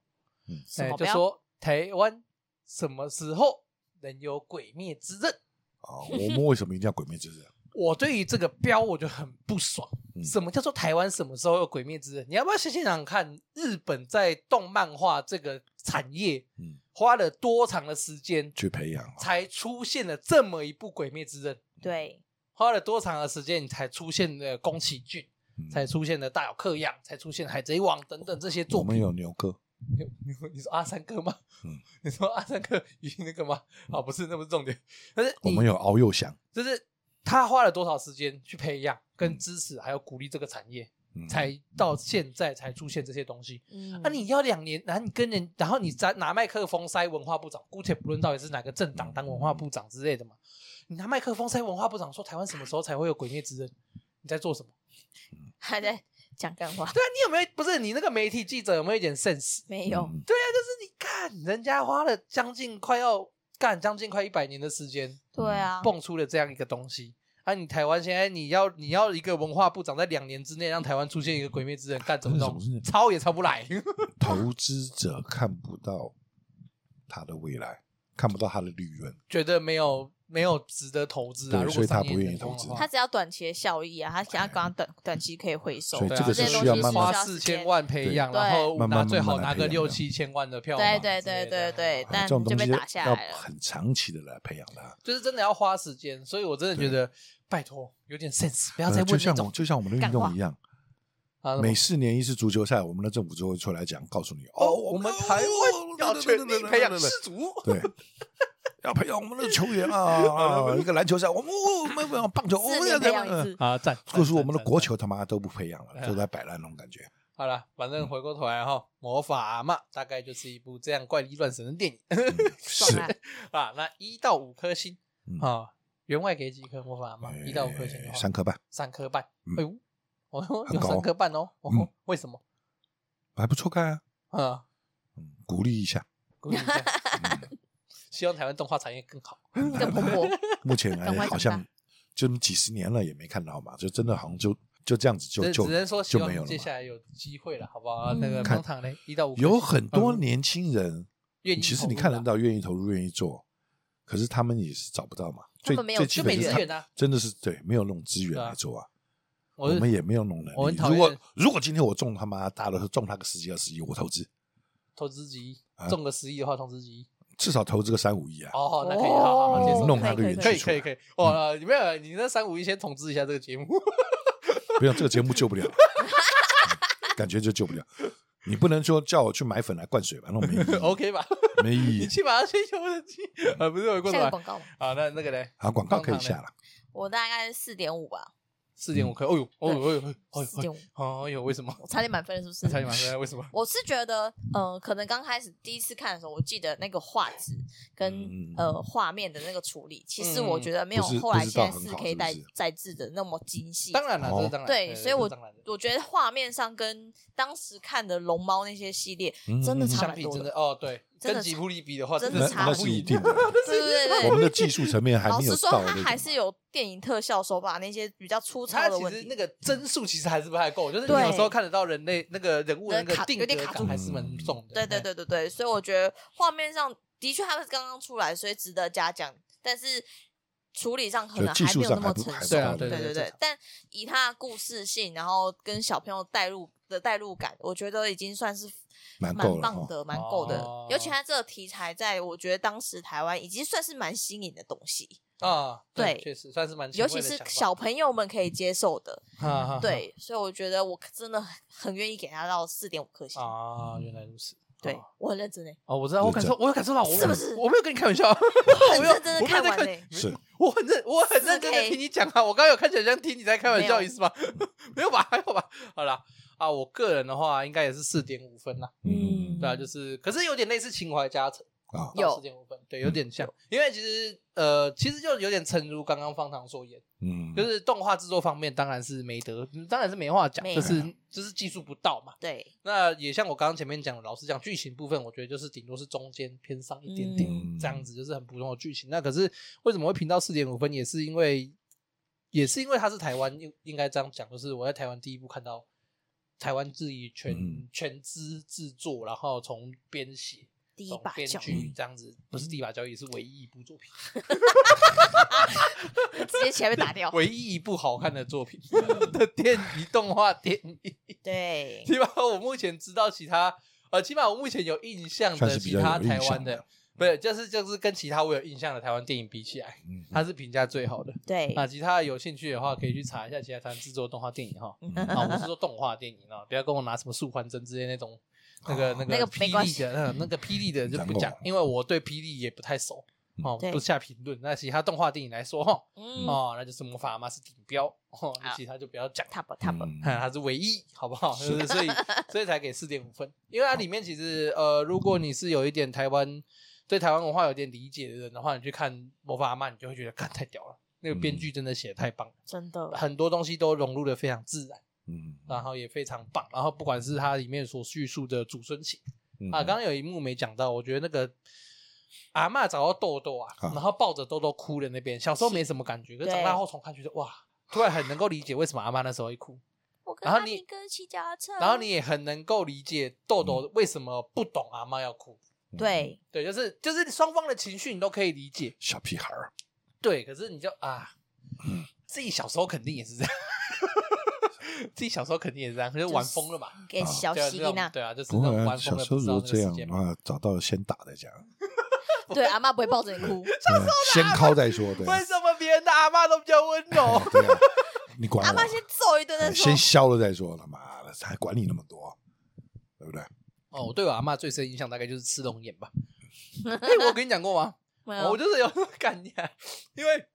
S3: 嗯
S2: 什
S1: 哎
S2: 么，
S1: 就
S2: 标
S1: 说台湾什么时候能有《鬼灭之刃》。
S3: 哦，我们为什么一定要鬼灭之刃？
S1: 我对于这个标我就很不爽。
S3: 嗯
S1: 什么叫做台湾什么时候有《鬼灭之刃》？你要不要先现场看日本在动漫画这个产业
S3: 嗯，
S1: 花了多长的时间，
S3: 去培养啊，
S1: 才出现了这么一部《鬼灭之刃》？
S2: 对，
S1: 花了多长的时间，你才出现了宫崎骏，
S3: 嗯
S1: 才出现了大有克洋，才出现《海贼王》等等这些作
S3: 我们
S1: 品？
S3: 有牛哥，
S1: 你 你说你说阿三哥吗？
S3: 嗯
S1: 你说阿三哥与那个吗？啊，不是，那不是重点。但是
S3: 我
S1: 你
S3: 们有敖幼祥，
S1: 就是他花了多少时间去培养、跟支持，还有鼓励这个产业，
S3: 嗯
S1: 才到现在才出现这些东西。
S2: 嗯
S3: 啊
S1: 那、你要两年，然后你跟人，然后你拿拿麦克风塞文化部长，姑且不论到底是哪个政党当文化部长之类的嘛，你拿麦克风塞文化部长说台湾什么时候才会有鬼灭之刃？你在做什么？
S2: 还在讲干 话，
S1: 对啊，你有没有不是你那个媒体记者有没有一点 sense？
S2: 没有，
S3: 嗯
S1: 对啊，就是你看人家花了将近快要干将近快一百年的时间，
S2: 对啊，
S1: 蹦出了这样一个东西。啊，你台湾现在你要你要一个文化部长在两年之内让台湾出现一个鬼灭之刃，干怎么
S3: 但是
S1: 弄
S3: 总是？
S1: 抄也抄不来。
S3: 投资者看不到他的未来，看不到他的利润，
S1: 觉得没有没有值得投资啊，
S3: 对
S1: 如
S3: 所
S1: 果
S3: 以他
S1: 商业
S3: 不愿意
S1: 眼光
S3: 投资
S1: 的话
S2: 他只要短期的效益啊，他想要刚短短期可以回收
S3: 哎所，以
S1: 对
S3: 这个
S1: 啊
S3: 是
S1: 这些
S3: 需要
S1: 东西
S3: 慢慢
S1: 花
S2: 需要
S1: 四
S2: 时间
S1: 千万培养，
S2: 对
S1: 然后
S3: 慢慢
S1: 拿最
S3: 慢慢
S1: 好
S3: 来
S1: 拿
S3: 培
S1: 个
S3: 养
S1: 六
S3: 的
S1: 七千万的票房
S2: 对
S1: 之类的
S2: 对对
S1: 啊，
S2: 对对，
S3: 哎
S2: 但
S3: 这种
S2: 就
S3: 东
S2: 被
S3: 西
S2: 打下
S3: 要
S2: 来了，
S3: 很长期的来培养他。
S1: 就是真的要花时间，所以我真的觉得拜托有点 sense，不要再
S3: 呃就
S1: 问那
S3: 像我
S1: 种
S3: 就像我们的运
S2: 干
S3: 动
S2: 话
S3: 一样，
S1: 啊什么
S3: 每四年一次足球赛，我们的政府就会出来讲，告诉你
S1: 哦，我们台
S3: 哦
S1: 湾要全力培养士足，
S3: 对， 要培养我们的球员啊，啊一个篮球赛，我们哦我们我们棒球，我
S2: 四
S3: 们
S2: 年
S3: 要
S2: 培
S3: 这
S2: 养一
S3: 样嗯
S2: 次，
S1: 啊，赞！
S3: 就是我们的
S1: 赞
S3: 国。
S1: 赞赞
S3: 球他妈都不培养
S1: 哎
S3: 了，都在摆烂那种感觉。
S1: 好了，反正回过头来哈，魔法阿嬷大概就是一部这样怪力乱神的电影
S3: 嗯是
S2: 啊，
S1: 啊。那一到五颗星
S3: 嗯
S1: 啊，员外给几颗魔法阿嬷？一到五颗星的
S3: 哎
S1: 话，
S3: 三颗半，
S1: 三颗半
S3: 嗯。
S1: 哎呦，哦，
S3: 很
S1: 有
S3: 高
S1: 三颗半哦。哦
S3: 嗯，
S1: 为什么？
S3: 还不错看啊，
S1: 啊，
S3: 嗯，鼓励一下。
S1: 鼓励一 下希望台湾动画产业更好。
S2: 更蓬勃，
S3: 嗯目前
S2: 赶快
S3: 哎
S2: 长
S3: 好
S2: 大
S3: 像就几十年了也没看到嘛，就真的好像就就这样子就
S1: 只
S3: 就
S1: 只能说希
S3: 就没有
S1: 望
S3: 了
S1: 接
S3: 嘛
S1: 下。来有机会了，好不好？
S2: 嗯
S1: 那个
S2: 看
S1: 方糖嘞，一到五颗星嗯
S3: 有很多年轻人，
S1: 愿意
S3: 其实
S1: 投
S3: 你
S1: 入
S3: 看
S1: 啦
S3: 得到愿意投入、愿意做，可是他们也是找不到嘛。
S2: 他
S3: 最
S2: 们没有
S3: 最基
S1: 就
S3: 本
S1: 没
S3: 是
S1: 资
S3: 他
S1: 源啊。
S3: 真的是对没有那种资源
S1: 对啊
S3: 来做啊。我
S1: 我是
S3: 们也没有那种
S1: 我
S3: 能
S1: 很讨
S3: 力。如果
S1: 厌
S3: 如果今天我中他妈大的中他个十几二十亿，我投资
S1: 投资几亿
S3: 啊，
S1: 中个十亿的话，投资几亿。
S3: 至少投资个三五 亿啊。
S1: 哦，那可以，
S2: 哦
S1: 好好好，接受
S3: 嗯。弄他的
S2: 可以
S3: 元
S1: 可
S3: 气
S1: 以
S3: 出嗯
S1: 可以
S3: 来，
S1: 可以，哇！你没有，啊你那三五一先统治一下这个节目，
S3: 不用这个节目救不了，嗯感觉就救不了。你不能说叫我去买粉来灌水吧，那种没意义
S1: OK 吧？
S3: 没意
S1: 你
S3: 义
S1: 去马上去游乐机
S3: 嗯
S1: 啊，不是我过
S2: 下个
S1: 来
S2: 广告吧，
S1: 啊？那那个嘞，
S3: 啊。广告可以下了，
S2: 我大概是四点五吧，
S1: 四点五颗，哦呦，哦呦，哦呦，哦
S2: 四点
S1: 呦，
S2: 五，嗯
S1: 哦呦，为什么？
S2: 我差点满分了，是不是？
S1: 差点满分，为 什么？
S2: 我是觉得，呃，可能刚开始第一次看的时候，我记得那个画质跟、
S3: 嗯
S2: 呃画面的那个处理，其实
S1: 嗯
S2: 我觉得没有
S3: 不是
S2: 后来
S3: 不知道
S2: 现在
S3: 很
S2: 四
S3: 好
S2: K
S3: 是不
S2: 代
S3: 是
S2: 再制的那么精细。
S1: 当然了，这
S3: 哦
S1: 是当然。
S2: 对，所以我
S1: 这是当然的
S2: 我觉得画面上跟当时看的龙猫那些系列
S3: 嗯
S2: 真的差
S1: 相
S2: 蛮
S1: 比
S2: 多
S1: 真
S2: 的。
S1: 的哦，对，
S2: 真
S1: 跟
S2: 的
S1: 吉
S2: 差
S1: 普力比的话，
S2: 真
S1: 的
S2: 的
S1: 差
S2: 差
S3: 那那是
S1: 不
S3: 一定
S1: 样
S3: 的。
S2: 对对对
S3: 我
S2: 对
S3: 们的技术层面还
S2: 老
S3: 没有
S2: 实说，
S3: 到那
S2: 他
S3: 个
S2: 还是有电影特效手法那些比较粗糙
S1: 它
S2: 的
S1: 其
S2: 问
S1: 实
S2: 题。
S1: 那个帧数其实还是不太够，就是你
S2: 对
S1: 有时候看得到人类那个人物的那
S2: 那
S1: 个
S2: 卡
S1: 定
S2: 有点
S1: 格
S2: 卡
S1: 感
S2: 住
S1: 还是蛮重的。
S2: 对对对对对，所以我觉得画面上的确他们刚刚出来，所以值得嘉奖，但是处理上可
S3: 就
S2: 能
S3: 技
S2: 还
S3: 术
S2: 没有那
S3: 上还
S2: 么
S3: 不
S2: 成
S3: 还不
S2: 熟。
S1: 对啊
S3: 到
S1: 对
S3: 那
S2: 对
S3: 个
S2: 对
S1: 这
S2: 对
S1: 场，
S2: 但以他的故事性，然后跟小朋友带入的带入感，我觉得已经算是
S3: 蛮
S2: 蛮
S3: 够了
S2: 棒
S3: 哈
S2: 的，蛮够的。
S1: 哦
S2: 尤其他这个题材，在我觉得当时台湾已经算是蛮新颖的东西，
S1: 对啊，
S2: 对
S1: 确实算是蛮前
S2: 尤
S1: 卫
S2: 其
S1: 的想
S2: 是
S1: 法，嗯
S2: 小朋友们可以接受的。
S1: 哈哈哈
S2: 对，所以我觉得我真的很很愿意给他到四点五颗星。
S1: 啊，原来如此。
S2: 对
S1: 哦
S2: 我很认真诶、欸
S1: 哦，我知道，我感受，我有感受到，我
S2: 是不是
S1: 我没有跟你开玩笑，
S2: 我
S1: 我
S2: 很
S1: 没有
S2: 认真的
S1: 我没有
S2: 看
S1: 在
S2: 完欸
S1: 看
S2: 诶、
S3: 是
S1: 我很认，我很认真的
S2: 4K
S1: 听你讲啊！我刚刚有看起来像听你在开玩笑，
S2: 没有
S1: 意思吗？ 没有吧，还好吧。好啦，啊，我个人的话应该也是四点五分啦，
S3: 嗯
S1: 对啊，就是，可是有点类似情怀加成，
S3: 啊
S2: 有
S1: 四点五分，对，有点像，因为其实呃，其实就有点诚如刚刚方糖所言，
S3: 嗯
S1: 就是动画制作方面当然是没得，当然是没话讲，
S2: 没
S1: 就是就是技术不到嘛。
S2: 对，
S1: 那也像我刚刚前面讲的，老实讲，剧情部分我觉得就是顶多是中间偏上一点点，
S3: 嗯
S1: 这样子就是很普通的剧情。那可是为什么会评到四点五分，也是因为也是因为它是台湾，应应该这样讲，就是我在台湾第一部看到台湾自己全、
S3: 嗯
S1: 全资制作，然后从编写。
S2: 第一
S1: 从
S2: 把
S1: 编
S2: 交
S1: 剧
S3: 嗯
S1: 这样子，不是第一把交椅，是唯一一部作品，
S2: 直接起来被打掉。
S1: 唯一一部好看的作品
S3: 嗯
S1: 的电影动画电影。
S2: 对，
S1: 起码我目前知道其他，呃，起码我目前有印象
S3: 算
S1: 的
S3: 是比
S1: 其
S3: 较有
S1: 他台
S3: 印
S1: 湾
S3: 象
S1: 的
S3: 的，
S1: 不是，就是就是跟其他我有印象的台湾电影比起来，
S3: 嗯
S1: 它是评价最好的。
S2: 对，
S1: 啊，其他有兴趣的话，可以去查一下其他台湾制作动画电影哈。
S3: 嗯
S1: 啊，我是说动画电影啊，不要跟我拿什么《素还真》之类那种。那个
S3: 哦
S1: 那
S2: 那
S1: 个
S2: 个
S1: 霹
S2: 没关
S1: 雳
S2: 系
S1: 的，那那个霹雳的就不
S3: 然
S1: 讲
S3: 后，
S1: 因为我对霹雳也不太熟哦，
S2: 对
S1: 不下评论。那其他动画电影来说哈，
S2: 嗯
S1: 哦，那就是魔法阿妈是顶标哦，那
S2: 好
S1: 其他就不要讲。
S2: ，top top，
S3: 嗯
S1: 看它是唯一，好不好？就是 所以所以才给四点五分，因为它里面其实呃，如果你是有一点台湾对台湾文化有点理解的人的话，你去看《魔法阿曼》，你就会觉得看太屌了，那个编剧真的写的太棒了，
S2: 真的，
S1: 很多东西都融入的非常自然，
S3: 嗯
S1: 然后也非常棒，然后不管是它里面所叙述的祖孙情
S3: 嗯
S1: 啊，刚刚有一幕没讲到，我觉得那个。阿嬷找到豆豆啊，
S3: 啊
S1: 然后抱着豆豆哭的那边，小时候没什么感觉，可是长大
S2: 对
S1: 后重看觉得哇，突然很能够理解为什么阿嬷那时候会哭。
S2: 我跟
S1: 然后
S2: 阿
S1: 你
S2: 明哥骑脚踏车，
S1: 然后你也很能够理解豆
S3: 嗯
S1: 豆为什么不懂阿妈要哭，
S2: 对
S1: 对，就是就是双方的情绪你都可以理解，
S3: 小屁孩儿，啊
S1: 对，可是你就啊
S3: 嗯，
S1: 自己小时候肯定也是这样， 自己小时候肯定也是这样，可是玩疯了嘛，
S2: 给小
S1: 对啊
S2: 西
S1: 这种
S2: 娜，
S1: 对啊，就是
S3: 不
S1: 那
S3: 过
S1: 种玩疯
S3: 小
S1: 了
S3: 时候
S1: 不知道那
S3: 如果
S1: 个
S3: 这
S1: 时
S3: 样的
S1: 间嘛，
S3: 话，找到先打 再讲，
S2: 对，阿妈不会抱着你哭，
S3: 对先敲再说， 对啊
S1: 为什么别人的阿妈都比较温柔
S3: 哎？对啊，你管
S2: 阿
S3: 我
S2: 妈先揍一顿再
S3: 哎，
S2: 说
S3: 先。消了再说，他妈的，还管你那么多，对不对？
S1: 哦，我对我阿妈最深印象大概就是吃龙眼吧， 哎，我跟你讲过吗？
S2: 没
S1: 哦我
S2: 有，
S1: 就是有那种感觉，因为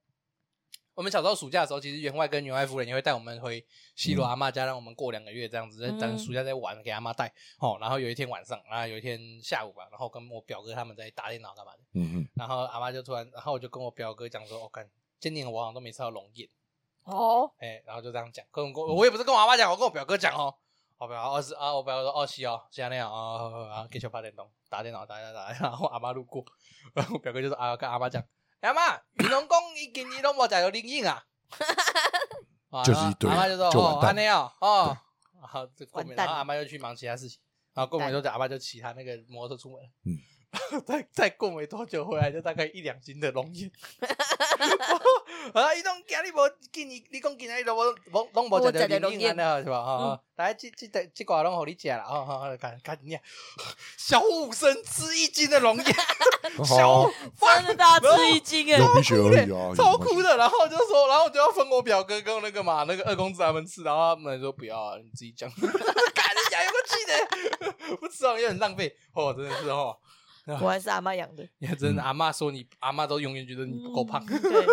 S1: 我们小时候暑假的时候，其实员外跟员外夫人也会带我们回西罗阿妈家，让我们过两个月这样子，
S2: 嗯
S1: 等暑假再玩给阿妈带。哦，然后有一天晚上啊，有一天下午吧，然后跟我表哥他们在打电脑干嘛的，
S3: 嗯嗯，
S1: 然后阿妈就突然，然后我就跟我表哥讲说，我、哦、看今年我好像都没吃到龙眼，
S2: 哦，
S1: 哎、然后就这样讲，跟我我也不是跟我阿妈讲，我跟我表哥讲哦。我表哥二十啊，我表哥说哦是哦，是啊那样哦，然后给小八点钟打电脑打打打，然后阿妈路过，然后我表哥就说啊跟阿妈讲，阿妈，你拢讲伊今年拢无食到灵应啊，
S3: 就是一堆
S1: 阿妈就说
S3: 就
S1: 哦
S3: 完蛋
S1: 安尼哦哦，然后这过
S2: 完
S1: 敏，
S2: 蛋
S1: 然后阿妈就去忙其他事情，然后过没多久阿妈就骑他那个摩托车出门，
S3: 嗯，
S1: 再再过没多久回来就大概一两斤的龙眼。 啊，伊拢今日无今年，你讲今日都无拢拢无食到龙眼了是吧？啊，来，即即代即寡拢互你食啦，吼吼，吼赶赶紧，小武生吃一斤的龙眼，小
S3: 好
S1: 武，
S2: 真的大家吃一惊哎
S3: 有，必须而已哦，
S1: 超酷的，然后就说，然后我就要分我表哥跟那个嘛那个二公子他们吃，然后他们说不要啊，你自己讲， 赶紧讲有个气的，不 吃哦，有点浪费哦，真的是哦，
S2: 果然是阿妈养的，
S1: 你真
S3: 嗯
S1: 的阿妈说你阿妈都永远觉得你不够胖
S2: 嗯，对，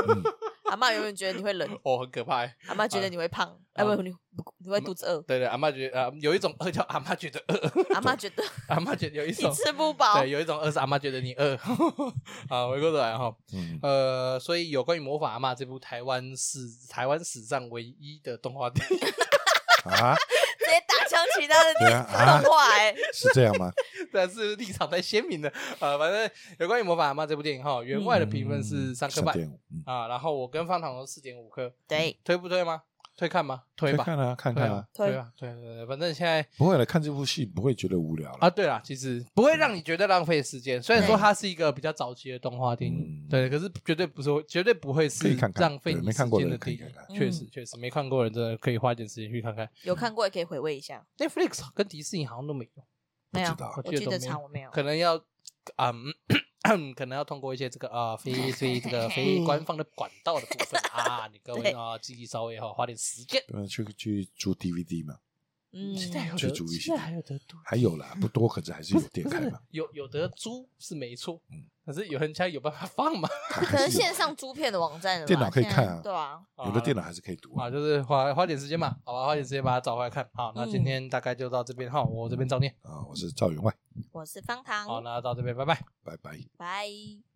S2: 阿妈永远觉得你会冷，
S1: 哦，很可怕欸。
S2: 阿妈觉得你会胖，
S1: 啊
S2: 哎不，你不你会肚子 饿，
S1: 对对，阿妈觉得啊、有一种饿叫阿妈觉得饿，
S2: 阿妈 觉得
S1: 阿妈觉得有一
S2: 你
S1: 种
S2: 吃不饱，
S1: 对，有一种饿是阿妈觉得你饿。 啊，回过头来哈，
S3: 嗯，
S1: 呃，所以有关于《魔法阿妈》这部台湾史台湾史上唯一的动画电影，
S3: 啊，
S2: 直接打抢其他的
S3: 对啊啊
S2: 动画哎、
S3: 是 这样吗？
S1: 但是立场太鲜明了。呃，反正有关于《魔法阿妈》这部电影哈，员外的评分是三颗半、
S3: 点五，嗯，
S1: 啊，然后我跟方糖都四点五颗，
S2: 对，
S1: 推不推吗？推看吗？推
S3: 可以
S1: 吧，
S3: 看啊，看看啊，
S1: 推吧，对对对，反正现在
S3: 不会了，看这部戏不会觉得无聊了。
S1: 啊，对啦，其实不会让你觉得浪费时间。虽然说
S2: 对
S1: 它是一个比较早期的动画电影
S3: 嗯，
S1: 对，可是绝对不是，绝对不会
S3: 可
S1: 是
S3: 以看看
S1: 浪费
S3: 对
S1: 你
S3: 没
S1: 时
S3: 看过的
S1: 间的
S3: 人可
S1: 电
S3: 以
S1: 影
S3: 看。看嗯
S1: 确实，确实没看过的人真的可以花一点时间去看看。
S2: 有看过也可以回味一下。啊
S1: Netflix 跟迪士尼好像都没有，
S2: 没有
S3: 不知道，
S2: 我
S1: 我
S2: 记
S1: 记得
S2: 得
S1: 都没有
S2: 场我没有。
S1: 可能要 啊。嗯 可能要通过一些这个 啊非非这个非官方的管道的部分啊，你各位
S2: 对
S1: 啊自己稍微哈花点时间。
S3: 嗯，去去租 DVD 嘛，
S2: 嗯，
S1: 现在有
S3: 去
S1: 得，
S3: 租一
S1: 现在
S3: 些
S1: 还有得租
S3: 还有啦，不多，可是还是有店
S1: 不
S3: 开
S1: 是
S3: 嘛，
S1: 有有得租是没错
S3: 嗯，
S1: 可是有人家有办法放吗？
S2: 可
S3: 还
S2: 能
S3: 是有
S2: 线上租片的网站了吧，
S3: 电脑可以
S2: 现在
S3: 看啊
S2: 对啊，
S3: 有的电脑还是可以读
S1: 啊，就是花花点时间嘛，好吧，花点时间把它找回来看。好，那今天大概就到这边哈，我这边照念。
S3: 啊。我是赵员外，
S2: 我是方
S1: 好，
S2: 糖，
S1: 那到这边，拜拜。
S3: 拜拜。
S2: 拜。